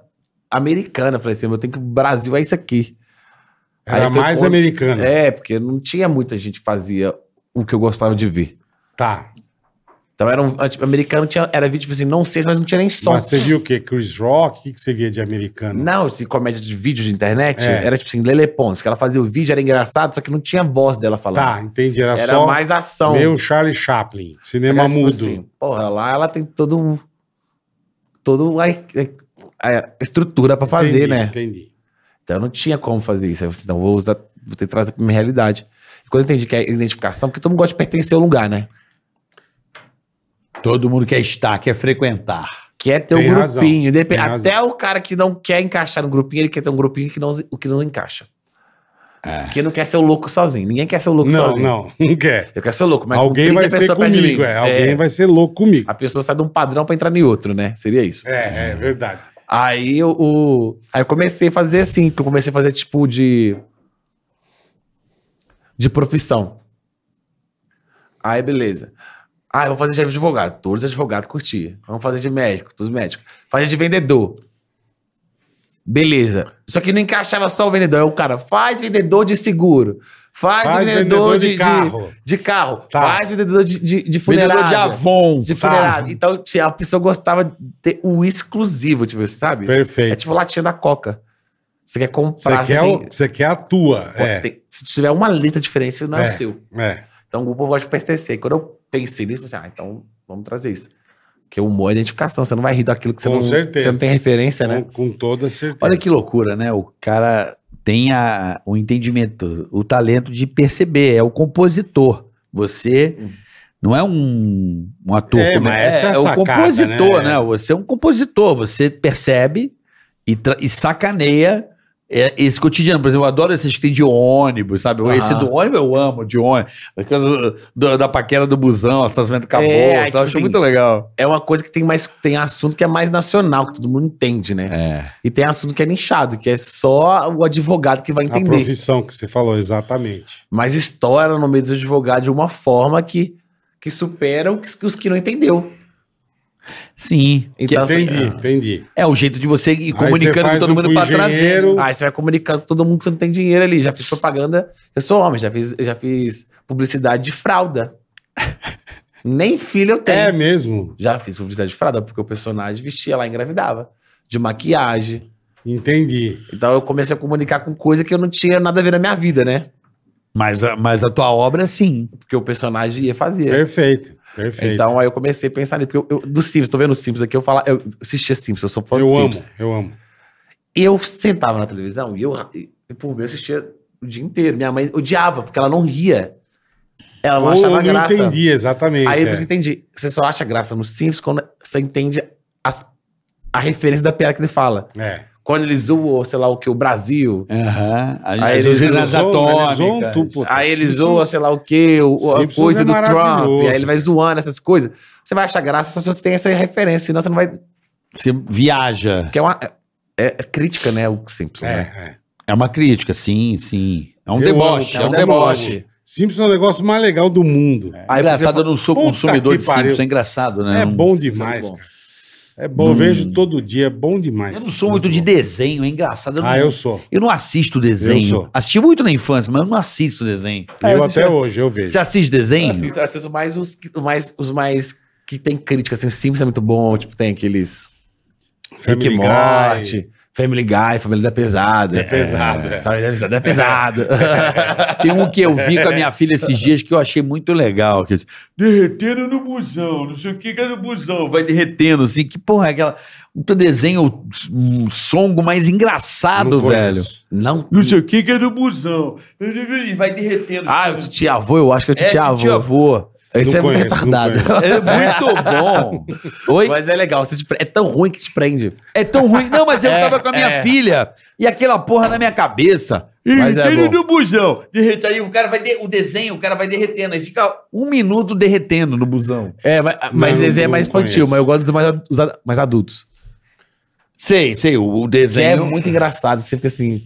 S4: americana. Eu falei assim, eu tenho que o Brasil é isso aqui.
S1: Era
S4: Aí foi
S1: mais
S4: quando-
S1: americano.
S4: É, porque não tinha muita gente que fazia o que eu gostava de ver.
S1: Tá.
S4: Então era um tipo, americano, tinha, era vídeo tipo assim, não sei, mas não tinha nem som.
S1: Mas você viu o quê? Chris Rock? O que que você via de americano?
S4: Não, assim, comédia de vídeo de internet,
S1: É.
S4: era tipo assim, Lele Pons, que ela fazia o vídeo, era engraçado, só que não tinha voz dela falando.
S1: Tá, entendi. Era,
S4: era
S1: só
S4: mais ação.
S1: meu Charlie Chaplin.
S4: Só que
S1: Cinema
S4: era, tipo
S1: mudo.
S4: assim, porra, lá ela tem todo um. Todo a, a- a estrutura pra fazer,
S1: Entendi,
S4: né?
S1: Entendi.
S4: assim, Então não tinha como fazer isso. Aí eu falei, então vou usar, vou ter que trazer pra minha realidade. Quando eu entendi que é identificação, porque todo mundo gosta de pertencer ao lugar, né?
S2: Todo mundo quer estar, quer frequentar.
S4: Quer ter um
S1: Tem
S4: grupinho.
S1: razão,
S4: Independ-
S1: tem
S4: Até o cara que não quer encaixar no grupinho, ele quer ter um grupinho que não, o que não encaixa.
S2: É.
S4: Porque não quer ser o louco sozinho. Ninguém quer ser o louco
S1: Não,
S4: sozinho.
S1: não, não quer.
S4: Eu quero ser louco, mas com
S1: alguém
S4: 30
S1: vai ser
S4: pessoas perto de
S1: comigo,
S4: mim.
S1: é. Alguém vai ser louco comigo.
S4: A pessoa sai de um padrão pra entrar em outro, né? Seria isso.
S1: É, é verdade.
S4: Aí eu, o- aí eu comecei a fazer assim, que eu comecei a fazer tipo de. de profissão. Aí beleza. Ah, eu vou fazer de advogado. Todos os advogados curtiam. Vamos fazer de médico, todos médicos. Fazer de vendedor. Beleza. Só que não encaixava só o vendedor. Aí o cara faz vendedor de seguro. Faz,
S1: Faz
S4: vendedor,
S1: vendedor de
S4: é de,
S1: carro.
S4: carro. De, carro.
S1: Tá.
S4: Faz vendedor de, de, de
S2: Vendedor de
S4: funerária.
S2: Avon.
S4: De
S1: Tá.
S4: funerário. Então, se a pessoa gostava de ter o exclusivo, tipo, você sabe? É
S1: Perfeito.
S4: tipo latinha da Coca. Você quer comprar.
S1: Você
S4: Você
S1: quer, o-
S4: tem-
S1: você quer a tua.
S4: pô,
S1: É,
S4: tem- se tiver uma letra diferente, isso não é,
S1: É.
S4: o seu.
S1: é.
S4: Então, o grupo gosta de pertencer. Quando eu pensei nisso, eu pensei, ah, então vamos trazer isso. Porque o humor é identificação. Você não vai rir daquilo que você,
S1: Com
S4: não,
S1: certeza.
S4: você não tem referência, né?
S1: Com, com toda certeza.
S2: Olha que loucura, né? O cara tem a, o entendimento, o talento de perceber, é o compositor. Você não é um, um ator,
S1: Hum. É,
S2: como
S1: mas essa é a
S2: o
S1: sacada,
S2: compositor,
S1: né?
S2: né? Você é um compositor, você percebe e, tra- e sacaneia é, esse cotidiano. Por exemplo, eu adoro esses que tem de ônibus, sabe? Esse
S4: Ah.
S2: do ônibus eu amo, de ônibus. Aquela do- da paquera do busão, assassinato acabou,
S4: É, aí,
S2: sabe?
S4: tipo
S2: Acho
S4: assim,
S2: muito legal.
S4: É uma coisa que tem mais. Tem assunto que é mais nacional, que todo mundo entende, né?
S2: É.
S4: E tem assunto que é nichado, que é só o advogado que vai
S1: A
S4: entender.
S1: profissão que você falou, exatamente.
S4: mas estoura no meio dos advogados de uma forma que, que supera os que, os que não entendeu.
S2: Sim.
S4: Então, assim,
S1: Entendi, entendi.
S2: É o jeito de você ir
S1: você
S2: comunicando
S1: faz
S2: com todo
S1: um
S2: mundo
S1: pro
S2: pra trazer.
S1: engenheiro.
S4: Ah, aí você vai comunicando com todo mundo que você não tem dinheiro ali. Já fiz propaganda, eu sou homem, já fiz, eu já fiz publicidade de fralda. Nem filho eu tenho.
S1: É mesmo.
S4: Já fiz publicidade de fralda, porque o personagem vestia lá e engravidava. De maquiagem.
S1: Entendi.
S4: Então eu comecei a comunicar com coisa que eu não tinha nada a ver na minha vida, né?
S2: Mas, a- mas a tua obra, sim.
S4: Porque o personagem ia fazer.
S1: Perfeito, perfeito.
S4: É. Então aí eu comecei a pensar nisso. Porque eu, eu, do Simpsons, tô vendo o Simpsons aqui, eu falo, eu assistia Simpsons, eu sou fã
S1: eu
S4: do
S1: amo,
S4: Simpsons.
S1: eu amo.
S4: Eu sentava na televisão e eu, e, e, por mim, eu assistia o dia inteiro. Minha mãe odiava, porque ela não ria. Ela não
S1: Ou
S4: achava
S1: eu não
S4: graça.
S1: entendi exatamente.
S4: Aí
S1: é.
S4: por isso que eu entendi. Você só acha graça no Simpsons quando você entende as- a referência da piada que ele fala.
S1: É.
S4: Quando ele zoa, sei lá o que, o Brasil.
S2: Aham. As,
S4: Aí
S2: as
S4: eles
S2: usinas
S1: zoam, eles zoam
S2: atômicas.
S1: tudo, pô.
S4: aí ele
S1: Simpsons-
S4: zoa, sei lá o que, a
S1: Simpsons
S4: coisa
S1: é
S4: do Trump.
S1: maravilhoso.
S4: Aí ele vai zoando essas coisas. Você vai achar graça só se você tem essa referência, senão você não vai
S2: Você viaja.
S4: Porque é uma. É, é crítica, né? O Simpsons.
S1: É,
S4: Né?
S1: é.
S2: É uma crítica, sim, sim. É um
S1: Eu
S2: deboche,
S1: amo,
S2: é um
S1: eu amo.
S2: deboche.
S1: Simpsons é o negócio mais legal do mundo. É,
S2: Aí, engraçado, eu não sou
S1: Puta
S2: consumidor
S1: que
S2: de
S1: pariu.
S2: Simpsons, é engraçado, né? Eu não-
S1: bom demais,
S4: é bom.
S1: cara. É bom, eu vejo todo dia, é bom demais.
S2: Hum. Eu não sou muito de desenho, é engraçado. Eu não,
S1: Ah, eu
S2: eu...
S1: sou.
S2: não assisto desenho.
S1: Eu sou.
S2: Assisti muito na infância, mas eu não assisto desenho.
S1: eu
S4: assistia-
S1: até hoje, eu vejo.
S2: Você assiste desenho?
S4: Assim, eu assisto mais os, que- mais os mais que tem crítica. Assim, o Simpsons é muito bom. Tipo, tem aqueles.
S1: Family
S4: Rick e
S1: Guy.
S4: Morty, Family Guy, Família da Pesada.
S1: É pesado, é.
S4: Família da Pesada é pesado.
S2: Tem um que eu vi com a minha filha esses dias que eu achei muito legal. Que, derretendo no busão, não sei o que que é no busão. Vai derretendo, assim. Que porra é aquela... Muito desenho, um songo mais engraçado,
S1: Não conheço.
S2: velho.
S4: Não.
S2: Não sei o que que é no busão. E vai derretendo.
S4: Ah, o Titi Avô, eu acho que é o Titi
S2: é, tio
S4: Avô.
S2: avô.
S4: Esse
S1: Não
S4: é muito
S1: conheço, não
S4: retardado.
S2: É muito bom. Oi?
S4: Mas é legal, você te pre- é tão ruim que te prende.
S2: É tão ruim. Não, mas eu
S4: É,
S2: tava com a minha
S4: é.
S2: filha e aquela porra na minha cabeça.
S4: Mas é
S2: Derretendo
S4: bom.
S2: no busão. Derretendo. Aí o cara vai... de- O desenho, o cara vai derretendo. Aí fica um minuto derretendo no busão.
S4: É, mas,
S1: mas esse
S4: esse
S1: é
S4: é
S1: não mais
S4: mais
S1: infantil,
S4: infantil,
S1: conheço. mas
S4: mas
S1: eu
S4: eu gosto dos mais, adultos.
S2: Sei, sei, o, o
S4: Que é
S2: desenho.
S1: um-
S4: muito engraçado, você fica assim,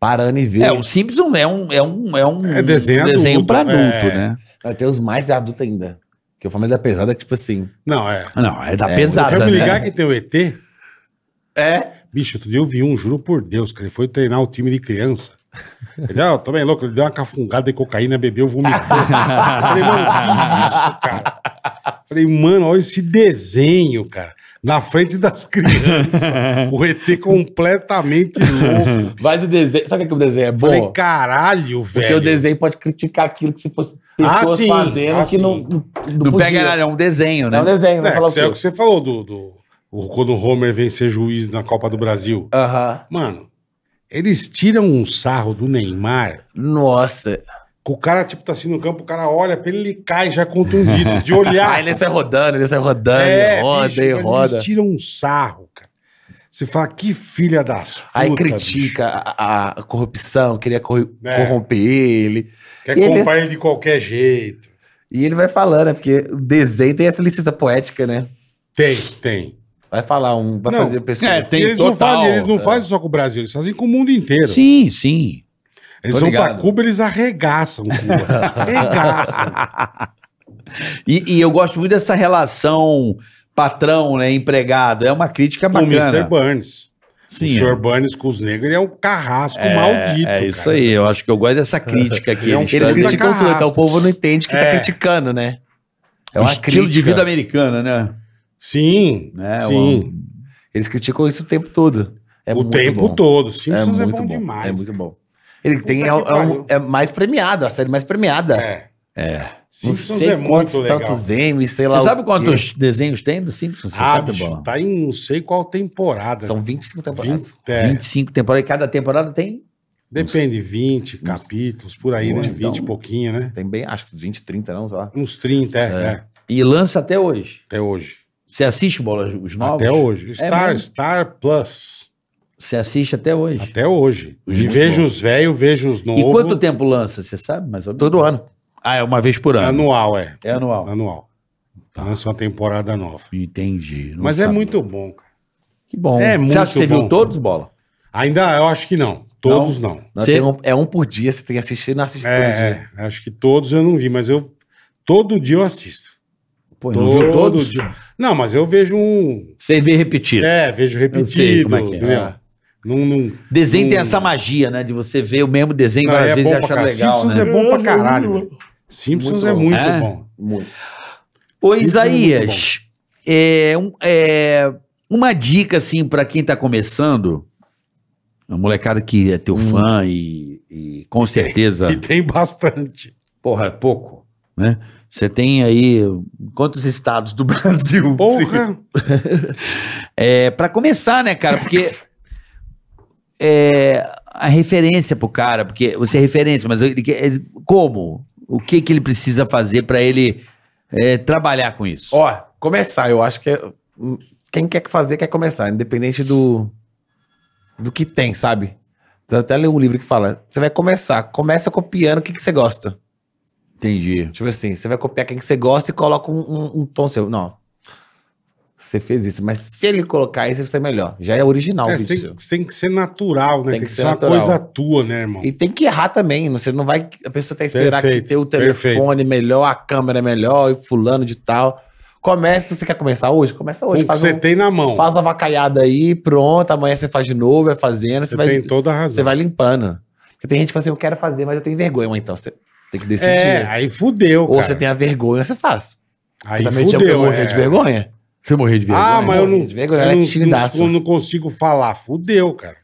S4: parando e vendo.
S2: É, o Simpson é um é um é um
S1: É desenho adulto,
S2: para adulto,
S1: é.
S2: né?
S4: Cara, Tem os mais adultos ainda. Que o Família da Pesada é tipo assim.
S1: Não, é.
S2: Não, é da
S4: É,
S1: Você
S2: pesada,
S1: vai me ligar
S2: né?
S1: que tem o ET?
S4: É?
S1: Bicho, outro dia eu vi um, juro por Deus, que ele foi treinar o time de criança. Ele, ó, tô bem louco, ele deu uma cafungada de cocaína, bebeu, vomitou. Eu falei, mano, que isso, cara? Eu Falei, mano, olha esse desenho, cara. Na frente das crianças. o ET completamente louco.
S4: Mas o desenho. Sabe o que o desenho é bom?
S1: Falei, caralho,
S4: Porque
S1: velho.
S4: o desenho pode criticar aquilo que se fosse
S1: Ah,
S4: pessoas
S1: sim,
S4: fazendo
S1: ah,
S4: que
S1: sim.
S4: não. Não,
S2: Não
S4: podia.
S2: pega nada, é um desenho, né?
S4: É um desenho, vai
S1: É,
S4: falar o
S1: isso é o
S4: quê?
S1: que você falou do, do- o- quando o Homer vem ser juiz na Copa do Brasil.
S4: Aham.
S1: Mano, eles tiram um sarro do Neymar
S4: Nossa.
S1: que o cara, tipo, tá assim no campo, o cara olha pra ele, ele cai já contundido, de olhar.
S4: Aí ele sai rodando, ele sai rodando, ele roda,
S1: Ah. É, bicho,
S4: ele
S1: mas
S4: roda.
S1: Eles tiram um sarro, cara. Você fala, que filha da puta,
S4: Aí
S1: bicho.
S4: critica a, a- a corrupção, queria corro-
S1: É.
S4: corromper ele.
S1: Quer
S4: E ele-
S1: comprar ele de qualquer jeito.
S4: E ele vai falando, né? Porque o desenho tem essa licença poética, né?
S1: Tem, tem.
S4: Vai falar um, vai
S1: Não,
S4: fazer pessoas.
S2: é, Tem
S1: E eles não
S2: total,
S1: fazem, eles não
S2: é.
S1: fazem só com o Brasil, eles fazem com o mundo inteiro.
S2: Sim, sim.
S1: eles
S2: tô
S1: vão pra
S2: ligado.
S1: Cuba, eles arregaçam Cuba. arregaçam.
S2: E, e eu gosto muito dessa relação patrão, né, empregado. É uma crítica
S1: o Mr.
S2: bacana.
S1: Burns. o
S2: Sim,
S1: Sr. Burns com os negros, ele é um carrasco maldito.
S2: é isso
S1: cara.
S2: aí. Eu acho que eu gosto dessa crítica aqui.
S1: Ele é um
S4: Eles
S1: Tá
S4: criticam
S1: carrasco.
S4: tudo, então o povo não entende que
S1: É.
S4: tá criticando, né? É
S2: o
S4: uma
S2: estilo
S4: crítica.
S2: de vida americana, né?
S1: Sim,
S2: Né,
S1: sim.
S4: Eles criticam isso o tempo todo. É
S1: o
S4: muito
S1: tempo
S4: bom.
S1: todo. Simpsons é,
S4: é muito
S1: bom, demais.
S4: É muito bom. Ele tem,
S1: que
S4: é, é um-
S1: pariu.
S4: é mais premiado, a série mais premiada.
S1: É.
S2: É.
S4: Não
S1: Simpsons
S4: sei
S1: é
S4: quantos
S1: muito legal.
S4: tantos M's, sei lá.
S2: Você
S4: o
S2: sabe
S4: quê.
S2: quantos desenhos tem do Simpsons? Você
S1: Ah,
S2: sabe,
S1: bicho,
S2: Bola?
S1: tá em não sei qual temporada.
S4: São 25 temporadas.
S1: 20, é,
S2: 25 temporadas. E cada temporada tem
S1: depende, 20 capítulos, por aí, né?
S2: Então-
S1: 20 e pouquinho, né?
S4: Tem bem, acho que 20, 30, não, sei lá.
S1: Uns 30, é,
S4: É.
S1: é,
S2: E lança até hoje.
S1: até hoje.
S2: Você assiste bola os novos?
S1: Até hoje. Star,
S2: mesmo?
S1: Star Plus.
S2: Você assiste até hoje.
S1: Até hoje.
S2: Os
S1: e
S2: muito
S1: vejo
S2: bom.
S1: os velhos, vejo os novos.
S2: E quanto tempo lança? Você sabe mais ou menos?
S4: Todo ano.
S2: Ah, é uma vez por
S1: É
S2: ano.
S1: Anual, é.
S2: É anual.
S1: Anual. Lança uma temporada nova.
S2: Entendi. não
S1: Mas é
S2: sabe.
S1: muito bom, cara.
S2: Que bom.
S1: É muito
S2: você acha que você
S1: bom.
S2: viu todos, bola?
S1: Ainda eu acho que não. Todos não.
S4: Não,
S2: Cê-
S4: tem um- é um por dia, você tem que assistir e não assiste todo dia.
S1: É, é, acho que todos eu não vi, mas eu. Todo dia eu assisto.
S2: Pô, não viu todos?
S1: dia. Não, mas eu vejo um.
S2: Você vê repetido.
S1: É, vejo
S2: Eu sei
S1: repetido.
S2: como é que é.
S1: entendeu?
S2: Ah.
S1: Não, não,
S2: Desenho tem
S1: Hum.
S2: essa magia, né? De você ver o mesmo desenho
S1: não, é
S2: várias vezes e
S1: bom pra
S2: achar
S1: caralho.
S2: legal,
S1: Simpsons
S2: né?
S1: é bom pra caralho. velho. Simpsons
S4: Muito
S1: é
S4: bom.
S1: muito
S2: É?
S1: bom.
S4: Muito.
S1: Simpsons é
S2: Ô
S1: muito
S2: Isaías, é, um- é, uma dica assim pra quem tá começando, a molecada que é teu
S4: Hum.
S2: fã e, e com certeza,
S4: Tá.
S1: E tem bastante.
S2: porra, é pouco, né? Você tem aí quantos estados do Brasil?
S1: Porra!
S2: É para começar, né, cara? Porque é a referência pro cara, porque você é referência, mas ele quer- ele- como? O que que ele precisa fazer pra ele é, trabalhar com isso?
S4: Ó, começar, eu acho que é- quem quer fazer quer começar, independente do do que tem, sabe? Eu até li um livro que fala, você vai começar, começa copiando o que, que você gosta.
S2: Entendi.
S4: Tipo assim, você vai copiar quem que você gosta e coloca um, um- um tom seu. Não, você fez isso, mas se ele colocar isso, vai ser melhor. Já é original o
S1: É,
S4: vídeo
S1: você tem,
S4: seu.
S1: você tem que ser natural, né? Tem que, ser, uma
S4: natural.
S1: coisa tua, né, irmão?
S4: E tem que errar também, você não vai, a pessoa tem que esperar
S1: Perfeito,
S4: que ter o
S1: perfeito.
S4: telefone melhor, a câmera melhor, e fulano de tal. Começa, você quer começar hoje? Começa
S1: Com
S4: hoje,
S1: o que
S4: faz
S1: você
S4: um,
S1: tem na mão.
S4: Faz a vacaiada aí, pronto. Amanhã você faz de novo, vai fazendo. Você,
S1: Você
S4: vai,
S1: tem toda a
S4: você
S1: razão.
S4: vai limpando. Porque tem gente que fala assim, eu quero fazer, mas eu tenho vergonha. Mas Então você tem que decidir.
S1: É, aí fudeu,
S4: Ou
S1: cara.
S4: você tem a vergonha, você faz.
S1: Aí
S4: também tinha
S1: fudeu,
S4: morrer
S1: é.
S4: de vergonha.
S2: Você morrer de
S1: Ah,
S2: vergonha?
S1: mas eu não,
S4: de vergonha,
S1: eu
S4: ela é
S1: não-
S4: tinidaço.
S1: não- não consigo falar. Fudeu, cara.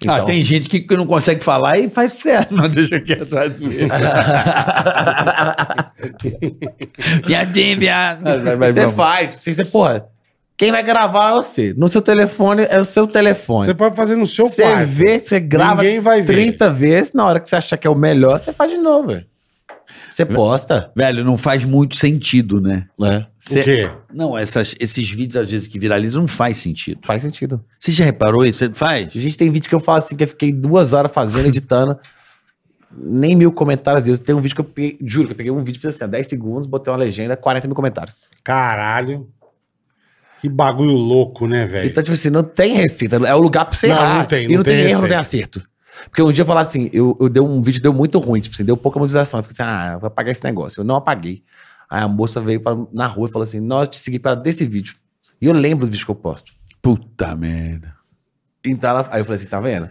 S4: Então,
S2: Ah, tem gente que, que não consegue falar e faz certo, mas deixa aqui atrás mesmo. Viadinho, viado. é
S4: você faz. Você, você, porra, quem vai gravar é você. No seu telefone, é o seu
S1: Você
S4: telefone.
S1: pode fazer no seu
S4: Você
S1: quarto.
S4: vê, você grava
S1: Ninguém vai ver.
S4: 30 vezes. Na hora que você achar que é o melhor, você faz de novo. velho. Você posta.
S2: Velho, não faz muito sentido, né?
S4: né?
S1: O
S2: Cê-
S1: quê?
S2: Não, essas- esses vídeos às vezes que viralizam não faz sentido.
S4: Faz sentido.
S2: Você já reparou isso? Você faz?
S4: Gente, tem vídeo que eu falo assim, que eu fiquei duas horas fazendo, editando. Nem mil comentários. Eu tenho um vídeo que eu peguei, juro que eu peguei um vídeo, fiz assim, ó, 10 segundos, botei uma legenda, 40 mil comentários.
S1: Caralho. Que bagulho louco, né, velho?
S4: Então, tipo assim, não tem receita, é o lugar pra você
S1: Não,
S4: errar.
S1: não tem,
S4: e
S1: não
S4: não tem,
S1: tem
S4: erro, não tem
S1: receita.
S4: acerto. Porque um dia eu falar assim, eu, eu dei um vídeo, deu muito ruim, tipo assim, deu pouca motivação. Eu falei assim, ah, eu vou apagar esse negócio. Eu não apaguei. Aí a moça veio pra- na rua e falou assim, nós te segui pra desse vídeo. E eu lembro do vídeo que eu posto.
S2: Puta merda.
S4: Então, ela, aí eu falei assim, tá vendo?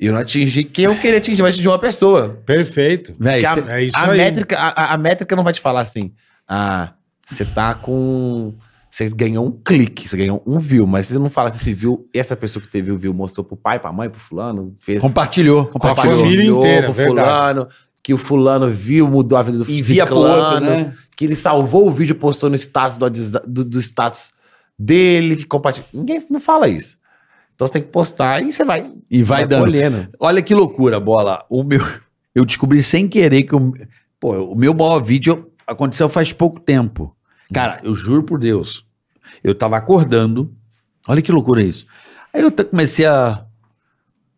S4: Eu não atingi quem eu queria atingir, mas atingi uma pessoa.
S1: Perfeito.
S2: Velho,
S4: Porque
S2: cê-
S1: é isso
S4: a
S1: aí.
S4: Métrica, a, a- a métrica não vai te falar assim, ah, você tá com... Você ganhou um clique, você ganhou um view, mas você não fala se esse view, essa pessoa que teve o view mostrou pro pai, pra mãe, pro fulano, fez...
S2: compartilhou,
S1: a
S2: compartilhou.
S1: família inteira,
S4: pro
S1: verdade.
S4: fulano, que o fulano viu, mudou a vida do
S2: Envia pro outro,
S4: ciclano,
S2: né?
S4: que ele salvou o vídeo, e postou no status do, WhatsApp- do, do status dele, que compartilha. Ninguém não fala isso. Então você tem que postar e você vai,
S2: E vai dando.
S4: colhendo.
S2: Olha que loucura, bola. O meu, Eu descobri sem querer que o, pô, o meu maior vídeo aconteceu faz pouco tempo. Cara, eu juro por Deus. Eu tava acordando. Olha que loucura isso. Aí eu t- comecei a.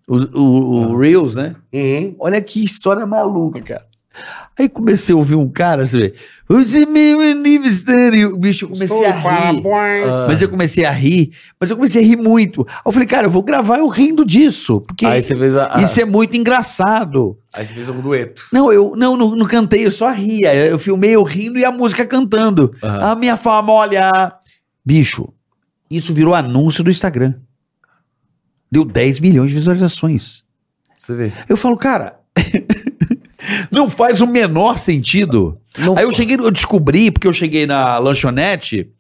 S2: O, o- o Reels, né?
S1: Uhum.
S2: Olha que história maluca, cara. Aí comecei a ouvir um cara, você vê. "Você me believe, sério?" Bicho, eu comecei a rir.
S4: Ah.
S1: parabéns.
S2: Mas eu comecei a rir, mas eu comecei a rir muito. Aí eu falei, cara, eu vou gravar eu rindo disso, porque
S4: Aí você fez a. a-
S2: isso é muito engraçado.
S4: Aí você fez um dueto.
S2: Não, eu não, não, não cantei, eu só ria. Eu filmei eu rindo e a música cantando.
S4: Aham.
S2: A minha fama, olha. Bicho, isso virou anúncio do Instagram. Deu 10 milhões de visualizações.
S4: Você vê.
S2: Eu falo, cara, não faz o menor sentido. Aí eu cheguei, eu descobri, porque eu cheguei na lanchonete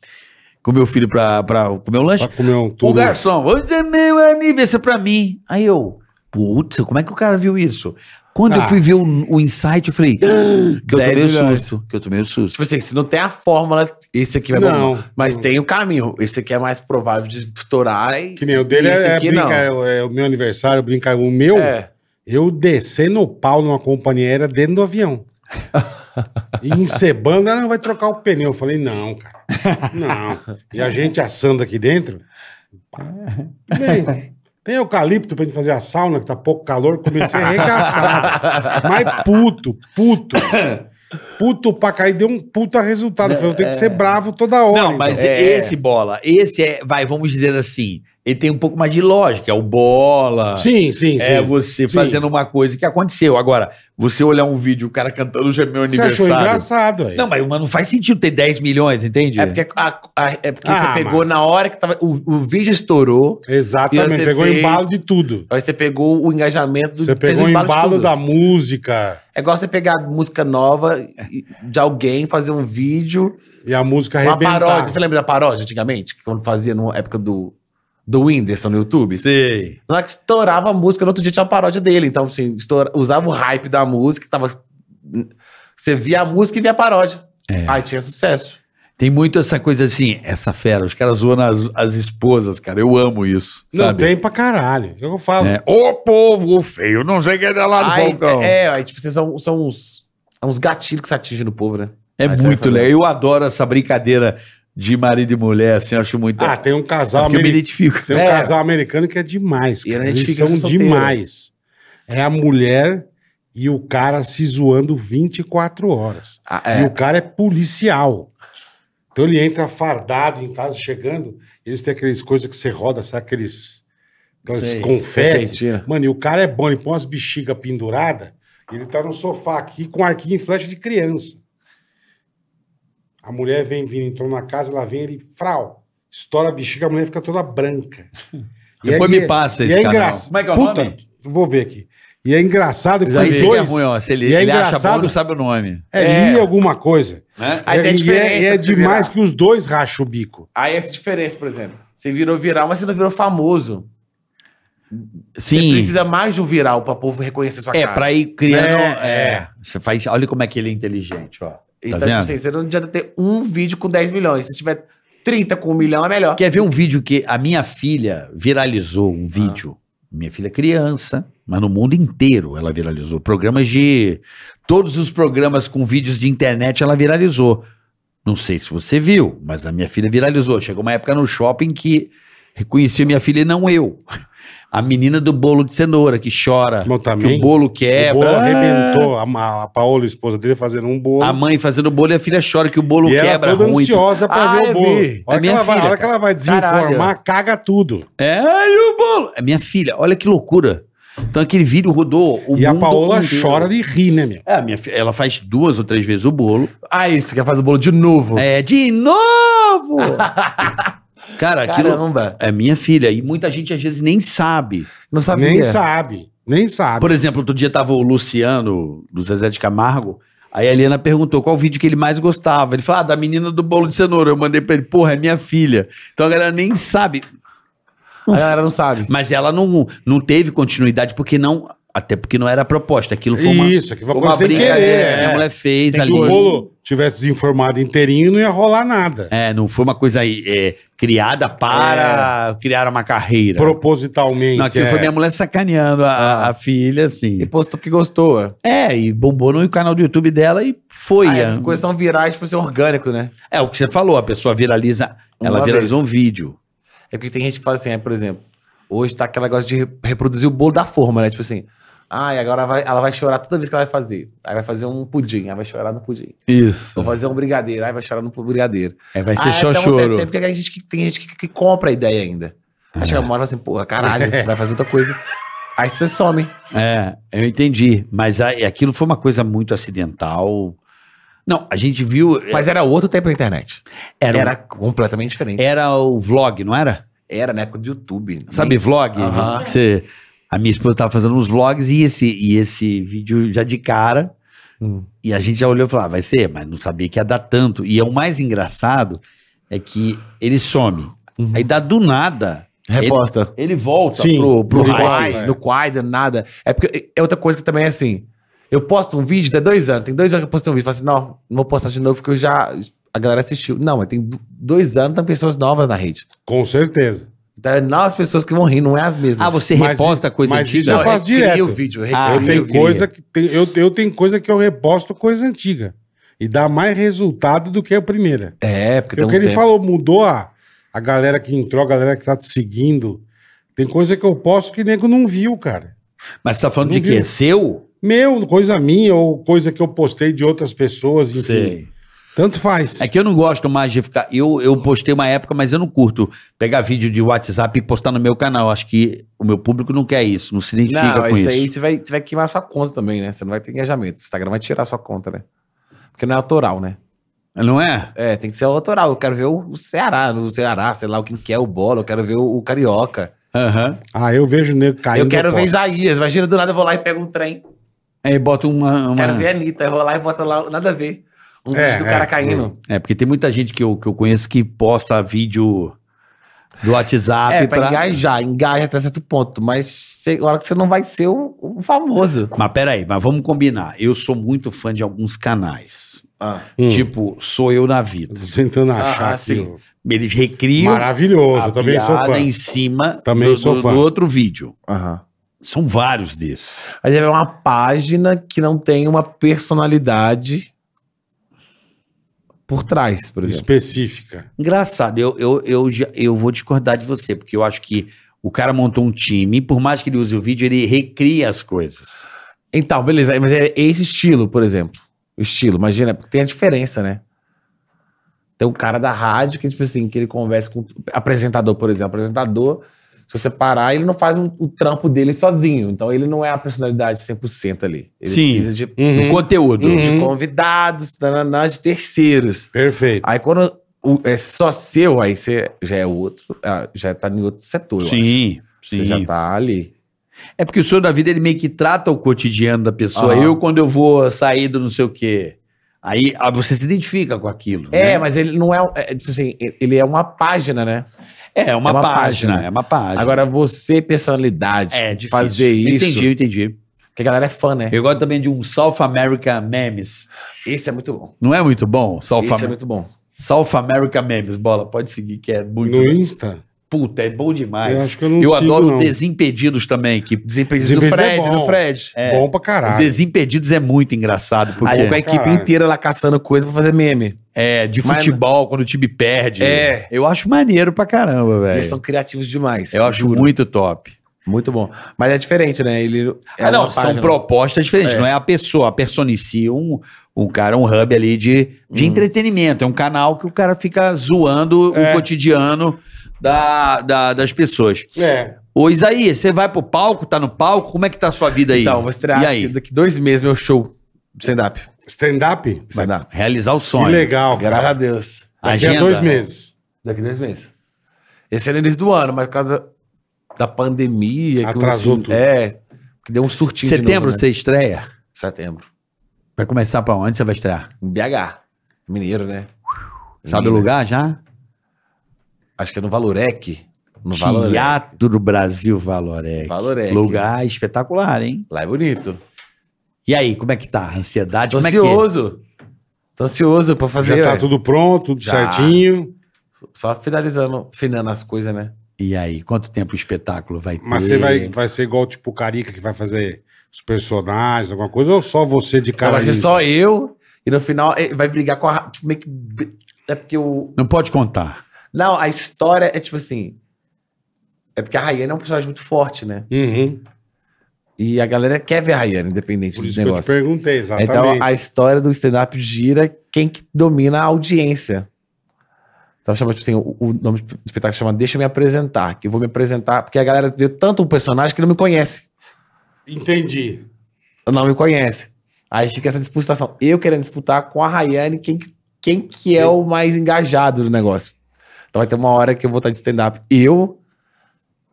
S2: com meu filho pra, pra comer o lanche.
S1: Pra comer um
S2: O
S1: tudo.
S2: garçom, hoje é meu aniversário pra mim. Aí eu, putz, como é que o cara viu isso? Quando
S1: Ah.
S2: eu fui ver o, o insight, eu falei, "Ah", que eu
S4: 10
S2: tomei o
S4: milhões.
S2: susto, que eu tomei o susto.
S4: Tipo assim, se não tem a fórmula, esse aqui vai
S1: Não.
S4: bombar. Mas tem o caminho. Esse aqui é mais provável de estourar e.
S1: Que nem o dele
S4: Esse
S1: é, é
S4: aqui
S1: brinca-
S4: não.
S1: é- é o meu aniversário, brincar. O meu,
S4: É.
S1: eu descendo o pau numa companhia aérea dentro do avião. E encebando, ela vai trocar o pneu. Eu falei, não, cara. Não. E a gente assando aqui dentro. pá.
S2: É.
S1: Bem, tem eucalipto pra gente fazer a sauna, que tá pouco calor. Comecei a arregaçar. Mas puto, puto. Puto pra cair, deu um puta resultado. Eu falei, eu tenho que ser bravo toda hora.
S2: É. Não,
S1: então.
S2: mas
S4: É.
S2: esse bola, esse é, vai, vamos dizer assim, ele tem um pouco mais de lógica, é o bola.
S1: Sim, sim, sim.
S2: É você
S1: Sim.
S2: fazendo uma coisa que aconteceu. Agora, você olhar um vídeo, o cara cantando hoje é meu
S1: Você achou
S2: aniversário.
S1: engraçado é. aí.
S2: Não, mas mano, não faz sentido ter 10 milhões, entende?
S4: É porque, a- a- é porque
S1: Ah,
S4: você pegou na hora que tava. O, o vídeo estourou. E aí
S1: Exatamente,
S4: você
S1: pegou
S4: fez-
S1: embalo de tudo.
S4: Aí você pegou o engajamento do
S1: Você
S4: fez
S1: pegou o
S4: de
S1: embalo
S4: tudo.
S1: da música
S4: É igual você pegar música nova e- de alguém, fazer um vídeo,
S1: e a música
S4: uma
S1: arrebentar.
S4: paródia. Você lembra da paródia antigamente? Que Quando fazia na época do, do Whindersson no
S1: é
S4: YouTube?
S2: Sei.
S4: Na hora é que estourava a música, no outro dia tinha a paródia dele. Então, assim, estoura- usava o hype da música, tava. Você via a música e via a paródia.
S1: É.
S4: Aí tinha sucesso.
S2: Tem muito essa coisa assim, essa fera, os caras zoam as, as esposas, cara. Eu amo isso.
S1: Não
S2: sabe?
S1: tem pra caralho. É o que eu falo.
S2: É, o povo feio, não sei o que é lá do
S4: Aí,
S2: Falcão. É,
S4: é, é, aí, tipo, vocês são, são uns, uns gatilhos que se atinge no povo, né? Aí você
S1: é
S4: vai
S2: É muito
S4: fazer.
S2: legal. Eu adoro essa brincadeira de marido e mulher, assim, eu acho muito.
S1: Ah, tem um
S2: É
S1: casal,
S2: porque eu me
S1: ameri-
S2: identifico.
S1: tem um
S4: É.
S1: casal americano que é demais.
S4: E a
S1: Cara.
S4: gente
S1: Eles
S4: fica
S1: são
S4: solteiro.
S1: demais. É a mulher e o cara se zoando 24 horas.
S4: Ah,
S1: E
S4: é.
S1: o cara é policial. Então ele entra fardado em casa, chegando. Eles têm aquelas coisas que você roda, sabe? Aqueles, aqueles
S2: Sei,
S1: confetes.
S4: Serpentina.
S1: Mano, e o cara é bom, ele põe umas bexigas penduradas, ele tá no sofá aqui com arquinho e flecha de criança. A mulher vem vindo, entrou na casa, ela vem, ele frau, estoura a bexiga, a mulher fica toda branca. E
S2: Depois
S1: é- e
S2: me
S1: é-
S2: passa
S1: e
S2: esse
S1: é
S2: canal.
S1: engraçado.
S2: Como é que é o
S1: Puta,
S2: nome?
S1: vou ver aqui. E é engraçado que
S4: Já
S2: Aí
S1: os
S4: vi.
S2: você que é
S1: dois
S2: ruim, ó. Se ele,
S1: E é
S2: ele acha
S1: engraçado-
S2: bom, não sabe o nome.
S1: é,
S4: É.
S1: li alguma coisa.
S2: Né?
S4: Aí
S1: e,
S4: tem a
S1: e é, e é
S4: diferença de
S1: demais
S4: virar.
S1: que os dois racham o bico.
S4: Aí essa diferença, por exemplo. Você virou viral, mas você não virou famoso. Você
S2: Sim.
S4: precisa mais de um viral pra povo reconhecer sua
S2: É,
S4: cara.
S2: pra ir criando.
S1: É,
S2: É,
S1: é.
S2: Você faz. Olha como é que ele é inteligente, ó.
S1: tá
S4: Então,
S2: vendo?
S4: tipo assim, você não adianta ter um vídeo com 10 milhões. Se tiver 30 com um milhão, é melhor.
S2: Quer ver um vídeo que a minha filha viralizou um vídeo? Minha filha é criança, mas no mundo inteiro ela viralizou. Programas de. Todos os programas com vídeos de internet ela viralizou. Não sei se você viu, mas a minha filha viralizou. Chegou uma época no shopping que reconhecia minha filha e não eu. A menina do bolo de cenoura que chora,
S1: Mas
S2: que
S1: também,
S2: o bolo
S1: o bolo
S2: quebra.
S1: arrebentou. A, Ma- a Paola, a esposa dele, fazendo um bolo.
S2: A mãe fazendo bolo e a filha chora que o bolo
S1: e
S2: quebra
S1: ela toda
S2: ruim.
S1: ansiosa pra
S4: Ah,
S1: ver o
S4: eu
S1: bolo.
S4: vi.
S1: A hora,
S2: É
S1: que
S2: minha
S1: ela, vai- a
S2: filha,
S1: hora que ela vai desinformar, caga tudo.
S2: É, e o bolo? É minha filha, olha que loucura. Então aquele vídeo rodou o
S1: e a
S2: mundo
S1: Paola
S2: inteiro.
S1: chora de rir, né, meu?
S2: É, minha filha, ela faz duas ou três vezes o bolo.
S4: Ah, isso, quer fazer o bolo de novo.
S2: É, de novo! Cara, aquilo
S4: Caramba,
S2: é minha filha. E muita gente às vezes nem sabe.
S4: não sabia.
S1: Nem sabe. Nem sabe.
S2: Por exemplo, outro dia tava o Luciano, do Zezé de Camargo. Aí a Helena perguntou qual vídeo que ele mais gostava. Ele falou, ah, da menina do bolo de cenoura. Eu mandei pra ele, porra, é minha filha. Então a galera nem sabe.
S4: A galera não sabe.
S2: Mas ela não, não teve continuidade, porque não Até porque não era a proposta. Aquilo foi uma,
S1: Isso, aqui foi
S2: uma
S1: uma sem
S2: brincadeira. né?
S1: querer. né?
S4: É.
S2: que A É, mulher fez
S1: Se
S2: ali.
S4: um
S1: o bolo tivesse desinformado inteirinho, não ia rolar nada.
S2: É, não foi uma coisa aí, é, criada para
S4: É.
S2: criar uma carreira.
S1: Propositalmente.
S2: É. Não, aquilo
S1: é.
S2: foi minha mulher sacaneando a,
S4: Ah.
S2: a- a filha, assim.
S4: E postou porque gostou. ó.
S2: É, e bombou no canal do YouTube dela e foi.
S4: Ah,
S2: é.
S4: essas coisas são virais por ser orgânico, né?
S2: É o que você falou, a pessoa viraliza.
S4: Uma
S2: ela viralizou
S4: vez.
S2: um vídeo.
S4: É porque tem gente que fala assim, é, por exemplo, hoje tá aquele negócio de re- reproduzir o bolo da forma, né? Tipo assim, ah, e agora vai- ela vai chorar toda vez que ela vai fazer. Aí vai fazer um pudim, aí vai chorar no pudim.
S2: Isso.
S4: Vou fazer um brigadeiro, aí vai chorar no brigadeiro.
S2: É, vai ser
S4: ah,
S2: só
S4: então,
S2: choro.
S4: Tem, tem, porque a gente, que- tem gente que, que compra a ideia ainda. Acho que a mora assim, porra, caralho, vai fazer outra coisa. Aí você some.
S2: É, eu entendi. Mas aí, aquilo foi uma coisa muito acidental. Não, a gente viu.
S4: Mas era outro tempo na internet.
S2: era,
S4: Era, um-
S2: era,
S4: completamente diferente.
S2: o vlog, não era?
S4: Era na época do YouTube.
S2: Sabe, vlog?
S4: Aham.
S2: Que você- a minha esposa estava fazendo uns vlogs e esse, e esse vídeo já de cara.
S4: Hum.
S2: E a gente já olhou e falou, ah, vai ser, mas não sabia que ia dar tanto. E é o mais engraçado é que ele some.
S4: Uhum.
S2: Aí dá do nada,
S4: Reposta.
S2: ele volta
S1: Sim,
S2: pro, pro
S1: ele
S4: No
S2: hype.
S1: volta.
S4: Quai,
S1: é.
S4: no Quai, do nada. É porque é outra coisa que também é assim. Eu posto um vídeo, tem dois anos, tem dois anos que eu postei um vídeo. Falo assim, não, não vou postar de novo porque eu já. A galera assistiu. Não, mas tem do- dois anos, tem pessoas novas na rede.
S1: Com certeza.
S4: Então é novas pessoas que vão rir, não é as mesmas.
S2: Ah, você
S1: Mas
S2: reposta
S1: i-
S2: coisa
S1: mas
S2: antiga?
S1: isso é- eu faço
S4: recria
S1: direto.
S4: o vídeo,
S2: Ah,
S1: eu,
S4: recria o
S1: tenho
S4: vídeo.
S1: coisa que tem- eu, eu tenho coisa que eu reposto coisa antiga. E dá mais resultado do que a primeira.
S4: É, porque
S1: Porque o que
S4: tem um
S1: ele
S4: tempo.
S1: falou, mudou a, a galera que entrou, a galera que tá te seguindo. Tem coisa que eu posto que nego não viu, cara.
S2: Mas você tá falando
S1: Não
S2: de quê?
S1: viu.
S2: Seu?
S1: Meu, coisa minha ou coisa que eu postei de outras pessoas, enfim. Tanto faz.
S2: É que eu não gosto mais de ficar. Eu, eu postei uma época, mas eu não curto pegar vídeo de WhatsApp e postar no meu canal. Acho que o meu público não quer isso, não se identifica
S4: Não,
S2: com
S4: isso,
S2: isso.
S4: aí você vai, você vai queimar a sua conta também, né? Você não vai ter engajamento. O Instagram vai tirar a sua conta, né? Porque não é autoral, né?
S2: Não é?
S4: É, tem que ser autoral. Eu quero ver o o Ceará, no Ceará, sei lá o que que é o bola, eu quero ver o o Carioca.
S2: Aham.
S1: Ah, eu vejo o nego caindo.
S4: eu quero ver
S1: posto.
S4: Isaías. Imagina, do nada eu vou lá e pego um trem.
S2: Aí É, bota uma. uma-
S4: Quero ver a Anitta. Eu vou lá e boto lá, nada a ver. Um
S1: É,
S4: vídeo do
S1: é,
S4: cara caindo.
S2: É, porque tem muita gente que eu, que eu conheço que posta vídeo do WhatsApp
S4: É, pra
S2: pra.
S4: engajar, engaja até certo ponto. Mas cê, hora que você não vai ser o, o famoso.
S2: Mas peraí, mas vamos combinar. Eu sou muito fã de alguns canais.
S1: Hum,
S2: Tipo, sou eu na vida.
S1: tô tentando
S4: Ah,
S1: achar aqui.
S4: sim.
S1: ó.
S2: Eles recriam
S1: Maravilhoso,
S2: a
S1: eu também sou
S2: piada
S1: fã.
S2: em cima
S1: Também
S2: do,
S1: sou
S2: do-
S1: fã.
S2: do outro vídeo.
S4: Aham.
S2: São vários desses.
S4: Mas é uma página que não tem uma personalidade por trás, por exemplo.
S1: Específica.
S2: Engraçado, eu, eu, eu, já- eu vou discordar de você, porque eu acho que o cara montou um time, por mais que ele use o vídeo, ele recria as coisas.
S4: Então, beleza. Mas é esse estilo, por exemplo. O estilo, imagina, porque tem a diferença, né? Tem um cara da rádio que, tipo assim, que ele conversa com apresentador, por exemplo. Apresentador, se você parar, ele não faz um- o trampo dele sozinho. Então, ele não é a personalidade 100% ali. Ele
S2: Sim.
S4: precisa de,
S2: No conteúdo.
S1: Uhum.
S4: de convidados, tananã, de terceiros.
S1: Perfeito.
S4: Aí, quando o- é só seu, aí você já é outro, ah, já tá em outro setor, eu acho.
S2: Sim, sim.
S4: Você já tá ali.
S2: É porque o senhor da vida ele meio que trata o cotidiano da pessoa.
S4: Aham.
S2: Eu, quando eu vou sair do não sei o quê. Aí ah, você se identifica com aquilo.
S4: É,
S2: né?
S4: mas ele não é, um- é, tipo assim, ele é uma página, né?
S2: é uma,
S4: é uma
S2: página,
S4: página.
S2: É uma página.
S4: Agora, você, personalidade,
S2: é difícil.
S4: fazer isso.
S2: Entendi, eu entendi.
S4: Porque a galera é fã, né?
S2: Eu gosto também de um South America Memes.
S4: Esse é muito bom.
S2: Não é muito bom? South,
S4: Esse é
S2: Am-
S4: muito bom.
S2: South America Memes. Bola, pode seguir, que é muito.
S1: No Insta?
S2: Puta, é bom demais.
S1: Eu
S2: Eu,
S1: acho que eu não sigo,
S2: adoro
S1: não.
S2: o Desimpedidos também. Que
S4: Desimpedidos do
S1: Desimpedidos é
S4: Fred,
S1: bom.
S4: do Fred.
S2: é,
S1: Bom pra
S2: o
S1: caralho.
S2: Desimpedidos é muito engraçado. Porque
S4: Aí com a equipe
S1: Caralho.
S4: inteira lá caçando coisa pra fazer meme.
S2: é de
S4: Mas-
S2: futebol, quando o time perde.
S4: É.
S2: Eu acho maneiro pra caramba, velho.
S4: Eles são criativos demais.
S2: Eu acho muito top.
S4: Muito bom. Mas é diferente, né? Ele é
S2: ah, não,
S4: uma
S2: são
S4: página.
S2: propostas diferentes.
S4: É.
S2: Não é a pessoa, a persona em si, um, um cara, um hub ali de, de
S4: Hum.
S2: entretenimento. É um canal que o cara fica zoando
S1: É.
S2: o cotidiano da, da- das pessoas.
S1: É.
S2: Ô, Isaías, você vai pro palco, tá no palco? Como é que tá a sua vida aí?
S4: Então, você
S2: e
S4: acha
S2: aí?
S4: que daqui dois meses meu show de stand-up.
S1: Stand-up?
S2: Vai
S4: Stand-up.
S2: realizar o
S1: Que
S2: sonho.
S1: legal. cara.
S4: Graças a Deus.
S1: Daqui a
S2: Agenda. né?
S1: dois meses.
S4: Daqui dois meses. Esse é no início do ano, mas por causa da pandemia. que
S1: Atrasou
S4: assim,
S1: tudo.
S4: É, que deu um surtinho de
S2: Setembro
S4: novo, né?
S2: você estreia?
S4: Setembro.
S2: Vai começar pra onde você vai estrear?
S4: Em BH. Mineiro, né?
S2: Sabe o
S4: Minas.
S2: lugar já?
S4: Acho que é no Valorec. No Valoré.
S2: Teatro Brasil Valorec.
S4: Valorec.
S2: Lugar espetacular, hein?
S4: Lá é bonito.
S2: E aí, como é que tá? Ansiedade?
S4: Tô
S2: Como é que é?
S4: ansioso. Tô ansioso pra fazer.
S1: Já tá
S4: ué.
S1: tudo pronto, tudo
S4: Já.
S1: certinho.
S4: Só finalizando, finando as coisas, né?
S2: E aí, quanto tempo o espetáculo vai ter?
S1: Mas você vai, vai ser igual tipo o Carica que vai fazer os personagens, alguma coisa, ou só você de cara?
S4: Então vai ser
S1: limpa?
S4: só eu. E no final eh, vai brigar com a. ra- Tipo, meio que. br- É porque o.
S2: Não pode contar.
S4: Não, a história é tipo assim. É porque a Rayane é um personagem muito forte, né?
S1: Uhum.
S4: E a galera quer ver a Rayane, independente
S1: Por
S4: do
S1: isso que eu te
S4: negócio.
S1: perguntei, exatamente.
S4: Então a história do stand-up gira quem que domina a audiência. Então chama, tipo assim, o, o nome do espetáculo chama Deixa Eu Me Apresentar, que eu vou me apresentar, porque a galera vê tanto o personagem que não me conhece.
S1: Entendi.
S4: Não me conhece. Aí fica essa disputação. Eu querendo disputar com a Rayane quem, que- quem que é o mais engajado do negócio. Então vai ter uma hora que eu vou estar de stand-up. Eu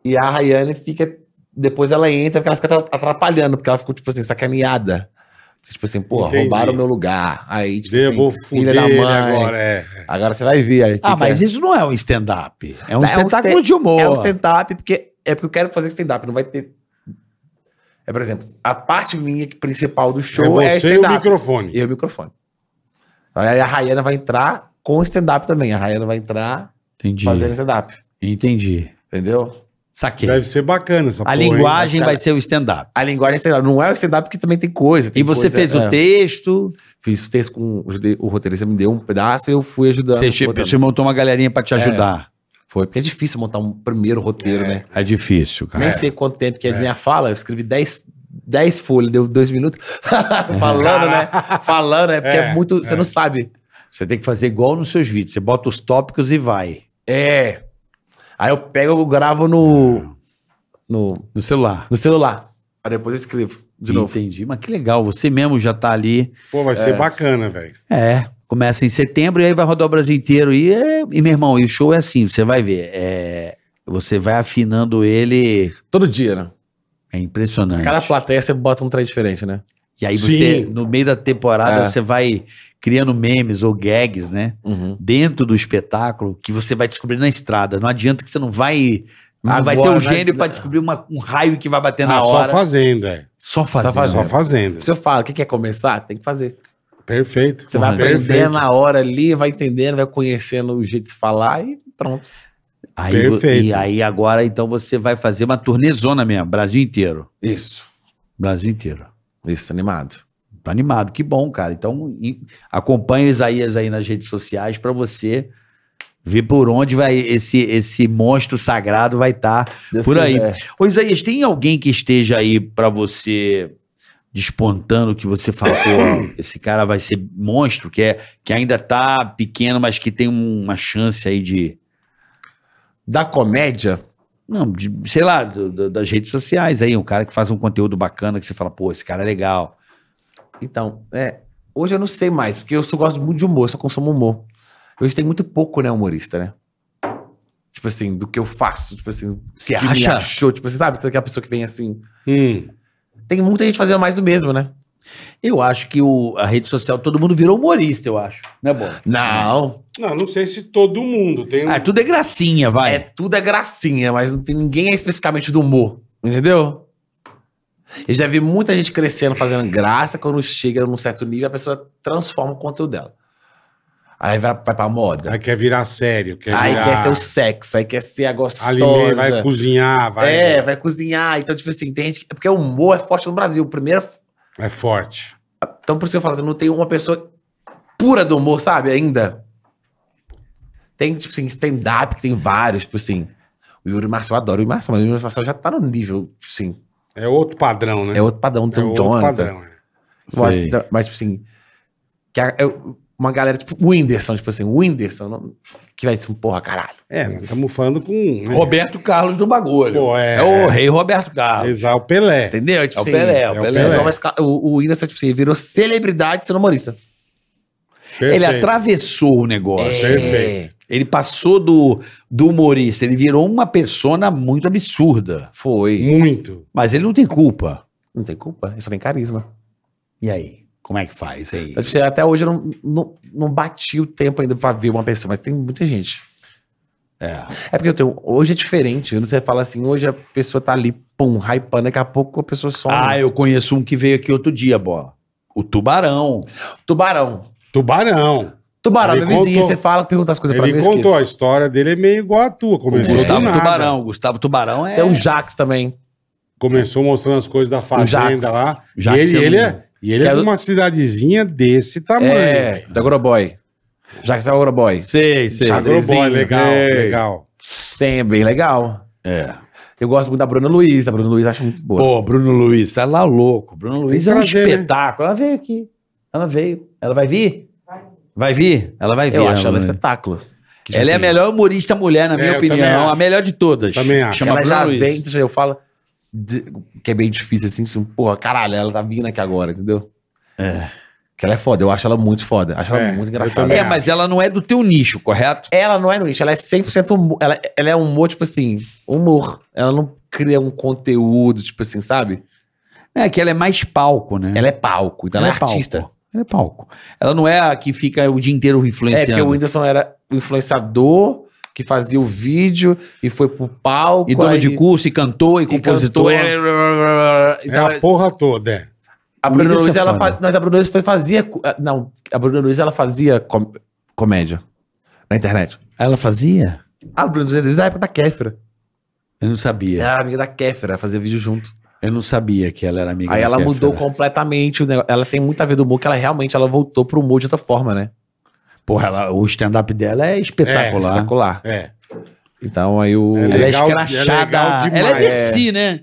S4: e a Rayane fica. Depois ela entra, porque ela fica atra- atrapalhando, porque ela ficou, tipo assim, sacaneada. Tipo assim, pô,
S1: Entendi.
S4: roubaram o meu lugar. Aí, tipo
S1: Vê, eu
S4: assim,
S1: vou
S4: filha
S1: fuder
S4: da
S1: ele
S4: mãe.
S1: agora. É.
S4: Agora você vai ver. Aí
S2: Ah,
S4: fica-
S2: mas isso não é um stand-up. É um
S4: É um
S2: espetáculo
S4: stand-
S2: de humor.
S4: É um stand-up, porque é porque eu quero fazer stand-up, não vai ter. É, por exemplo, a parte minha que- principal do show é,
S1: é você e o
S4: stand-up.
S1: microfone.
S4: E o microfone. Aí a Rayana vai entrar com stand-up também. A Rayana vai entrar
S2: Entendi.
S4: fazendo stand-up.
S2: Entendi.
S4: Entendeu?
S2: Saquei.
S1: Deve ser bacana essa
S2: A
S1: porra, hein?
S2: linguagem
S4: cara.
S2: vai ser o stand-up.
S4: A linguagem é stand-up. Não é o stand-up que também tem coisa.
S2: E
S4: tem
S2: você
S4: coisa-
S2: fez
S4: é.
S2: o texto,
S4: Fiz o texto com o, judeu- o roteirista, me deu um pedaço e eu fui ajudando.
S2: você, che-
S4: botando.
S2: você montou uma galerinha pra te ajudar.
S4: Foi, porque é difícil montar um primeiro roteiro, né?
S2: É, difícil, cara.
S4: Nem sei quanto tempo que é de minha fala, eu escrevi 10 10 folhas, deu dois minutos. Falando, né? Falando, é porque é,
S1: É,
S4: muito. Você não sabe.
S2: Você tem que fazer igual nos seus vídeos. Você bota os tópicos e vai.
S4: É. Aí eu pego, eu gravo no. No,
S2: No celular.
S4: no celular. Aí depois eu escrevo de novo.
S2: Entendi. Mas que legal. Você mesmo já tá ali.
S1: Pô,
S4: é.
S1: vai ser bacana, velho.
S2: É, começa em setembro e aí vai rodar o Brasil inteiro. E, é- e, meu irmão, e o show é assim, você vai ver. é, você vai afinando ele.
S4: Todo dia, né?
S2: É impressionante.
S4: Cada plateia você bota um trem diferente, né?
S2: E aí
S1: Sim.
S2: você, no meio da temporada,
S4: É.
S2: você vai criando memes ou gags, né? Dentro do espetáculo, que você vai descobrir na estrada. Não adianta que você não vai. Ah, vai ter
S4: Agora,
S2: um
S4: né?
S2: gênio pra descobrir uma- um raio que vai bater na
S1: Ah,
S2: hora.
S1: só fazendo, é.
S2: Só fazer.
S4: Só fazendo.
S1: Só fazendo.
S4: Se eu falo, o que quer começar? Tem que fazer.
S1: Perfeito.
S4: Você vai
S1: Perfeito.
S4: aprendendo na hora ali, vai entendendo, vai conhecendo o jeito de se falar e pronto.
S2: Aí, vo-
S1: Perfeito.
S2: e aí agora, então, você vai fazer uma turnezona mesmo, Brasil inteiro.
S4: Isso.
S2: Brasil inteiro.
S4: Isso, animado.
S2: Tá animado, que bom, cara. Então, e- acompanha o Isaías aí nas redes sociais pra você ver por onde vai esse esse monstro sagrado vai estar.
S4: Se Deus
S2: Por aí.
S4: quiser.
S2: Ô Isaías, tem alguém que esteja aí pra você despontando que você fala, pô, esse cara vai ser monstro, que é que ainda tá pequeno, mas que tem uma chance aí de
S4: Da comédia,
S2: não, de- sei lá, do- do- das redes sociais aí, um cara que faz um conteúdo bacana que você fala, pô, esse cara é legal.
S4: Então, é. Hoje eu não sei mais, porque eu só gosto muito de humor, só consumo humor. Hoje tem muito pouco, né, humorista, né? Tipo assim, do que eu faço, tipo assim,
S2: Você
S4: que me
S2: acha?
S4: achou, tipo, você sabe que aquela pessoa que vem assim.
S1: Hum,
S4: Tem muita gente fazendo mais do mesmo, né?
S2: Eu acho que o- a rede social, todo mundo virou humorista, eu acho. Não é bom?
S4: Não.
S1: Não, não sei se todo mundo tem. um-
S2: Ah, tudo é gracinha, vai.
S4: É tudo é gracinha, mas não tem ninguém é especificamente do humor, entendeu? Eu já vi muita gente crescendo, fazendo graça, quando chega num certo nível, a pessoa transforma o conteúdo dela. Aí vai, vai pra moda.
S1: Aí quer virar sério, quer
S4: Aí
S1: virar
S4: quer ser o sexo, aí quer ser a gostosa.
S1: alimento, vai cozinhar, vai.
S4: É, vai cozinhar. Então, tipo assim, tem gente. que- é Porque o humor é forte no Brasil. Primeiro.
S1: É forte.
S4: Então, por isso que eu falo assim, não tem uma pessoa pura do humor, sabe? Ainda. Tem, tipo assim, stand-up, que tem vários, tipo assim. O Yuri Marcel, eu adoro o Yuri Marcel, mas o Yuri Marcel já tá no nível, tipo assim.
S1: É outro padrão, né?
S4: É outro padrão,
S1: É
S4: tem o Jonathan.
S1: é.
S4: Eu acho
S2: Sei.
S4: que- mas, tipo assim. Que a- é uma galera, tipo, o Whindersson, tipo assim, o Whindersson, não- que vai, tipo, porra, caralho.
S1: É, nós estamos falando com. né?
S2: Roberto Carlos do bagulho.
S1: Pô, é.
S2: é o rei Roberto Carlos.
S1: Exar o Pelé.
S4: Entendeu?
S2: É
S4: Tipo
S2: o
S4: assim,
S2: Pelé, é
S1: é
S2: o
S1: o
S2: Pelé.
S1: Pelé.
S4: O, o Whindersson, tipo assim, virou celebridade sendo humorista.
S2: Ele
S1: Perfeito.
S2: atravessou o negócio.
S4: É.
S1: Perfeito.
S2: Ele passou do, do humorista, ele virou uma persona muito absurda.
S4: Foi.
S1: Muito.
S2: Mas ele não tem culpa.
S4: Não tem culpa, ele só tem carisma.
S2: E aí? Como é que faz aí?
S4: Eu, tipo assim, até hoje eu não, não, não bati o tempo ainda pra ver uma pessoa, mas tem muita gente. É porque eu tenho. Hoje é diferente. Você fala assim, hoje a pessoa tá ali, pum, hypando, daqui a pouco a pessoa some.
S2: Ah, eu conheço um que veio aqui outro dia, bola. O Tubarão.
S4: Tubarão.
S1: Tubarão.
S4: Tubarão,
S1: Ele
S4: meu vizinho,
S1: contou-
S4: você fala, pergunta as coisas pra mim,
S1: Ele
S4: eu
S1: contou,
S4: esqueço.
S1: a história dele é meio igual a tua. Começou do
S2: Gustavo
S1: nada.
S2: Tubarão. Gustavo Tubarão é.
S4: Tem o Jax também.
S1: Começou mostrando as coisas da fazenda
S4: Jax.
S1: lá.
S2: Jax
S1: e ele,
S2: é
S1: ele
S2: um-
S1: é, e ele é
S4: É
S1: de
S4: do-
S1: uma cidadejazinha desse tamanho.
S4: É, da Groboy. Jax é o Groboy.
S2: Sei, sei.
S1: Agroboy, legal, legal.
S4: Tem, é bem legal.
S2: É.
S4: Eu gosto muito da Bruna Luiz. A Bruna Luiz eu acho muito boa.
S2: Pô, Bruno Luiz, tá lá louco. Bruno Luiz
S1: que
S2: é um
S1: trazer, né?
S2: espetáculo. Ela veio aqui. Ela veio. Ela vai vir? Vai vir? Ela vai vir.
S4: eu acho ela um
S2: vai vir.
S4: espetáculo.
S2: Ela é a melhor humorista mulher, na
S1: É,
S2: minha
S1: eu
S2: opinião.
S1: também acho.
S2: A melhor de todas.
S1: Também acho.
S2: Chama
S4: ela
S2: Bruna
S4: já
S2: Luiz.
S4: vem, então eu falo. de- que é bem difícil assim, assim, porra, caralho, ela tá vindo aqui agora, entendeu?
S2: É.
S4: Que ela é foda, eu acho ela muito foda, acho
S1: É,
S4: ela muito
S1: eu
S4: engraçada.
S1: também
S2: É, mas ela não é do teu nicho, correto?
S4: Ela não é no lixo, ela é 100% humor. Ela, ela é humor, tipo assim, humor. Ela não cria um conteúdo, tipo assim, sabe?
S2: É que ela é mais palco, né?
S4: Ela é palco, então ela, é, artista.
S2: Palco. Ela é palco. Ela não é a que fica o dia inteiro
S4: É, porque o
S2: influenciando.
S4: Whindersson era o influenciador que fazia o vídeo e foi pro palco.
S2: e dona
S4: aí-
S2: de curso, e cantor, e,
S4: e
S2: compositor.
S4: cantor. É,
S1: É
S4: então,
S1: a porra toda, é.
S4: a
S2: o
S4: Bruna
S2: Whindersson
S4: Luiz,
S2: é
S4: ela
S2: foda.
S4: fa... Mas a Bruna Luiz foi- fazia. co- ah, Não, a Bruna Luiz, ela fazia com- comédia na internet.
S2: Ela fazia?
S4: A Bruna Luiz, desde a época da Kéfera.
S2: Eu não sabia.
S4: Ela era amiga da Kéfera, fazia vídeo junto.
S2: Eu não sabia que ela era amiga
S4: Aí
S2: da
S4: ela
S2: Kéfera.
S4: mudou completamente o negócio. Ela tem muita a ver do humor, que ela realmente ela voltou pro humor de outra forma,
S2: Ah.
S4: né?
S2: Porra, ela- o stand-up dela é espetacular.
S4: Espetacular.
S1: É.
S4: Então aí o.
S1: Ela
S2: Ela é
S1: Legal- é
S2: escrachada.
S1: legal demais.
S2: ela é Dercy, né?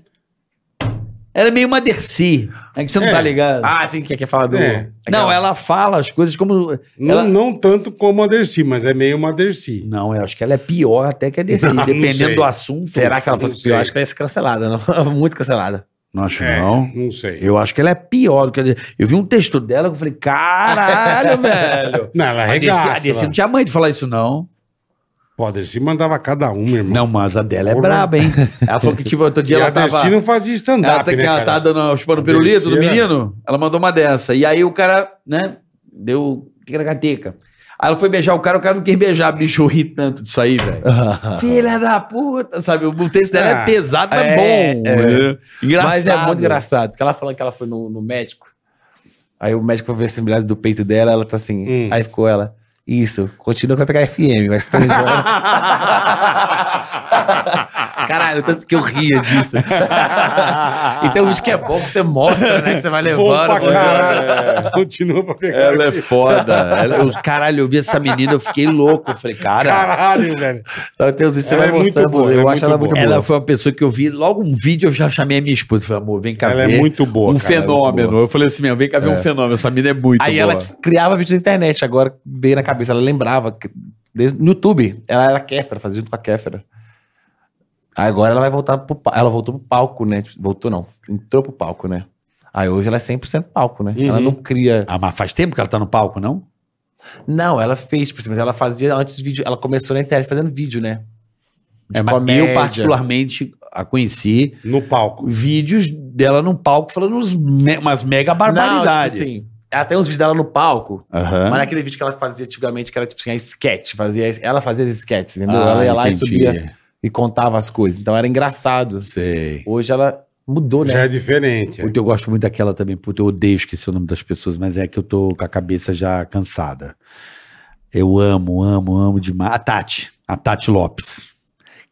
S2: Ela é meio uma Dercy. É que você não
S1: É.
S2: tá ligado.
S4: Ah, sim, que quer falar do.
S1: É.
S2: não,
S4: aquela-
S2: ela fala as coisas como.
S1: Não,
S2: Ela-
S1: não tanto como a Dercy, mas é meio uma Dercy.
S2: Não, eu acho que ela é pior até que a Dercy.
S1: Não, não
S2: dependendo
S1: sei.
S2: do assunto.
S4: Será que ela
S1: Não
S4: fosse
S1: sei.
S4: pior? Acho que ela ia ser cancelada, não? Muito cancelada.
S2: Não acho,
S1: É,
S2: não.
S1: não sei.
S2: Eu acho que ela é pior do que a Dercy. Eu vi um texto dela que eu falei, caralho, velho.
S1: Não, ela
S2: A Dercy, a
S1: arregaça.
S2: Dercy não
S1: ela-
S2: tinha mãe de falar isso, não.
S1: Pô, a Dercy mandava cada uma, irmão.
S2: Não, mas a dela é
S1: Porra.
S2: braba, hein? Ela falou que, tipo, outro
S1: e
S2: dia
S1: a
S2: ela tava.
S1: Dercy não fazia
S2: Ela,
S1: stand-up,
S2: tá,
S1: né,
S2: que ela
S1: cara?
S2: tá dando chupando
S1: A
S2: pirulito do
S1: Dercy era-
S2: menino. Ela mandou uma dessa. E aí o cara, né, deu tica-tica. Aí ela foi beijar o cara, o cara não quis beijar, bicho, eu ri tanto disso aí, velho. Filha da puta, sabe? O texto dela
S1: Ah,
S2: é pesado, mas
S4: é,
S2: bom.
S4: é.
S2: né? Engraçado.
S4: Mas é muito engraçado. Porque ela falando que ela foi no, no médico. Aí o médico foi ver a sensibilidade do peito dela, ela tá assim.
S1: Hum.
S4: Aí ficou ela. Isso, continua que vai pegar FM, mas tá enjoando. Caralho, tanto que eu ria disso. então isso que é bom que você mostra, né? Que você vai
S1: Bom
S4: levando.
S1: pra
S4: você-
S1: caralho. é. Continua pra pegar.
S2: Ela é foda. Ela- eu, caralho, eu vi essa menina, eu fiquei louco. Eu falei, cara.
S1: Caralho, velho.
S4: Então tem os vídeos que você
S1: Ela
S4: vai
S1: é muito
S4: mostrando.
S1: boa,
S4: eu
S1: ela é
S4: acho ela
S1: muito
S4: muito boa.
S2: Ela foi uma pessoa que eu vi, logo um vídeo eu já chamei a minha esposa. Falei, amor, vem cá
S1: Ela é
S2: ver.
S1: muito boa,
S2: Um
S1: cara, ela é muito
S2: fenômeno.
S1: boa.
S2: Eu falei assim mesmo, vem cá ver um fenômeno. Essa menina é muito
S4: Aí
S2: boa.
S4: ela criava vídeo na internet, agora dei na cabeça, ela lembrava. que- desde- no YouTube, ela era Kéfera, fazia junto com a Kéfera. Agora ela vai voltar pro palco. Ela voltou pro palco, né? Voltou não, entrou pro palco, né? Aí hoje ela é 100% palco, né?
S1: Uhum.
S4: Ela não cria.
S2: Ah, mas faz tempo que ela tá no palco, não?
S4: Não, ela fez, tipo assim, mas ela fazia antes vídeo. Ela começou na internet fazendo vídeo, né? De
S2: É, mas eu
S4: comédia.
S2: particularmente a conheci
S1: No palco.
S2: vídeos dela num palco falando uns me- umas mega barbaridades.
S4: Não, tipo assim, ela tem uns vídeos dela no palco,
S2: Aham.
S4: mas naquele vídeo que ela fazia antigamente, que era tipo assim, a sketch. Fazia, ela fazia sketch, entendeu?
S2: Ah,
S4: ela ia lá e
S2: entendi.
S4: subia. e contava as coisas. Então era engraçado.
S2: Sei.
S4: Hoje ela mudou,
S1: Já
S4: né?
S1: é diferente.
S2: Puta, eu gosto muito daquela também. Puta, eu odeio esquecer o nome das pessoas, mas é que eu tô com a cabeça já cansada. Eu amo, amo, amo demais. A Tati. A Tati Lopes.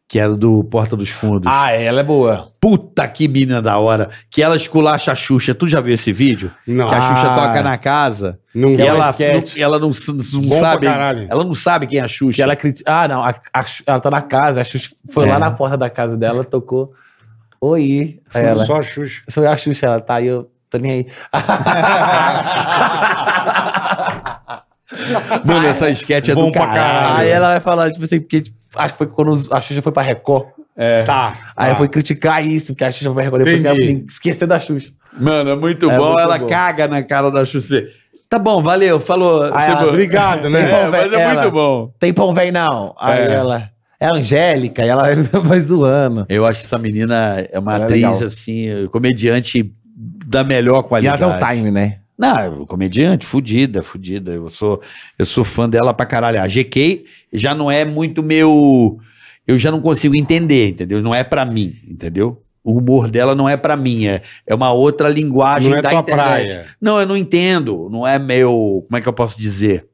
S2: Que era do Porta dos Fundos.
S4: Ah, ela é boa.
S2: Puta que mina da hora. Que ela esculacha a Xuxa. Tu já viu esse vídeo?
S1: Não,
S2: Que a Xuxa
S4: Ah.
S2: toca na casa.
S1: não
S2: E
S1: é
S2: ela,
S1: esquete.
S2: não, ela não, s- não
S1: Bom pra
S2: sabe.
S1: caralho.
S2: Ela não sabe quem é a Xuxa.
S4: Que ela critica. Ah, não. a- a Xu- ela tá na casa. A Xuxa foi
S2: É.
S4: lá na porta da casa dela, tocou. Oi. Aí ela.
S1: Só a Xuxa.
S4: Sou eu a Xuxa, ela tá aí, eu tô nem aí.
S2: Mano, essa esquete é
S1: Bom
S2: do
S1: pra
S2: caralho.
S1: caralho.
S4: aí ela vai falar, tipo assim, porque tipo, acho que foi quando os- a Xuxa foi pra Record.
S2: É.
S1: Tá.
S4: Aí
S1: tá.
S4: foi criticar isso, porque a Xuxa foi pra Record depois
S1: Entendi.
S4: que ela esqueceu da Xuxa.
S2: Mano, é muito
S4: É
S2: bom.
S4: muito
S2: ela
S4: bom.
S2: caga na cara da Xuxa. Tá bom, valeu, falou.
S4: Aí
S2: Você
S4: Ah, ela-
S2: foi-
S1: Obrigado,
S2: É,
S1: né?
S4: Então,
S2: mas
S4: velho,
S2: é
S4: ela-
S2: muito bom.
S4: Tem pão velho não. Aí
S1: É.
S4: ela. É a Angélica, e ela vai zoando.
S2: Eu acho que essa menina é uma
S4: Ela é
S2: atriz,
S4: legal.
S2: assim, comediante da melhor
S4: E
S2: qualidade.
S4: ela tem um time, né?
S2: Não, é um comediante, fudida, fudida. Eu sou, eu sou fã dela pra caralho. A GK já não é muito meu. eu já não consigo entender, entendeu? Não é pra mim, entendeu? O humor dela não é pra mim, é, é uma outra linguagem
S1: Não é
S2: da
S1: tua
S2: internet.
S1: praia.
S2: Não, eu não entendo. Não é meu. Como é que eu posso dizer?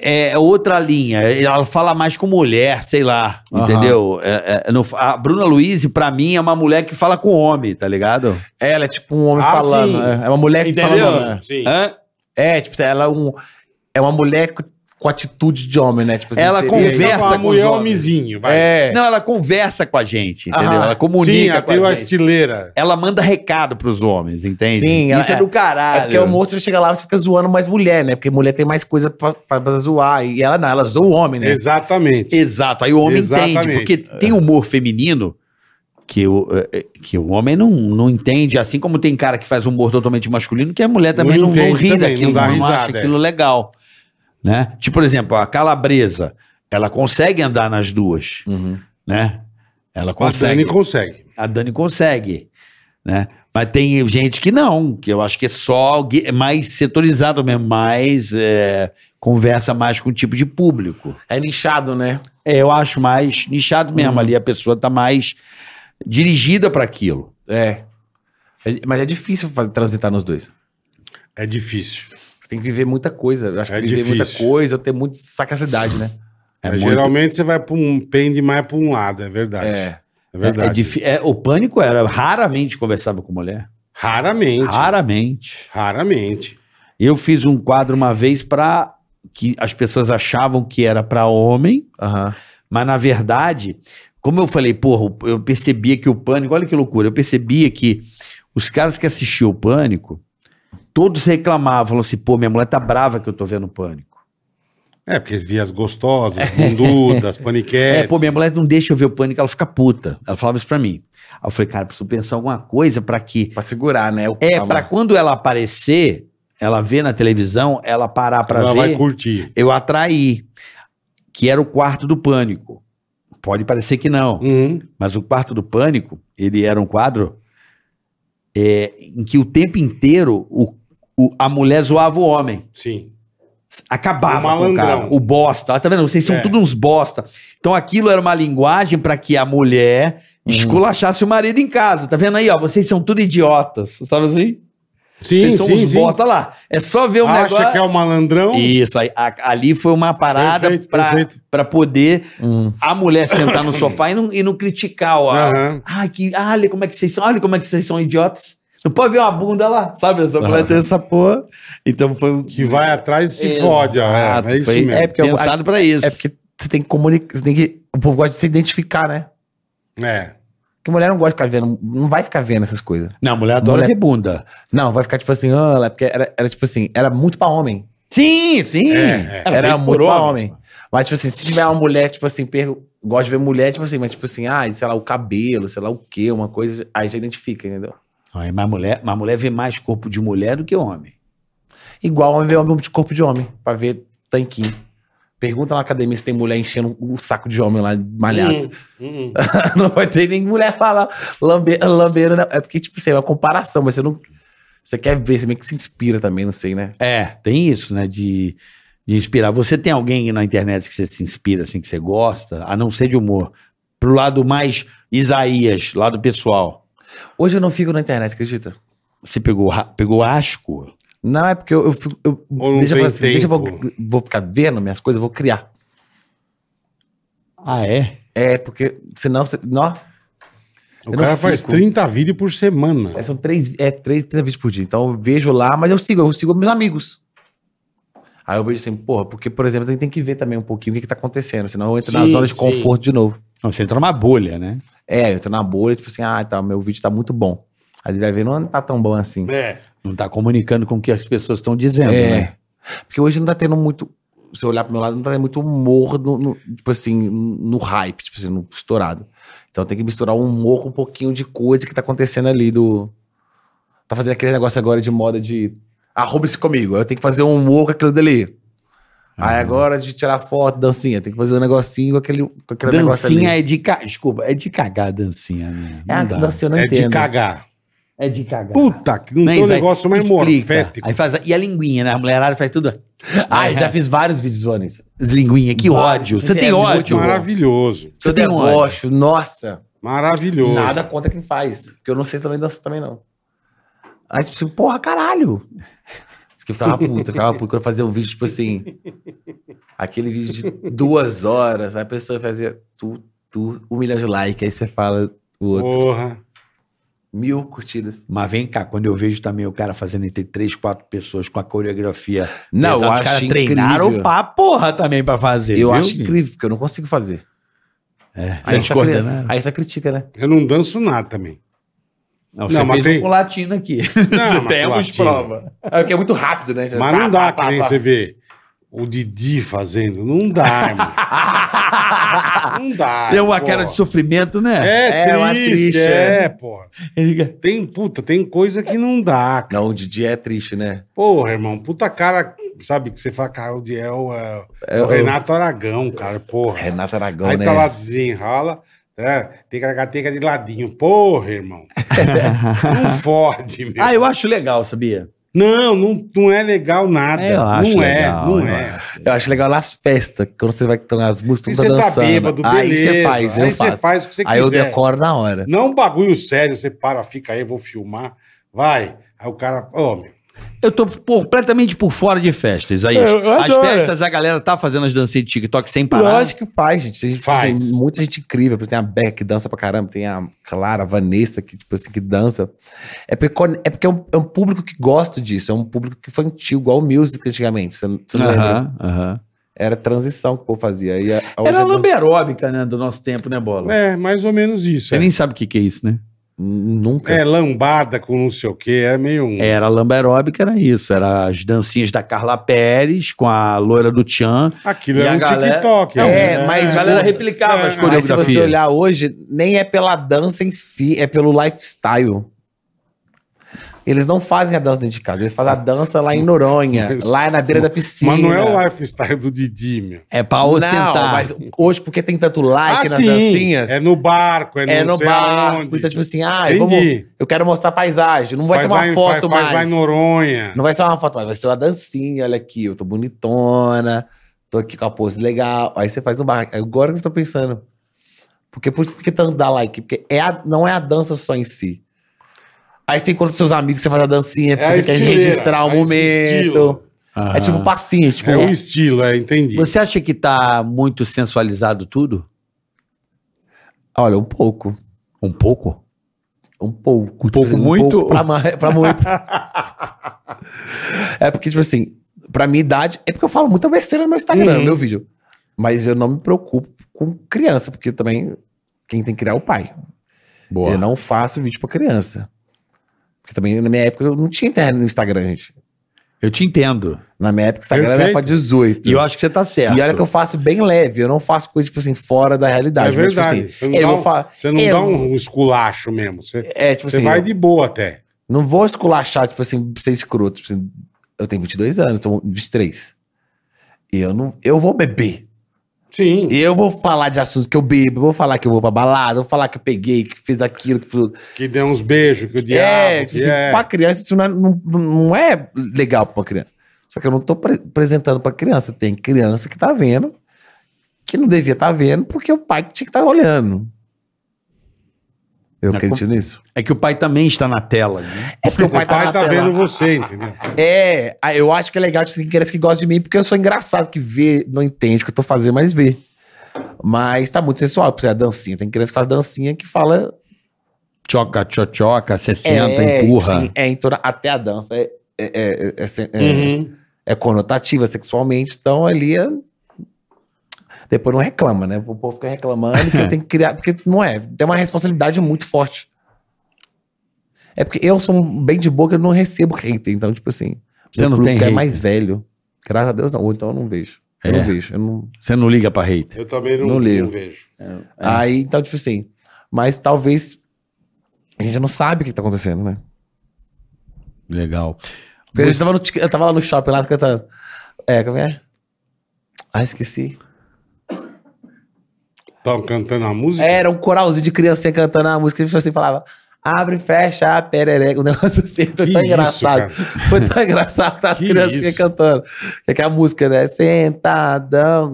S2: É outra linha. Ela fala mais com mulher, sei lá.
S4: Aham.
S2: Entendeu? É- é- não- a Bruna Luiz, pra mim, é uma mulher que fala com homem, tá ligado?
S4: Ela é tipo um homem
S1: Ah,
S4: falando.
S1: sim.
S4: É é uma mulher que
S2: Entendeu?
S4: fala. né?
S1: Sim.
S2: Hã?
S4: É, tipo, ela é um. É uma mulher co- com atitude de homem, né? Tipo,
S2: Ela
S4: seria-
S2: conversa
S1: Então, a
S2: com
S1: mulher
S2: os
S1: é
S2: homens.
S1: homizinho, vai.
S4: É.
S2: Não, ela conversa com a gente, entendeu?
S4: Aham.
S2: Ela
S1: Sim,
S2: comunica
S1: ela
S2: com
S1: tem
S2: a
S1: uma
S2: gente.
S1: estileira.
S2: Ela manda recado pros homens, entende?
S4: Sim, ela-
S2: Isso é,
S4: é-
S2: do caralho.
S4: É porque o moço ele chega lá e você fica zoando mais mulher, né? Porque mulher tem mais coisa pra, pra- pra zoar. E ela não, ela zoa o homem, né?
S1: Exatamente.
S2: Exato, aí o homem
S1: Exatamente.
S2: entende, porque tem humor feminino que o, eh, que o homem não, não entende, assim como tem cara que faz humor totalmente masculino, que a mulher também
S1: Não
S2: não, não
S1: entende
S2: ri
S1: também, não
S2: daquilo,
S1: dá
S2: não, acha
S1: risada, é.
S2: aquilo legal. Né? Tipo, por exemplo, a calabresa, ela consegue andar nas duas,
S4: Uhum.
S2: né? Ela
S1: A Dani
S2: consegue,
S1: consegue.
S2: a Dani consegue, né? Mas tem gente que não, que eu acho que é só alguém- é mais setorizado mesmo, mais eh, conversa mais com o tipo de público.
S4: É nichado, né?
S2: É, eu acho mais nichado mesmo ali, a pessoa tá mais dirigida para aquilo.
S4: É. É- Mas é difícil fazer, transitar nos dois.
S1: É difícil.
S4: Tem que viver muita coisa. Eu acho
S1: É
S4: que viver muita
S1: difícil.
S4: coisa, ou ter muita sacacidade, né?
S2: É,
S1: É,
S2: muito-
S1: Geralmente você vai pra um pende mais pra um lado, é verdade. É,
S4: É.
S2: é
S1: verdade.
S2: difí- é, o pânico era raramente conversava com mulher,
S1: Raramente.
S2: raramente.
S1: Raramente.
S2: Eu fiz um quadro uma vez para que as pessoas achavam que era para homem,
S4: Aham.
S2: mas na verdade, como eu falei, porra, eu percebia que o pânico, olha que loucura, eu percebia que os caras que assistiam o pânico, todos reclamavam, falavam assim, pô, minha mulher tá brava que eu tô vendo pânico.
S1: É, porque as vias gostosas, bundudas, paniquetes.
S2: É, pô, minha mulher não deixa eu ver o pânico, ela fica puta. Ela falava isso pra mim. Aí eu falei, cara, preciso pensar alguma coisa pra que.
S4: Pra segurar, né? O-
S2: É,
S1: Tá
S4: a-
S2: pra quando ela aparecer, ela vê na televisão, ela parar pra
S1: Ela vai
S2: ver,
S1: curtir.
S2: eu atraí. Que era o quarto do pânico. Pode parecer que não,
S1: Uhum.
S2: mas o quarto do pânico, ele era um quadro é, em que o tempo inteiro o- o- a mulher zoava o homem.
S1: Sim.
S2: Acabava
S1: O
S2: com o
S1: malandrão.
S2: cara. O bosta. Tá vendo? Vocês são
S1: É.
S2: todos uns bosta. Então aquilo era uma linguagem pra que a mulher
S1: Uhum.
S2: esculachasse o marido em casa. Tá vendo aí, ó? Vocês são tudo idiotas. Sabe assim?
S1: Sim,
S2: Vocês são
S1: sim,
S2: uns
S1: sim.
S2: bosta Olha lá. É só ver um
S1: Acha
S2: negócio.
S1: que é o malandrão?
S2: Isso, aí, a- ali foi uma parada
S1: Perfeito,
S2: pra,
S1: perfeito.
S2: pra poder
S4: Hum.
S2: a mulher sentar no sofá e não, e não criticar o.
S1: Aham.
S2: Ai, que. ah, Olha como é que vocês são. Olha como é que vocês são idiotas. Não pode ver uma bunda lá, sabe? Essa mulher
S4: Aham.
S2: tem essa porra. Então foi um.
S1: Que vai atrás e se
S2: Exato,
S1: fode, ó. É, é isso
S2: foi-
S1: mesmo.
S4: É, porque eu-
S2: pensado pra isso.
S4: É porque você tem que comunicar. Você tem que. O povo gosta de se identificar, né?
S1: É.
S4: Porque mulher não gosta de ficar vendo. Não vai ficar vendo essas coisas.
S2: Não, mulher adora
S4: Mulher-
S2: ver bunda.
S4: Não, vai ficar tipo assim, ah, ela- porque era, era tipo assim, era muito pra homem.
S2: Sim, sim.
S1: É, é.
S4: Era
S2: feito
S4: muito
S2: por
S4: pra homem. Mas, tipo assim, se tiver uma mulher, tipo assim, pergo, gosta de ver mulher, tipo assim, mas tipo assim, ah, sei lá, o cabelo, sei lá o quê, uma coisa, aí já identifica, entendeu?
S2: Ai, Mas mulher, mas mulher vê mais corpo de mulher do que homem.
S4: Igual homem ver homem de corpo de homem, pra ver tanquinho. Pergunta na academia se tem mulher enchendo o saco de homem lá, malhado.
S1: Hum, hum.
S4: não vai ter nem mulher falar lambe, lambeiro, né? É porque, tipo assim, é uma comparação, mas você não... Você quer ver, você meio que se inspira também, não sei, né?
S2: É, tem isso, né? De, de inspirar. Você tem alguém na internet que você se inspira, assim, que você gosta, a não ser de humor. Pro lado mais Isaías, lado pessoal.
S4: Hoje eu não fico na internet, acredita?
S2: Você pegou, ra- pegou asco?
S4: Não, é porque eu, eu fico. eu-
S1: Ou não
S4: deixa,
S1: tem
S4: eu falar assim, deixa eu vou,
S1: tempo.
S4: vou ficar vendo minhas coisas, eu vou criar.
S2: Ah, é?
S4: É, porque senão. Você, não,
S1: O
S4: Eu
S1: cara
S4: não
S1: faz
S4: fico.
S1: 30 vídeos por semana.
S4: são três, é, três, três vídeos por dia. Então eu vejo lá, mas eu sigo, eu sigo meus amigos. Aí eu vejo assim, porra, porque, por exemplo, a gente tem que ver também um pouquinho o que, que tá acontecendo, senão eu entro na
S1: Sim,
S4: zona de
S1: sim.
S4: conforto de novo.
S2: Não, você entra numa bolha, né?
S4: É, eu entro na bolha, tipo assim, ah, tá, meu vídeo tá muito bom. Aí ele vai ver, não tá tão bom assim.
S1: É.
S2: Não tá comunicando com o que as pessoas estão dizendo,
S4: É.
S2: né?
S4: Porque hoje não tá tendo muito. Se eu olhar pro meu lado, não tá tendo muito humor no, no- tipo assim, no hype, tipo assim, no estourado. Então tem que misturar o humor com um pouquinho de coisa que tá acontecendo ali do. Tá fazendo aquele negócio agora de moda de. Arrume-se comigo. aí Eu tenho que fazer um humor com aquilo dali. Aí agora de tirar foto, dancinha, tem que fazer um negocinho com aquele, com aquele negócio ali.
S2: Dancinha é de. Ca... Desculpa, é de cagar a dancinha, né?
S4: Ah,
S2: dá.
S4: dancinha eu não
S1: É de
S4: entendo.
S1: cagar.
S2: É de cagar.
S1: Puta, que não
S2: Né,
S1: tem um
S2: Isaías?
S1: negócio mais
S2: Explica.
S1: morfético.
S2: Aí faz a- e a linguinha, né? A mulherada faz tudo.
S4: Ah, eu
S1: é
S4: já fiz vários vídeos zoando isso.
S2: Linguinha, que ódio. Você
S4: Você
S2: tem
S4: é muito
S2: ódio.
S1: Maravilhoso.
S2: Você
S4: Eu
S2: tem ódio.
S4: debocho, nossa.
S1: Maravilhoso.
S4: Nada contra quem faz. Porque eu não sei também dançar também, não. Aí você pensa, porra, caralho. Acho que eu ficava puto, eu ficava puto quando eu fazia um vídeo, tipo assim. Aquele vídeo de duas horas. Aí a pessoa fazia tu, tu, um milhão de likes. Aí você fala o outro.
S1: Porra.
S4: Mil curtidas.
S2: Mas vem cá, quando eu vejo também o cara fazendo entre três, quatro pessoas com a coreografia.
S4: Não,
S2: pesada,
S4: eu
S2: os caras
S4: acho
S2: treinaram
S4: incrível.
S2: pra porra também pra fazer.
S4: Eu
S2: viu?
S4: acho incrível, porque eu não consigo fazer.
S2: É, você
S4: Aí só, cri-
S2: discorda, né?
S4: aí só critica, né?
S1: Eu não danço nada também.
S2: Não,
S1: Não, mas tem-
S2: com latino aqui.
S1: Não, mas
S2: Temos
S1: latinha.
S2: prova.
S4: É porque é muito rápido, né?
S1: Mas não dá, que nem
S4: nem
S1: você vê o Didi fazendo. Não dá, irmão. Não dá.
S2: Deu É uma
S1: pô.
S2: cara de sofrimento, né?
S1: É,
S4: É uma
S1: triste,
S4: triste,
S1: é, porra. Tem, puta, tem coisa que não dá. cara.
S4: Não, o Didi é triste, né?
S1: Porra, irmão, puta cara, sabe, que você fala, cara, o Diel é,
S4: É,
S1: o
S4: o-
S1: Renato Aragão, cara, porra.
S4: Renato Aragão,
S1: Aí
S4: né?
S1: tá lá, desenrola, é, tem caracateca de ladinho. Porra, irmão. não fode, meu.
S2: Ah, eu acho legal, sabia?
S1: Não, não, não é legal nada.
S2: Eu acho
S1: não é,
S2: legal,
S1: não
S2: eu
S1: é.
S4: Eu acho legal nas festas, quando você vai tomar as
S1: E
S4: músicas,
S1: você
S4: todo mundo tá
S1: tá
S4: dançando.
S1: bêbado,
S4: aí
S1: beleza.
S4: você faz, eu
S1: aí você
S4: faço.
S1: faz o que você
S4: aí eu
S1: quiser.
S4: decoro na hora.
S1: Não um bagulho sério, você para, fica aí, eu vou filmar. Vai. Aí o cara, ô, meu.
S2: Eu tô por- completamente por fora de festas, aí.
S4: Eu- eu
S2: As
S4: adoro.
S2: festas, a galera tá fazendo as dancinhas de TikTok sem parar.
S4: Lógico que faz, gente. Tem gente-
S1: Faz.
S4: tem muita gente incrível. Tem a Beca que dança pra caramba, tem a Clara, a Vanessa, que, tipo assim, que dança. É porque, con- é, porque é, um, é um público que gosta disso, é um público infantil, igual o music antigamente. Você, não- você não lembra?
S2: Aham, aham.
S4: Era transição que o povo fazia. E a- a- hoje
S2: Era
S4: é
S2: a
S4: dan-
S2: lamberóbica, né, do nosso tempo, né, Bola?
S1: É, mais ou menos isso.
S2: Você
S1: É.
S2: nem sabe o que, que é isso, né?
S4: Nunca.
S1: É, lambada com não sei o quê, é meio um.
S2: Era a lamba aeróbica, era isso. Era as dancinhas da Carla Pérez com a loira do Tchan.
S1: Aquilo
S2: E
S1: era
S2: a
S1: um
S2: galera-
S1: TikTok.
S4: É,
S1: né?
S4: mas
S2: A galera replicava
S1: É,
S2: as
S4: Mas se você
S2: coreografias.
S4: olhar hoje, nem é pela dança em si, é pelo lifestyle. Eles não fazem a dança dentro de casa, eles fazem a dança lá em Noronha,
S1: Mas-
S4: lá na beira da piscina.
S1: Mas não é o lifestyle do Didi, meu. Ah,
S2: É pra
S4: Não,
S2: ostentar.
S4: mas hoje, porque tem tanto like nas dancinhas,
S1: É no barco, é,
S4: é,
S1: não
S4: no
S1: sei
S4: barco.
S1: aonde.
S4: Então, tipo assim, ah, eu, vou-
S1: Entendi.
S4: eu quero mostrar a paisagem, não vai
S1: Faz
S4: ser uma
S1: lá em-
S4: foto
S1: faz, faz lá
S4: mais.
S1: em Noronha.
S4: Não vai ser uma foto mais, vai ser uma dancinha, olha aqui, eu tô bonitona, tô aqui com a pose legal. Aí você faz um barraco. Agora que eu tô pensando. Porque por isso por que tanto dá like? Porque é a- não é a dança só em si. Aí você encontra os seus amigos, você faz a dancinha, é porque
S1: É a
S4: você quer
S1: estileira,
S4: registrar o
S1: faz
S4: momento.
S1: É estilo.
S2: Aham.
S4: É tipo um passinho, tipo.
S1: É o estilo, é, entendi.
S2: Você acha que tá muito sensualizado tudo?
S4: Olha, um pouco.
S2: Um pouco?
S4: Um pouco.
S2: pouco muito?
S4: pra, mais- pra muito. é porque, tipo assim, pra minha idade, é porque eu falo muita besteira no meu Instagram,
S1: Uhum.
S4: no meu vídeo. Mas eu não me preocupo com criança, porque também quem tem que criar é o pai.
S2: Boa.
S4: Eu não faço vídeo pra criança. Porque também na minha época eu não tinha internet no Instagram, gente.
S2: Eu te entendo.
S4: Na minha época o Instagram
S1: Perfeito.
S4: era pra 18.
S2: E eu acho que você tá certo.
S4: E olha que eu faço bem leve, eu não faço coisa, tipo assim, fora da realidade.
S1: é
S4: Mas, tipo
S1: verdade.
S4: assim,
S1: você não
S4: eu
S1: dá,
S4: vou
S1: um,
S4: falar.
S1: você não
S4: eu-
S1: dá um esculacho mesmo. Você,
S4: É, tipo
S1: você
S4: assim.
S1: vai de boa até.
S4: Não vou esculachar, tipo assim, pra ser escroto. Tipo assim, eu tenho 22 anos, tô 23. Eu não, eu vou beber.
S1: Sim.
S4: Eu vou falar de assuntos que eu bebo, eu vou falar que eu vou pra balada, eu vou falar que eu peguei, que fiz aquilo, que fiz outro.
S1: Que deu uns beijos, que o diabo.
S4: é,
S1: que
S4: tipo assim,
S1: é.
S4: pra criança isso não é, não, não é legal pra uma criança. Só que eu não tô pre- apresentando pra criança. Tem criança que tá vendo, que não devia estar vendo, porque o pai tinha que estar olhando. Eu
S2: É
S4: acredito nisso.
S2: É que o pai também está na tela. né?
S4: É porque
S1: o pai tá,
S4: na tela.
S1: vendo você, entendeu?
S4: É, aí eu acho que é legal, tipo, assim, criança que gosta de mim, porque eu sou engraçado, que vê, não entende o que eu tô fazendo, mas vê. Mas tá muito sensual, porque é a dancinha. Tem criança que faz dancinha que fala.
S2: Choca, chochoca, 60,
S4: é,
S2: empurra.
S4: sim, é, então, até a dança é, é, é, é, sen- é-
S1: Uhum.
S4: é conotativa sexualmente, então ali é. Depois não reclama, né? O povo fica reclamando que tem que criar. Porque não é. Tem uma responsabilidade muito forte. É porque eu sou um bem de boca, eu não recebo hater. Então, tipo assim.
S2: Você
S4: meu
S2: não
S4: público
S2: tem
S4: é
S2: hater.
S4: mais velho. Graças a Deus, não. Ou então eu não vejo. Eu
S2: É.
S4: não vejo. Eu não...
S2: Você não liga pra hater.
S1: Eu também não,
S4: Não
S1: não
S4: leio.
S1: vejo.
S2: É.
S4: Aí, então, tipo assim. Mas talvez. A gente não sabe o que tá acontecendo, né?
S2: Legal.
S4: Porque eu, tava no tic- eu tava lá no shopping lá cantando. É, como é? Ah, esqueci.
S1: Estão cantando a música?
S4: É, Era um coralzinho de criancinha cantando a música e a pessoa assim falava: Abre, fecha, perereca. O negócio assim foi
S1: Que
S4: tão
S1: isso,
S4: engraçado. Foi tão engraçado as
S1: Que
S4: criancinhas
S1: isso.
S4: cantando. É que a música, né? Sentadão.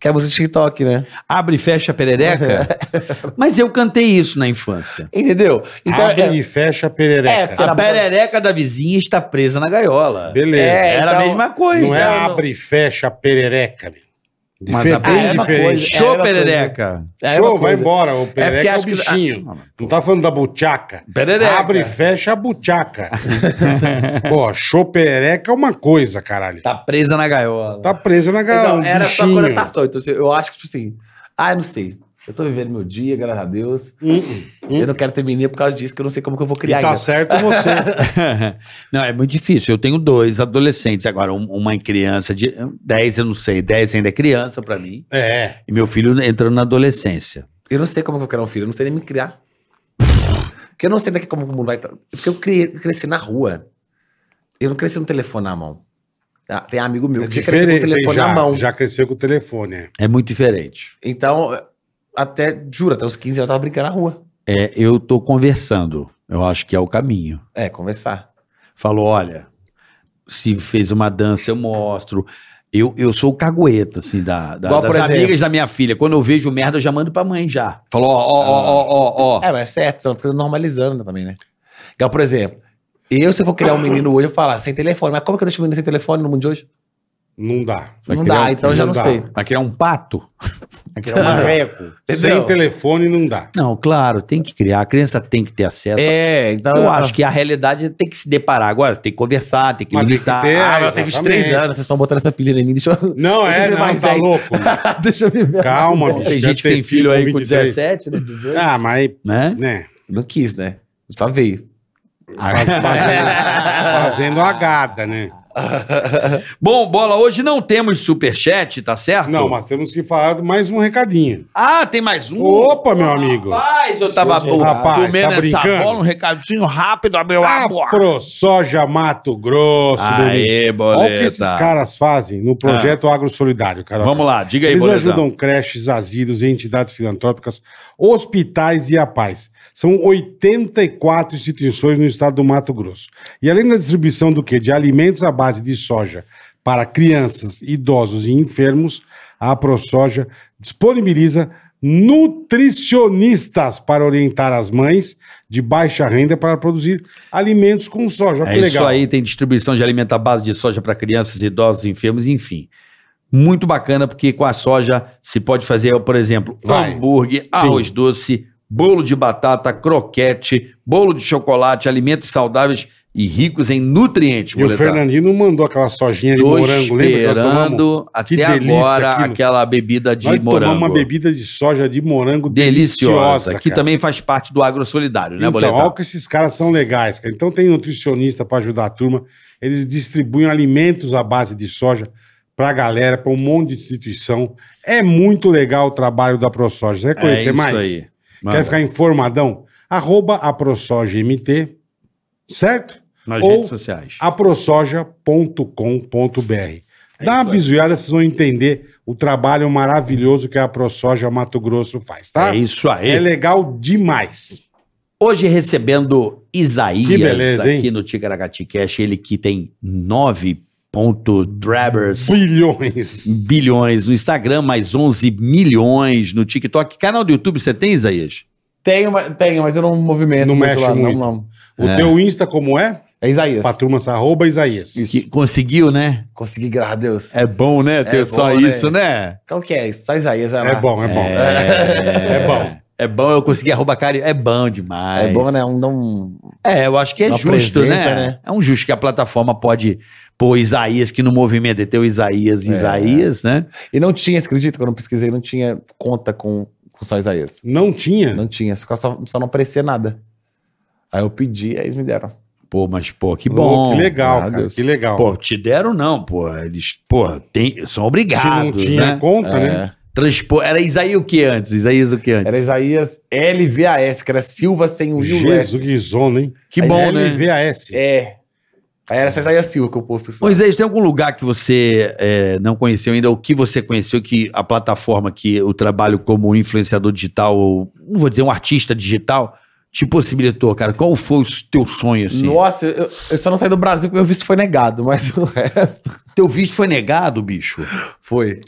S4: Que é a música de TikTok, né?
S2: Abre e fecha a perereca. Mas eu cantei isso na infância.
S4: Entendeu? Então,
S1: Abre
S4: é,
S1: e fecha a
S4: É,
S1: perereca.
S4: porque-
S2: A perereca da vizinha está presa na gaiola.
S1: Beleza.
S4: É,
S2: Era a
S4: então,
S2: mesma coisa.
S1: não é
S4: não.
S1: abre e fecha a perereca. meu. Dife-
S2: Mas a
S1: bem
S4: é uma
S1: diferente.
S4: coisa.
S2: Show,
S4: É a mesma
S2: perereca.
S4: é uma
S1: Show, vai
S4: coisa.
S1: embora. O perereca é, o
S4: acho que-
S1: bichinho. Não tá falando da buchaca.
S2: Perereca.
S1: Abre e fecha a buchaca. Pô, show perereca é uma coisa, caralho.
S2: Tá presa na gaiola.
S1: Tá presa na galera.
S4: Então,
S1: um
S4: era só
S1: bichinho.
S4: conotação. Então, assim, eu acho que, tipo assim, ah, eu não sei. Eu tô vivendo meu dia, graças a Deus. Eu não quero ter menina por causa disso, que eu não sei como que eu vou
S1: Hum? E
S4: criar
S1: tá
S4: ainda.
S1: certo você.
S2: não, é muito difícil. Eu tenho dois adolescentes agora. Um- Uma criança de 10, eu não sei. 10 ainda é criança pra mim.
S1: É.
S2: E meu filho entrando na adolescência.
S4: Eu não sei como que eu vou criar um filho, eu não sei nem me criar. Porque eu não sei daqui como o mundo vai. tra- Porque eu, criei- eu cresci na rua. Eu não cresci no telefone na mão. Ah, Tem amigo meu
S1: é
S4: que cresceu com o
S1: diferente.
S4: telefone
S1: já,
S4: na mão.
S1: já cresceu com o telefone. é.
S2: É muito diferente.
S4: Então, até, juro, até os 15 eu tava brincando na rua.
S2: É, eu tô conversando. Eu acho que é o caminho.
S4: É, conversar.
S2: Falou, olha, se fez uma dança, eu mostro. Eu, eu sou o cagueta, assim, da, da-
S4: Igual,
S2: das
S4: por exemplo.
S2: amigas da minha filha. Quando eu vejo merda, eu já mando pra mãe já. Falou, ó, ó, ó, ó, ó, ó.
S4: É, mas é certo, são coisas normalizando também, né? Igual, por exemplo, eu se eu for criar um menino hoje, eu falar sem telefone. Mas como que eu deixo o menino sem telefone no mundo de hoje?
S1: Não dá.
S2: Vai
S4: não
S2: criar
S4: dá,
S2: um-
S4: então eu já
S1: não
S4: não,
S1: dá.
S4: sei.
S2: Vai criar um pato? Vai criar
S1: Não
S2: uma
S1: dá.
S2: reco?
S1: Sem
S4: Entendeu?
S1: telefone não dá.
S2: Não, claro, tem que criar. A criança tem que ter acesso.
S4: É, então.
S2: Eu acho que a realidade tem que se deparar agora. Tem que conversar, tem que
S1: Mas tem
S2: limitar.
S1: que ter-
S4: Ah,
S1: É,
S4: mas eu tenho 23
S1: exatamente.
S4: anos, vocês estão botando essa pilha em mim, deixa eu.
S1: Não,
S4: Deixa eu
S1: é,
S4: ver
S1: não,
S4: mais
S1: tá
S4: 10.
S1: louco. mano.
S4: deixa eu viver.
S1: Calma, bicho.
S2: Tem
S1: quer
S2: gente que tem
S1: ter
S2: filho aí com
S1: 23.
S2: 17, né?
S1: Ah, mas,
S2: né?
S1: né,
S4: Não quis, né? Só veio.
S1: faz- fazendo, fazendo a gada, né?
S2: Bom, bola, hoje não temos superchat, tá certo?
S1: Não, mas temos que falar mais um recadinho.
S2: Ah, tem mais um?
S1: Opa, meu amigo.
S2: Rapaz, eu tava
S4: Show de
S1: rapaz,
S2: comendo
S1: tá
S2: essa
S1: brincando? Ah,
S2: bola, um recadinho rápido, abriu a
S1: A
S2: boca.
S1: ProSoja Mato Grosso, bebê.
S2: Aê,
S1: Olha o que esses
S2: boleta. Ah.
S1: caras fazem no projeto Agro Solidário, cara.
S2: Vamos lá, diga aí,
S1: Eles
S2: boletão.
S1: ajudam creches, asilos, entidades filantrópicas, hospitais e a paz. São 84 instituições no estado do Mato Grosso. E além da distribuição do quê? De alimentos à base de soja para crianças, idosos e enfermos, a ProSoja disponibiliza nutricionistas para orientar as mães de baixa renda para produzir alimentos com soja. Olha
S2: É
S1: que
S2: isso aí, tem distribuição de alimento à base de soja para crianças, idosos, enfermos, enfim. Muito bacana, porque com a soja se pode fazer, por exemplo,
S1: Vai.
S2: hambúrguer, arroz doce, bolo de batata, croquete, bolo de chocolate, alimentos saudáveis e ricos em nutrientes.
S1: E o
S2: boletar.
S1: Fernandinho não mandou aquela sojinha de
S2: Tô
S1: morango, lembra que nós tomamos?
S2: esperando
S1: Que
S2: até
S1: delícia
S2: agora
S1: aquilo.
S2: aquela bebida de
S1: Nós
S2: morango.
S1: tomamos uma bebida de soja de morango
S2: deliciosa,
S1: deliciosa.
S2: que
S1: cara.
S2: também faz parte do agro solidário, né,
S1: Então,
S2: Boletar?
S1: olha que esses caras são legais, cara. Então tem nutricionista para ajudar a turma. Eles distribuem alimentos à base de soja pra galera, pra um monte de instituição. É muito legal o trabalho da ProSoja. Você quer conhecer mais?
S2: É Manda.
S1: Quer ficar informadão? Arroba a ProSoja MT, certo?
S2: Nas
S1: Ou- Ah,
S2: redes sociais.
S1: aprosoja.com.br. Dá uma bizuiada, vocês vão entender o trabalho maravilhoso que a ProSoja Mato Grosso faz, tá?
S2: É isso aí.
S1: É legal demais.
S2: Hoje recebendo Isaías
S1: Que beleza, hein?
S2: aqui no Ticaracati Cash, ele que tem 9.drabers
S1: Bilhões.
S2: bilhões no Instagram, mais 11 milhões no TikTok. Canal do YouTube você tem, Isaías?
S4: Tenho, mas- tenho, mas eu não movimento
S1: Não mexe
S4: lá,
S1: muito.
S4: não, não.
S1: O
S2: É.
S1: teu Insta como é?
S4: É Isaías.
S1: Pra turma, essa arroba Isaías.
S2: Que conseguiu, né?
S4: Consegui, graças a Deus.
S2: É bom, né? Ter
S4: É
S2: só
S4: bom, né?
S2: isso, né?
S4: Qual que é? Só Isaías, vai lá.
S1: É bom, é bom.
S2: É,
S1: É bom.
S2: É bom, eu consegui arroba cara. É bom demais.
S4: É bom, né? Um, dá um...
S2: É, eu acho que é
S4: Uma
S2: justo, né?
S4: presença, né?
S2: É um justo que a plataforma pode pôr Isaías, que no movimento é ter o Isaías, Isaías, né?
S4: E não tinha, você acredita que eu não pesquisei, não tinha conta com, com só Isaías.
S1: Não tinha?
S4: Não tinha, só, só, só não aparecia nada. Aí eu pedi, aí eles me deram.
S2: Pô, mas, pô, que
S1: Pô,
S2: bom.
S1: que legal,
S4: Ah,
S1: cara.
S4: Deus.
S1: Que legal.
S2: Pô, te deram não, pô. Eles, pô, tem- são
S1: Se não
S2: obrigados,
S1: tinha
S2: né?
S1: conta, né?
S4: É.
S2: Transpor... Era Isaías o que antes? Isaías o que antes?
S4: Era Isaías LVAS, que era Silva sem o I, o
S1: Jesus,
S4: S.
S1: que zona, hein?
S2: Que É. bom, né?
S1: LVAS.
S4: É. Aí era só Isaías Silva que o povo precisava.
S2: Moisés, tem algum lugar que você é, não conheceu ainda, ou que você conheceu, que a plataforma que o trabalho como influenciador digital, ou não vou dizer um artista digital, te possibilitou, cara? Qual foi o teu sonho, assim?
S4: Nossa, eu, eu só não saí do Brasil porque meu visto foi negado, mas o resto
S2: Teu visto foi negado, bicho.
S4: foi.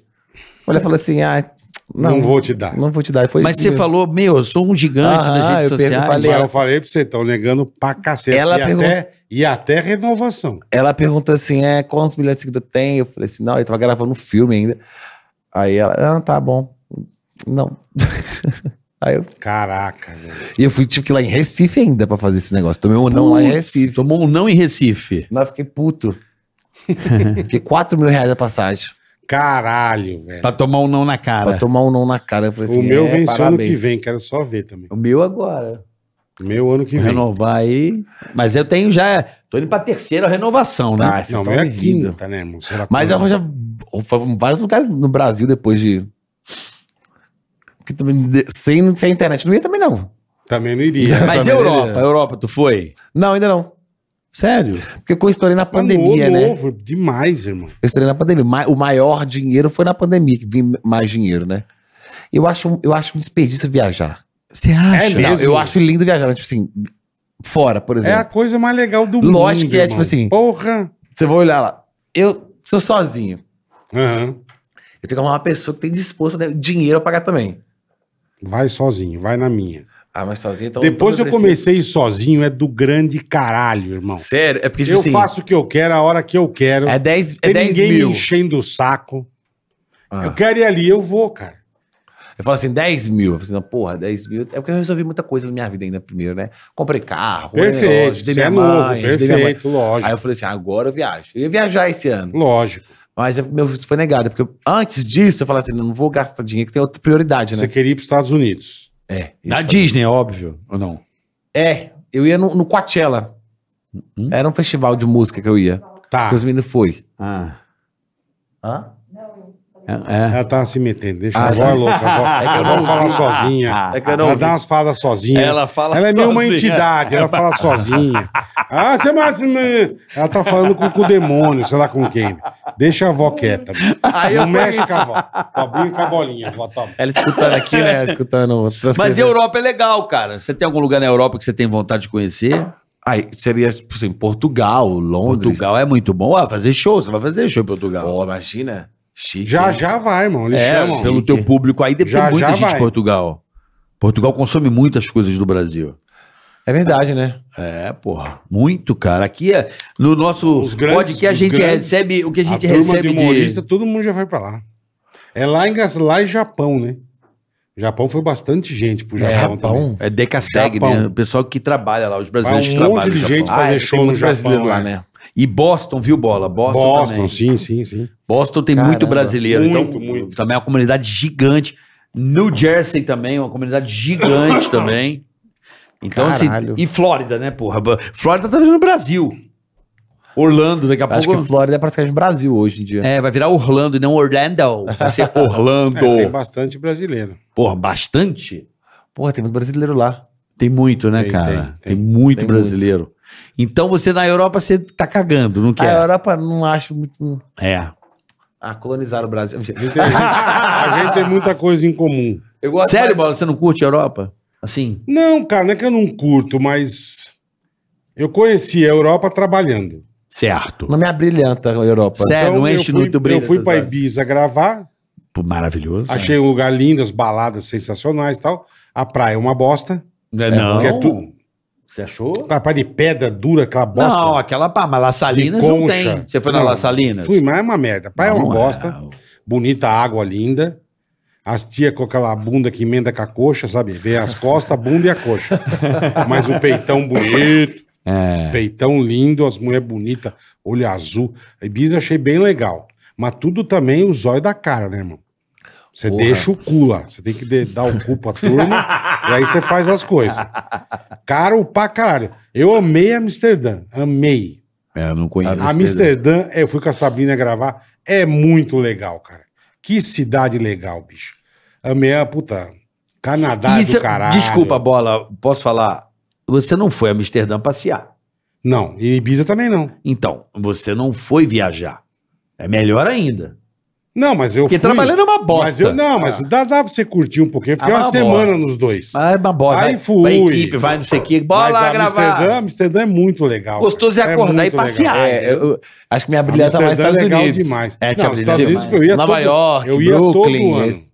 S4: Olha, falou assim: ah,
S1: Não,
S4: não, não,
S1: vou te dar.
S4: vou te dar. e Foi
S2: Mas
S4: isso
S2: você
S4: mesmo.
S2: falou, meu, eu sou um gigante
S4: Ah,
S2: das redes
S4: eu perco-
S2: sociais.
S4: falei-
S1: Mas eu falei pra você, estão negando pra cacete.
S4: Ela
S1: e, até, e até renovação.
S4: Ela perguntou assim: é, quantos milhões de seguidores tem? Eu falei assim: não, eu tava gravando um filme ainda. Aí ela, ah, tá bom. Não. Aí eu,
S1: Caraca, velho.
S4: e eu fui, tive que ir lá em Recife ainda pra fazer esse negócio. Tomei um não lá em Recife.
S2: Tomou um não em Recife.
S4: Mas eu fiquei puto. fiquei 4 mil reais a passagem.
S1: Caralho, velho.
S2: Pra tomar um não na
S4: Pra
S2: cara.
S4: tomar um não na cara. Eu falei assim,
S1: o meu
S4: é,
S1: venceu ano que
S4: parabéns.
S1: vem, quero só ver também.
S2: O meu agora.
S1: O meu ano que vem.
S2: Renovar aí. Mas eu tenho já. Tô indo pra terceira renovação, né?
S4: Ah,
S1: Não,
S4: vocês
S1: o meu é
S4: estão rindo.
S1: quinta, né, irmão? Será
S4: Mas
S1: que-
S4: eu já foi em vários lugares no Brasil depois de. Porque também de- sem, sem internet não ia também, não.
S1: Também não iria.
S2: Mas e a
S4: Também,
S2: Europa?
S4: né?
S2: A Europa, tu foi?
S4: Não, ainda não.
S2: Sério?
S4: Porque eu estourei na pandemia,
S1: Mas no-
S4: né?
S1: novo, demais, irmão.
S4: Eu estourei na pandemia. Ma- O maior dinheiro foi na pandemia, que vim mais dinheiro, né? Eu acho, um- eu acho um desperdício viajar.
S2: Você acha?
S1: É mesmo?
S4: Não, eu acho lindo viajar, mas, tipo assim, fora, por
S1: É a
S4: exemplo.
S1: coisa mais legal do mundo.
S4: Lógico que é,
S1: irmão.
S4: tipo assim-
S1: Porra!
S4: Você vai olhar lá. Eu sou sozinho.
S1: Aham.
S4: Eu tenho que arrumar uma pessoa que tem disposto né, dinheiro a pagar também.
S1: Vai sozinho, vai na minha.
S4: Ah, mas sozinho então.
S1: Depois
S4: então
S1: eu
S4: preciso-
S1: comecei sozinho, é do grande caralho, irmão.
S4: Sério? É porque, tipo
S1: Eu
S4: assim,
S1: faço o que eu quero, a hora que eu quero.
S4: É 10,
S1: tem
S4: é 10
S1: ninguém
S4: mil.
S1: me enchendo o saco.
S4: Ah.
S1: Eu quero ir ali, eu vou, cara.
S4: Eu falo assim, 10 mil. Eu falo assim, não, porra, 10 mil. É porque eu resolvi muita coisa na minha vida ainda primeiro, né? Comprei carro, comprei
S1: Perfeito.
S4: negócio,
S1: Você
S4: dei
S1: é
S4: minha
S1: novo,
S4: mãe, ajudei minha mãe.
S1: perfeito, lógico.
S4: Aí eu falei assim, agora eu viajo. Eu ia viajar esse ano.
S1: Lógico.
S4: Mas eu- meu visto foi negado, porque eu- antes disso eu falei assim, não vou gastar dinheiro, que tem outra prioridade,
S1: Você
S4: né?
S1: queria ir pros Estados Unidos.
S4: É.
S2: Da
S4: isso.
S2: Disney, óbvio, ou não?
S4: É, eu ia no, no Coachella.
S2: Hum?
S4: Era um festival de música que eu ia.
S1: Tá.
S4: Que os meninos foi.
S2: Ah.
S4: Hã?
S2: É,
S1: Ela tava se metendo, deixa.
S4: Ah,
S1: a avó
S4: tá.
S1: é louca. A avó,
S4: É que eu
S1: a avó
S4: não
S1: fala
S4: vi.
S1: sozinha.
S4: É que eu não
S1: ela
S4: vi.
S1: dá umas falas sozinha. Ela,
S2: fala.
S1: é meio uma
S2: sozinha.
S1: entidade, ela fala sozinha. Ah, você mais. Ela tá falando com, com o demônio, sei lá com quem. Deixa a avó quieta.
S4: Aí eu
S1: não
S4: fui
S1: mexe
S4: isso.
S1: com a avó. Pobrinho com a bolinha. tá Vó, toma.
S4: Ela escutando aqui, né? Escutando. outras
S2: Mas
S4: coisas.
S2: a Europa é legal, cara. Você tem algum lugar na Europa que você tem vontade de conhecer?
S4: Aí seria, tipo assim, Portugal, Londres.
S2: Portugal é muito bom. Ah, fazer show, você vai fazer show em Portugal.
S4: Ó, imagina. Chique.
S1: Já
S4: hein?
S1: já vai, irmão. Eles
S2: É,
S1: chamam.
S2: pelo teu público aí deve
S1: Já,
S2: ter muita
S1: já
S2: gente
S1: vai.
S2: de Portugal. Portugal consome muitas coisas do Brasil.
S4: É verdade, né?
S2: É, porra, muito, cara. Aqui é- no nosso
S1: Os grandes-
S2: podcast a
S1: os
S2: gente
S1: grandes-
S2: recebe o que a gente
S1: a turma
S2: recebe
S1: de
S2: de,
S1: humorista, todo mundo já vai pra lá. É lá em, Gas- lá em Japão, né? Japão foi bastante gente pro
S4: É,
S1: Japão. também.
S4: Japão.
S2: é decaseg,
S1: Japão.
S2: né? O pessoal que trabalha lá, os brasileiros
S1: Vai um
S2: que
S1: monte de
S2: trabalham. no Japão. Ah,
S1: gente fazer
S4: tem
S1: show
S4: muito
S1: no Japão,
S4: brasileiro lá,
S1: é.
S4: né?
S2: E Boston, viu, bola? Boston,
S1: Boston,
S2: também.
S1: sim, sim, sim.
S2: Boston tem
S4: Caramba.
S2: muito brasileiro.
S1: Muito,
S2: então,
S1: muito.
S2: Também é uma comunidade gigante. New Jersey também, é uma comunidade gigante também. Então, assim,
S4: Caralho.
S2: e Flórida, né, porra? Ba- Flórida tá virando Brasil. Orlando, daqui a
S4: Acho
S2: pouco.
S4: que Flórida é praticamente Brasil hoje em dia.
S2: É, vai virar Orlando e não Orlando. Vai ser Orlando.
S1: É, tem bastante brasileiro.
S2: Porra, bastante?
S4: Porra, tem muito brasileiro lá.
S2: Tem muito, né,
S1: Tem,
S2: cara?
S1: tem,
S2: Tem,
S1: tem.
S2: muito
S4: Tem
S2: brasileiro. Então você na Europa, você tá cagando, não
S4: A
S1: Ah,
S2: quer?
S4: Europa não acho muito.
S2: É.
S4: Ah, colonizaram o Brasil.
S1: A gente, tem, a gente tem muita coisa em comum.
S4: Eu gosto
S2: Sério,
S4: mais-
S2: Bola, você não curte a Europa? Assim?
S1: Não, cara, não é que eu não curto, mas eu conheci a Europa trabalhando.
S2: Certo.
S4: Não me abrilhanta a Europa.
S2: Sério? É, não
S1: então eu
S2: enche
S1: fui-
S2: muito o brilho
S1: Eu fui
S2: dos
S1: pra
S2: olhos.
S1: Ibiza gravar,
S2: Pô, Maravilhoso.
S1: achei um lugar lindo, as baladas sensacionais e tal. A praia é uma bosta.
S2: Não, é
S4: Não.
S1: Que é tudo.
S2: Você achou?
S1: A praia de pedra dura, aquela bosta.
S2: Não, aquela pá, mas La Salinas
S1: De
S2: não
S1: concha.
S2: tem. Você foi na
S1: Não,
S2: La Salinas?
S1: Fui, mas é uma merda. Praia é uma
S2: Né? Não,
S1: bosta. Bonita água, linda. As tia com aquela bunda que emenda com a coxa, sabe? Vê as costas, a bunda e a coxa. Mas o peitão bonito,
S2: É.
S1: peitão lindo, as mulheres bonitas, olho azul. A Ibiza eu achei bem legal. Mas tudo também o zóio da cara, né, irmão? Você
S4: Porra.
S1: deixa o cu lá. Você tem que de- dar o cu pra turma. e aí você faz as coisas. Caro pra caralho. Eu amei Amsterdã. Amei.
S2: É, eu não conheço.
S1: A Amsterdã, é, eu fui com a Sabrina gravar, é muito legal, cara. Que cidade legal, bicho. Amei a puta. Canadá
S2: Isso-
S1: do
S2: é-
S1: caralho.
S2: Desculpa, Bola, posso falar? Você não foi a Amsterdã passear.
S1: Não, e Ibiza também não.
S2: Então, você não foi viajar. É melhor ainda.
S1: Não, mas eu
S2: Porque trabalhando é uma bosta.
S1: Mas eu não, mas dá, dá pra você curtir um pouquinho. Fiquei
S2: Ah,
S1: uma
S2: uma
S1: semana nos dois.
S2: Ah, é uma bosta.
S1: Aí
S2: vai,
S1: fui.
S2: Vai equipe, vai não sei o que. Bora
S1: Mas
S2: lá
S1: Amsterdã,
S2: gravar.
S1: Amsterdã é muito legal.
S2: Gostoso é acordar e
S1: muito legal.
S2: passear. tá
S4: É, eu- eu acho que minha brilhança mais
S1: Amsterdã é
S4: Estados
S1: legal
S4: Unidos.
S1: demais.
S2: É,
S1: não,
S2: tinha
S1: os Estados Unidos
S2: brilhante
S1: que eu ia
S4: Nova
S1: todo,
S4: York,
S1: eu ia
S4: Brooklyn.
S1: todo ano.
S4: esse-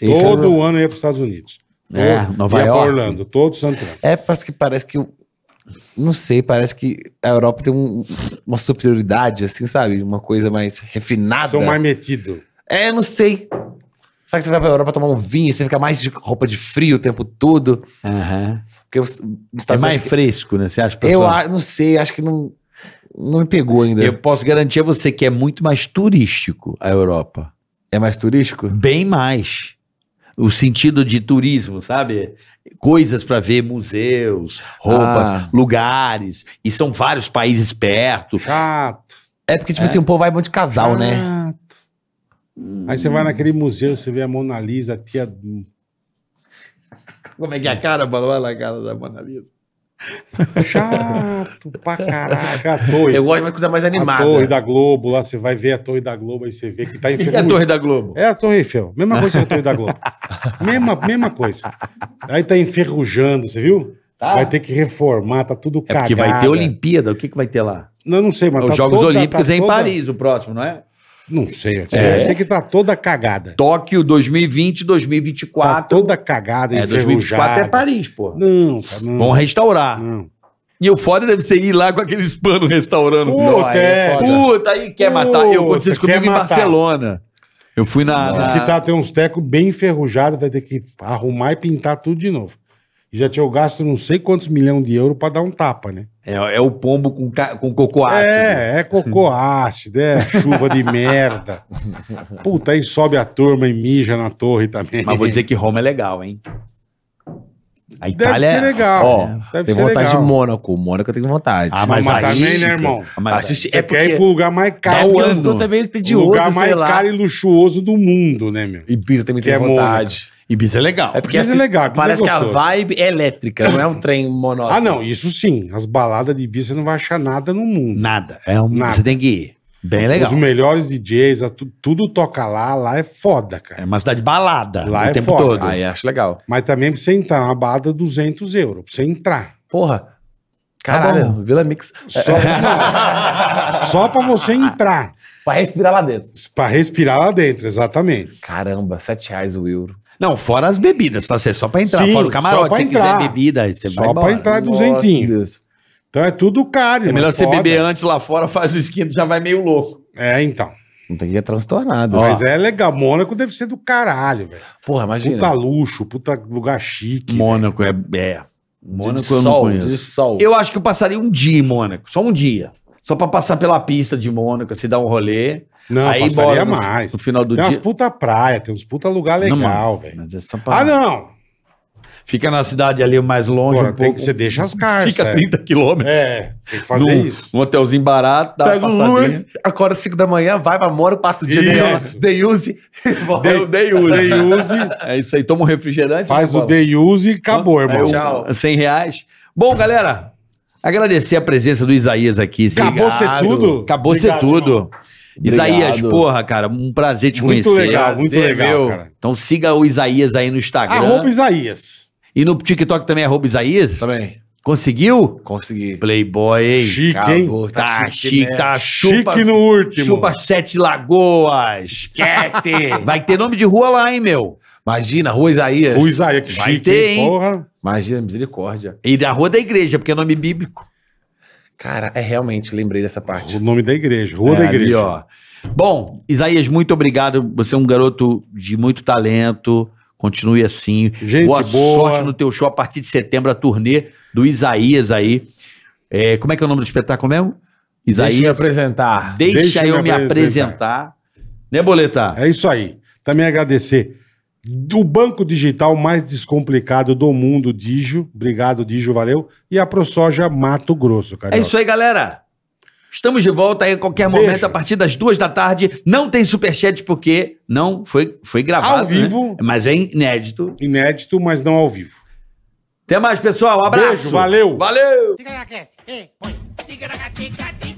S2: Esse
S1: todo
S2: é o-
S1: ano eu ia para os Estados Unidos.
S2: É,
S1: Todo-
S2: Nova
S1: ia pra
S2: York.
S1: Orlando, todo santo ano.
S4: É, parece que parece que. eu- Não sei, parece que a Europa tem um- uma superioridade, assim, sabe? Uma coisa mais refinada.
S1: São mais metidos.
S4: É, não sei. Sabe que você vai pra Europa tomar um vinho, você fica mais de roupa de frio o tempo todo.
S2: Aham.
S4: Porque os os
S2: É
S4: Estados
S2: mais
S4: Unidos-
S2: fresco, né? Você acha,
S4: Eu
S2: professor?
S4: a- não sei, acho que não, não me pegou ainda.
S2: Eu posso garantir a você que é muito mais turístico a Europa.
S4: É mais turístico?
S2: Bem mais. O sentido de turismo, sabe? Coisas para ver, museus, roupas,
S4: Ah.
S2: lugares. E são vários países perto.
S1: Chato.
S4: É porque, tipo assim, o povo vai muito de
S2: Ah,
S4: casal, né?
S1: chato. Hum. Aí você vai naquele museu, você vê a Mona Lisa, a tia.
S2: Como é que é a cara? Olha lá a cara da Mona Lisa.
S1: Chato pra caraca. A torre.
S4: Eu gosto de uma coisa mais
S1: a
S4: animada.
S1: torre da Globo, lá você vai ver a torre da Globo, aí você vê que tá
S2: E a
S1: enferrujada.
S2: Torre da Globo?
S1: É a Torre Eiffel. Mesma coisa que a Torre da Globo. mesma, mesma coisa. Aí tá enferrujando, você viu?
S2: Tá.
S1: Vai ter que reformar, tá tudo
S2: É porque
S1: cagado.
S2: vai ter Olimpíada. O que, que vai ter lá?
S1: Não, não sei, mas
S2: Os
S1: tá
S2: Jogos
S1: toda-
S2: Olímpicos
S1: tá
S2: é em
S1: toda-
S2: Paris, É. o próximo, não é?
S1: Não sei, eu sei, eu sei que tá toda cagada.
S2: Tóquio 2020,
S1: Tá
S2: 2024.
S1: toda cagada,
S2: é, 2024 é
S1: enferrujada.
S2: Paris, pô.
S1: Não, cara,
S2: Vão
S1: não.
S2: restaurar.
S1: não.
S2: E o foda deve ser ir lá com aqueles panos restaurando.
S4: Não, aí é
S1: Puta,
S4: foda.
S2: Puta, aí quer matar. Eu
S1: Puta,
S2: aconteceu isso
S1: quer
S2: comigo em
S1: matar.
S2: Barcelona. Eu fui na.
S1: Diz
S2: na-
S1: que tá, tem uns tecos bem enferrujados, vai ter que arrumar e pintar tudo de novo. E já tinha gasto não sei quantos milhões de euros pra dar um tapa, né?
S2: É, é o pombo com, ca- com né? cocô ácido.
S1: É, é cocô ácido, é chuva de merda. Puta, aí sobe a turma e mija na torre também.
S2: Mas vou dizer que Roma é legal, hein? A
S1: Deve
S2: Itália.
S1: ser legal.
S2: Ó,
S1: deve
S4: Tem
S1: ser
S4: vontade
S1: legal.
S4: de Mônaco. Mônaco eu tenho vontade.
S2: Ah,
S1: mas
S2: mas, aí,
S1: também, né, irmão?
S2: Mas-
S4: Assiste-
S1: Você
S4: é
S1: quer ir
S4: porque- é
S1: pro lugar mais
S2: Dá
S1: caro,
S2: o
S1: do
S2: ano.
S1: mundo,
S4: também ele tem
S1: é o lugar mais caro e luxuoso do mundo, né, meu?
S4: E Pisa também
S1: Que
S4: tem
S1: é
S4: vontade.
S2: Ibiza é legal.
S4: É porque
S1: Ibiza é
S4: assim,
S1: legal, Ibiza é
S4: parece que a
S1: gostoso.
S4: vibe é elétrica, não é um trem monótono.
S1: Ah, não, isso sim. As baladas de Ibiza você não vai achar nada no mundo.
S2: Nada. É um-
S1: Nada.
S2: Você tem que ir. Bem legal.
S1: Os melhores DJs, a tu- tudo toca lá, lá é foda, cara.
S2: É uma cidade balada
S1: Lá
S2: o
S1: é
S2: tempo
S1: foda.
S2: todo.
S4: Aí acho legal.
S1: Mas também pra você entrar, uma balada 200 euros, pra você entrar.
S4: Porra. Caralho,
S2: bom.
S4: Vila Mix.
S1: Só, só pra você entrar.
S4: Pra respirar lá dentro.
S1: Pra respirar lá dentro, exatamente.
S4: Caramba, 7 reais o euro.
S2: Não, fora as bebidas, tá? Você- Só pra entrar,
S1: Sim,
S2: fora o
S1: só
S2: camarote.
S1: pra
S2: Se
S1: entrar.
S2: quiser bebida, aí você
S1: Só
S2: vai
S1: pra
S2: embora.
S1: entrar. Tá
S4: Nossa,
S1: duzentinho.
S4: Deus.
S1: Então é tudo caro.
S2: É
S1: irmão,
S2: melhor você
S1: foda.
S2: beber antes lá fora, faz o esquinto, já vai meio louco.
S1: É, então.
S4: Não tem que ir transtornado. é-
S1: Mas é legal. Mônaco deve ser do caralho, velho.
S4: Porra, imagina.
S1: Puta luxo, puta lugar chique.
S2: Mônaco é. é. Mônaco
S4: de
S2: eu não
S4: sol,
S2: conheço.
S4: de sol.
S2: Eu acho que eu passaria um dia em Mônaco, só um dia. Só pra passar pela pista de Mônaco, se dar um rolê.
S1: Não,
S2: aí
S1: passaria
S2: bora no-
S1: mais.
S2: No final do
S1: tem umas
S2: dia.
S1: puta praia, tem uns puta lugar
S2: Não,
S1: legal,
S2: mano.
S1: velho.
S2: Mas é só pra-
S1: Ah, não!
S2: Fica na cidade ali mais longe
S1: Agora,
S2: um
S1: tem
S2: pouco.
S1: que você deixa as cartas.
S2: Fica
S1: é.
S2: 30 quilômetros.
S1: É, tem que fazer
S2: num,
S1: isso.
S2: Um hotelzinho barato, dá uma
S4: Pega o
S2: passadinha.
S4: Uber, acorda 5 da manhã, vai pra Moro, passa o dia
S1: Isso.
S4: de day use. e volta.
S2: Dei, dei use.
S1: Day use.
S2: É isso aí, toma um refrigerante.
S1: Faz
S2: né,
S1: o
S2: Paulo?
S1: day use e acabou,
S2: Aí
S1: irmão.
S2: eu-
S4: Tchau.
S2: 100 reais. Bom, galera, agradecer a presença do Isaías aqui. esse-
S1: Acabou ser tudo?
S2: Acabou ser
S1: Obrigado,
S2: tudo.
S4: Obrigado.
S2: Isaías, porra, cara, um prazer te
S1: Muito
S2: conhecer.
S1: legal, muito
S4: prazer,
S1: legal,
S4: meu.
S1: cara.
S2: Então siga o Isaías aí no Instagram.
S1: Arroba Isaías.
S2: E no TikTok também, arroba Isaías.
S4: Também,
S2: Conseguiu?
S4: consegui.
S2: Playboy, hein?
S1: Chique, hein?
S4: Acabou,
S2: Tá
S4: chique,
S2: chique,
S4: né?
S2: tá chupa.
S1: Chique no último.
S2: Chupa Sete Lagoas. Esquece. Vai ter nome de rua lá, hein, meu?
S4: Imagina, Rua Isaías.
S1: O Isaías, que
S2: Vai
S1: chique,
S2: ter,
S1: hein?
S2: hein?
S1: Porra.
S4: Imagina, misericórdia.
S2: E da rua da igreja, porque é nome bíblico.
S4: Cara, é realmente, lembrei dessa parte.
S1: O nome da igreja, Rua
S2: É,
S1: da
S2: ali,
S1: Igreja.
S2: ó. Bom, Isaías, muito obrigado. Você é um garoto de muito talento. Continue assim.
S1: Gente boa.
S2: boa, sorte no teu show a partir de setembro, a turnê do Isaías aí. É, como é que é o nome do espetáculo mesmo? Isaías.
S4: Deixa eu me apresentar.
S2: Deixa,
S1: Deixa
S2: eu
S1: me
S2: me apresentar. Né, Boleta?
S1: É isso aí. Também agradecer do banco digital mais descomplicado do mundo, Digio. Obrigado, Digio, valeu. E a ProSoja Mato Grosso, cara.
S2: É isso aí, galera. Estamos de volta aí a qualquer
S1: Beijo.
S2: momento, a partir das duas da tarde. Não tem superchat porque não foi, foi gravado.
S1: Ao
S2: né?
S1: vivo.
S2: Mas é inédito.
S1: Inédito, mas não ao vivo.
S2: Até mais, pessoal. Um abraço.
S1: Beijo, valeu.
S2: Valeu.
S3: Tigaracast, hey, põe. Ticaracatica, tica.